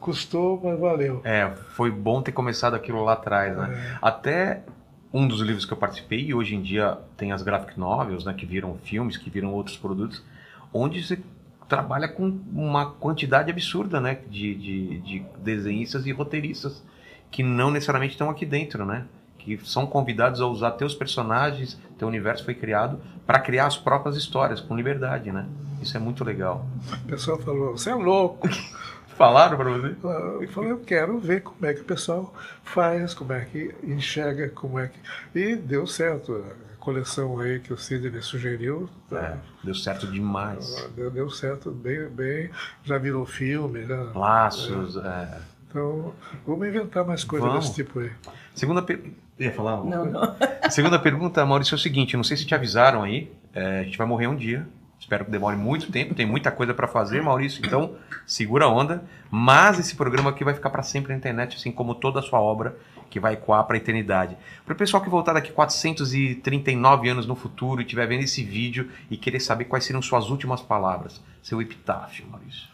Custou, mas valeu. É, foi bom ter começado aquilo lá atrás, né? Até um dos livros que eu participei, e hoje em dia tem as graphic novels, né, que viram filmes, que viram outros produtos, onde você trabalha com uma quantidade absurda, né, de, de, de desenhistas e roteiristas que não necessariamente estão aqui dentro, né? Que são convidados a usar teus personagens, teu universo foi criado para criar as próprias histórias com liberdade, né? Isso é muito legal. O pessoal falou, você é louco. Falaram para você? Eu falei, eu quero ver como é que o pessoal faz, como é que enxerga, como é que. E deu certo. A coleção aí que o Cid me sugeriu É, deu certo demais. deu, deu certo bem, bem. Já virou filme. Já, Laços, é. Então, vamos inventar mais coisas Vamos. desse tipo aí. Segunda pergunta. Ia falar uma coisa? Segunda pergunta, Maurício, é o seguinte: eu não sei se te avisaram aí, é, a gente vai morrer um dia. Espero que demore muito tempo, tem muita coisa pra fazer, Maurício, então segura a onda. Mas esse programa aqui vai ficar pra sempre na internet, assim como toda a sua obra, que vai ecoar pra eternidade. Pro pessoal que voltar daqui 439 anos no futuro e estiver vendo esse vídeo e querer saber quais seriam suas últimas palavras, seu epitáfio, Maurício.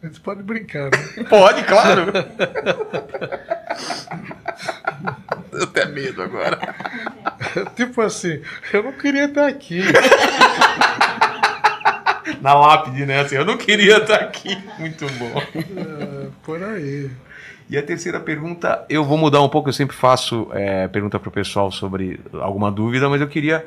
A gente pode brincar, né? Pode, claro. Deu até medo agora. tipo assim, eu não queria estar aqui. Na lápide, né? Assim, eu não queria estar aqui. Muito bom. É, por aí. E a terceira pergunta, eu vou mudar um pouco, eu sempre faço é, pergunta pro pessoal sobre alguma dúvida, mas eu queria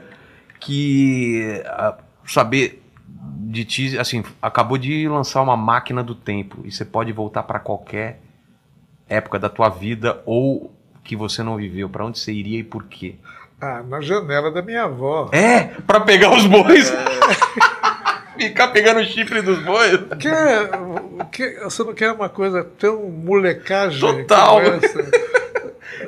que ah, saber de ti, assim, acabou de lançar uma máquina do tempo e você pode voltar para qualquer época da tua vida ou que você não viveu, para onde você iria e por quê? Ah, na janela da minha avó. É, para pegar os bois. Ficar pegando o chifre dos bois. Quer, quer, é, você não quer uma coisa tão molecagem? Total. como essa?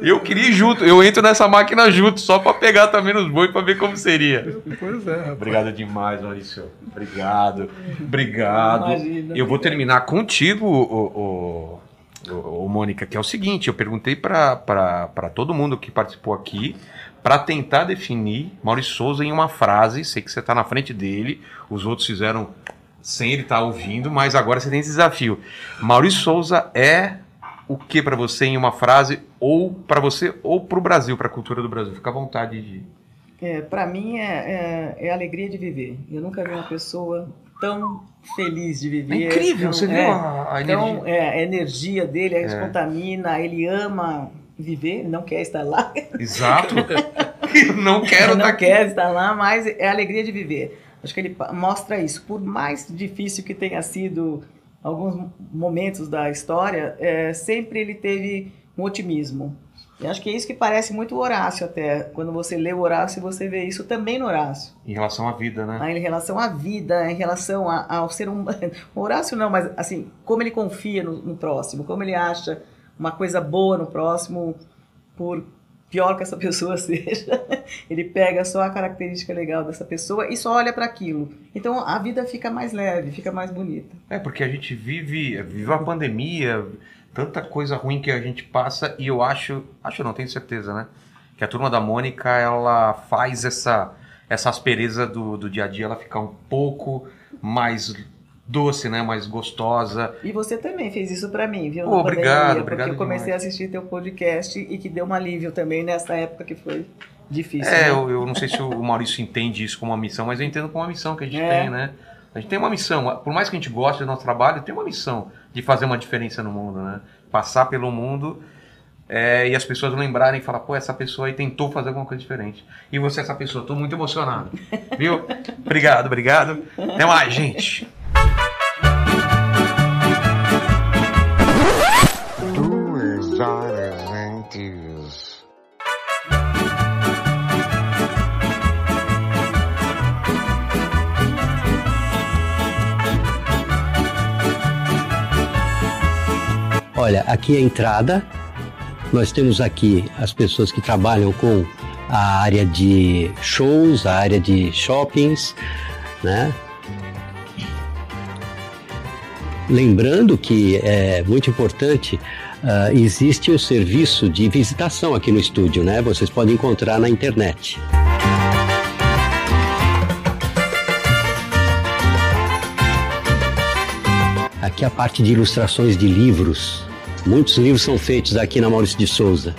Eu queria ir junto, eu entro nessa máquina junto, só pra pegar também nos bois pra ver como seria. Pois é. rapaz. Obrigado demais, Maurício. Obrigado. Obrigado. Imagina. eu vou terminar contigo, o, o, o, Mônica, que é o seguinte, eu perguntei pra- pra pra todo mundo que participou aqui pra tentar definir Maurício Souza em uma frase, sei que você tá na frente dele, os outros fizeram sem ele estar ouvindo, mas agora você tem esse desafio. Maurício Souza é o que pra você em uma frase ou pra você ou pro Brasil, pra cultura do Brasil? Fica à vontade de É, para mim é, é, é a alegria de viver. Eu nunca vi uma pessoa tão feliz de viver. É incrível, você viu a- a Então, energia? é, a energia dele é, se É. contamina, ele ama viver, ele não quer estar lá. Exato. não quero tá estar Ele não aqui. quer estar lá, mas é a alegria de viver. Acho que ele pa- mostra isso. Por mais difícil que tenha sido alguns momentos da história, é, sempre ele teve um otimismo. E acho que é isso que parece muito o Horácio até. Quando você lê o Horácio, você vê isso também no Horácio. Em relação à vida, né? Ah, em relação à vida, em relação a- ao ser humano. O Horácio não, mas assim, como ele confia no, no próximo, como ele acha uma coisa boa no próximo por pior que essa pessoa seja, ele pega só a característica legal dessa pessoa e só olha para aquilo. Então a vida fica mais leve, fica mais bonita. É, porque a gente vive, vive a pandemia, tanta coisa ruim que a gente passa e eu acho, acho não, tenho certeza, né? Que a turma da Mônica, ela faz essa, essa aspereza do, do dia a dia, ela fica um pouco mais doce, né? Mais gostosa. E você também fez isso pra mim, viu? Pô, na obrigado, pandemia, obrigado Porque eu comecei demais. a assistir teu podcast e que deu um alívio também nessa época que foi difícil. É, né? eu, eu não sei se o Maurício entende isso como uma missão, mas eu entendo como uma missão que a gente É. tem, né? A gente tem uma missão, por mais que a gente goste do nosso trabalho, tem uma missão de fazer uma diferença no mundo, né? Passar pelo mundo é, e as pessoas lembrarem e falar, pô, essa pessoa aí tentou fazer alguma coisa diferente. E você, é essa pessoa, tô muito emocionado, viu? obrigado, obrigado. Até mais, gente. Duas horas antes. Olha, aqui é a entrada. Nós temos aqui as pessoas que trabalham com a área de shows, a área de shoppings, né? Lembrando que é muito importante, ah, existe o serviço de visitação aqui no estúdio, né? Vocês podem encontrar na internet. Aqui a parte de ilustrações de livros. Muitos livros são feitos aqui na Maurício de Souza.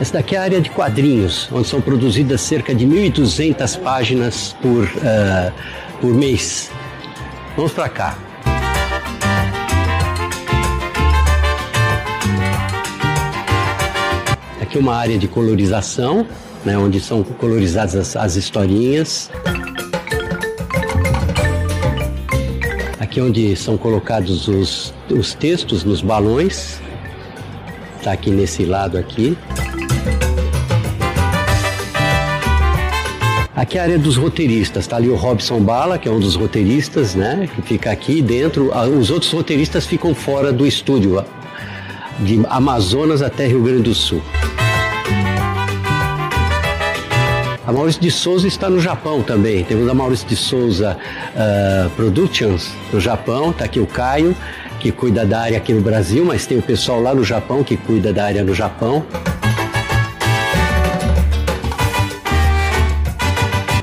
Essa daqui é a área de quadrinhos, onde são produzidas cerca de 1.200 páginas por, ah, por mês. Vamos para cá. Aqui é uma área de colorização, né, onde são colorizadas as, as historinhas. Aqui é onde são colocados os, os textos nos balões. Está aqui nesse lado aqui. Aqui é a área dos roteiristas, está ali o Robson Bala, que é um dos roteiristas, né? Que fica aqui dentro. Ah, Os outros roteiristas ficam fora do estúdio, ah, de Amazonas até Rio Grande do Sul. A Maurício de Souza está no Japão também. Temos a Maurício de Souza ah, Productions no Japão. Está aqui o Caio, que cuida da área aqui no Brasil, mas tem o pessoal lá no Japão que cuida da área no Japão.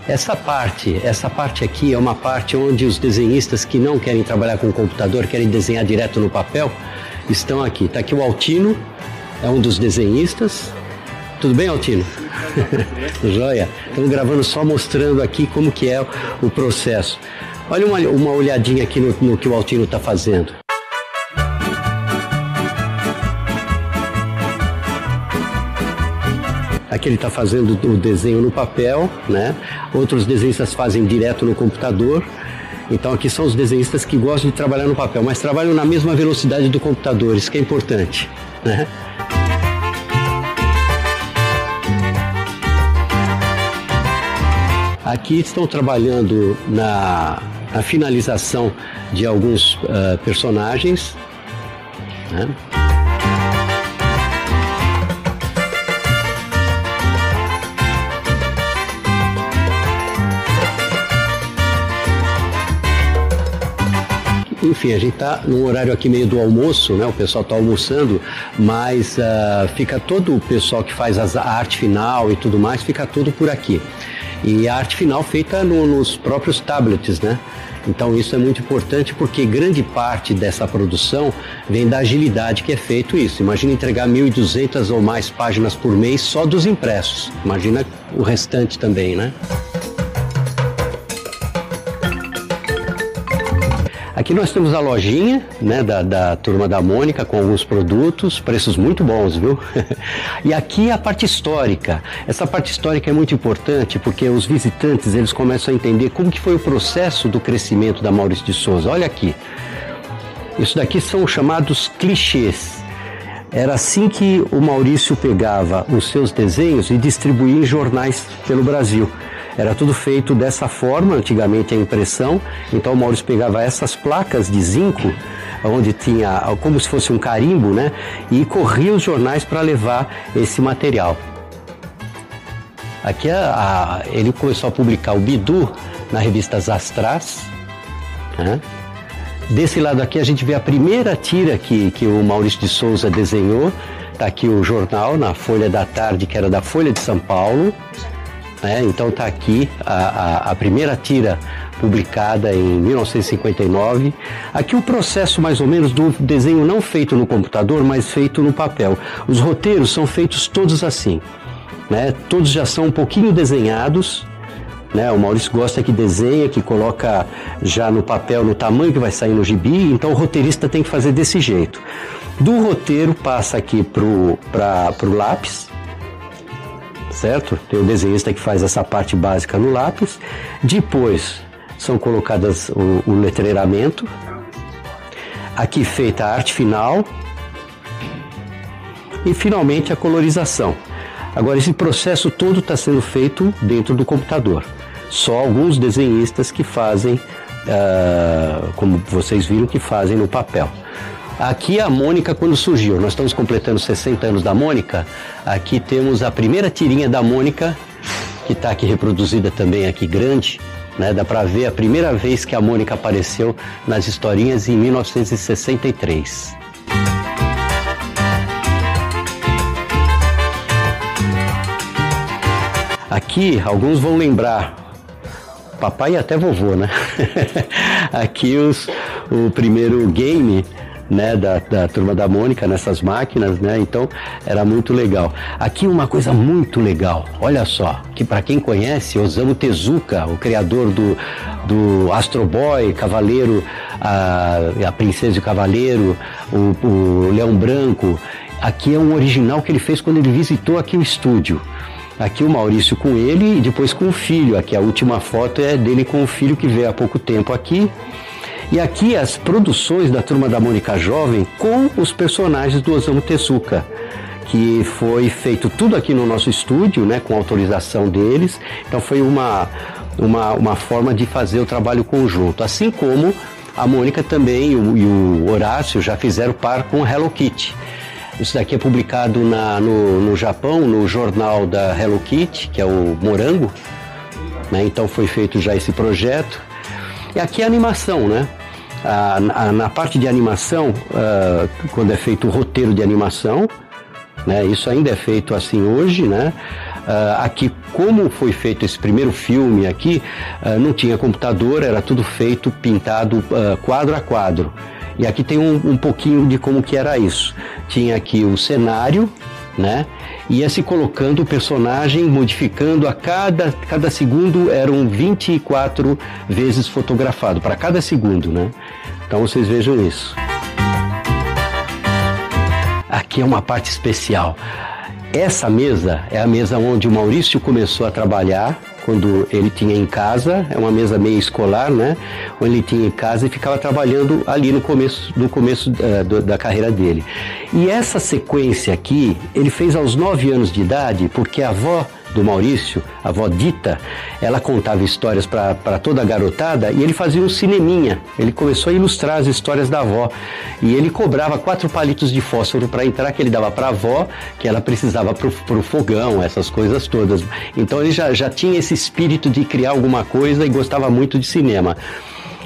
Essa parte, essa parte aqui é uma parte onde os desenhistas que não querem trabalhar com computador, querem desenhar direto no papel, estão aqui. Está aqui o Altino, é um dos desenhistas. Tudo bem, Altino? Joia. Estamos gravando só mostrando aqui como que é o processo. Olha uma, uma olhadinha aqui no, no que o Altino está fazendo. Aqui ele está fazendo o desenho no papel, né? Outros desenhistas fazem direto no computador. Então aqui são os desenhistas que gostam de trabalhar no papel, mas trabalham na mesma velocidade do computador, isso que é importante, né? Aqui estão trabalhando na, na finalização de alguns ah, personagens. né? Enfim, a gente está num horário aqui meio do almoço, né? O pessoal está almoçando, mas ah, fica todo o pessoal que faz as- a arte final e tudo mais, fica tudo por aqui. E a arte final feita no- nos próprios tablets, né? Então isso é muito importante porque grande parte dessa produção vem da agilidade que é feito isso. Imagina entregar 1.200 ou mais páginas por mês só dos impressos. Imagina o restante também, né? Aqui nós temos a lojinha né, da, da turma da Mônica com alguns produtos, preços muito bons, viu? e aqui a parte histórica. Essa parte histórica é muito importante porque os visitantes eles começam a entender como que foi o processo do crescimento da Maurício de Souza. Olha aqui, isso daqui são chamados clichês. Era assim que o Maurício pegava os seus desenhos e distribuía em jornais pelo Brasil. Era tudo feito dessa forma, antigamente a impressão. Então o Maurício pegava essas placas de zinco, onde tinha como se fosse um carimbo, né? E corria os jornais para levar esse material. Aqui é a- a- ele começou a publicar o Bidu na revista Astras. né? Desse lado aqui a gente vê a primeira tira que, que o Maurício de Souza desenhou. Está aqui o jornal na Folha da Tarde, que era da Folha de São Paulo. né? Então está aqui a, a- a primeira tira publicada em 1959. Aqui o processo mais ou menos do desenho não feito no computador, mas feito no papel. Os roteiros são feitos todos assim né? Todos já são um pouquinho desenhados, né? O Maurício gosta que desenha, que coloca já no papel no tamanho que vai sair no gibi, então o roteirista tem que fazer desse jeito. Do roteiro passa aqui pro para pro lápis, certo? Tem o desenhista que faz essa parte básica no lápis. Depois são colocadas o, o letreiramento. Aqui feita a arte final, e finalmente a colorização. Agora, esse processo todo está sendo feito dentro do computador. Só alguns desenhistas que fazem, ah, como vocês viram, que fazem no papel. Aqui a Mônica quando surgiu. Nós estamos completando 60 anos da Mônica. Aqui temos a primeira tirinha da Mônica, que está aqui reproduzida também aqui grande. Né? Dá para ver a primeira vez que a Mônica apareceu nas historinhas em 1963. Aqui, alguns vão lembrar, papai e até vovô, né? Aqui os, o primeiro game né, da, da Turma da Mônica, nessas máquinas, né? Então, era muito legal. Aqui uma coisa muito legal, olha só, que para quem conhece, Osamu Tezuka, o criador do, do Astro Boy, Cavaleiro, a, a Princesa e o Cavaleiro, o, o Leão Branco. Aqui é um original que ele fez quando ele visitou aqui o estúdio. Aqui o Maurício com ele e depois com o filho. Aqui a última foto é dele com o filho que veio há pouco tempo aqui. E aqui as produções da Turma da Mônica Jovem com os personagens do Osamu Tezuka, que foi feito tudo aqui no nosso estúdio, né, com autorização deles. Então foi uma, uma, uma forma de fazer o trabalho conjunto. Assim como a Mônica também e o, e o Horácio já fizeram par com Hello Kitty. Isso daqui é publicado na- no, no Japão, no jornal da Hello Kitty, que é o Morango. né? Então foi feito já esse projeto. E aqui é a animação, né? Ah, na, na parte de animação, ah, quando é feito o roteiro de animação, né? Isso ainda é feito assim hoje, né? Ah, aqui, como foi feito esse primeiro filme aqui, ah, não tinha computador, era tudo feito pintado ah, quadro a quadro. E aqui tem um, um pouquinho de como que era isso. Tinha aqui o cenário, né? Ia se colocando o personagem, modificando a cada, cada segundo, eram 24 vezes fotografado, para cada segundo, né? Então vocês vejam isso aqui é uma parte especial. Essa mesa é a mesa onde o Maurício começou a trabalhar quando ele tinha em casa, é uma mesa meio escolar, né? Onde ele tinha em casa e ficava trabalhando ali no começo, no começo eh, do- da carreira dele. E essa sequência aqui, ele fez aos nove anos de idade, porque a avó do Maurício, a avó Dita, ela contava histórias para toda a garotada e ele fazia um cineminha. Ele começou a ilustrar as histórias da avó. E ele cobrava quatro palitos de fósforo para entrar, que ele dava para a avó, que ela precisava para o fogão, essas coisas todas. Então ele já, já tinha esse espírito de criar alguma coisa e gostava muito de cinema.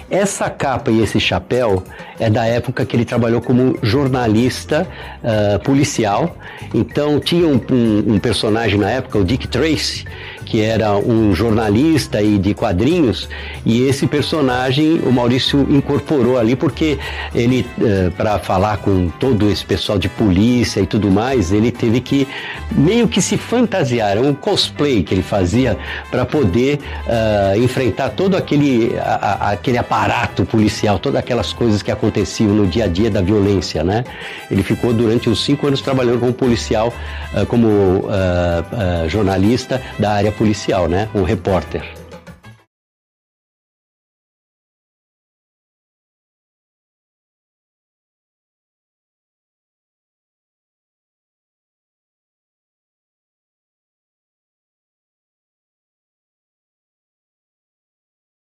Essa capa e esse chapéu é da época que ele trabalhou como jornalista ah, policial. Então tinha um, um- um personagem na época, o Dick Tracy, que era um jornalista e de quadrinhos. E esse personagem o Maurício incorporou ali porque ele, para falar com todo esse pessoal de polícia e tudo mais, ele teve que meio que se fantasiar, era um cosplay que ele fazia para poder ah, enfrentar todo aquele, a- a- aquele aparato policial, todas aquelas coisas que aconteciam no dia a dia da violência, né? Ele ficou durante uns cinco anos trabalhando como policial, ah, como ah, ah, jornalista da área policial, né? Um repórter.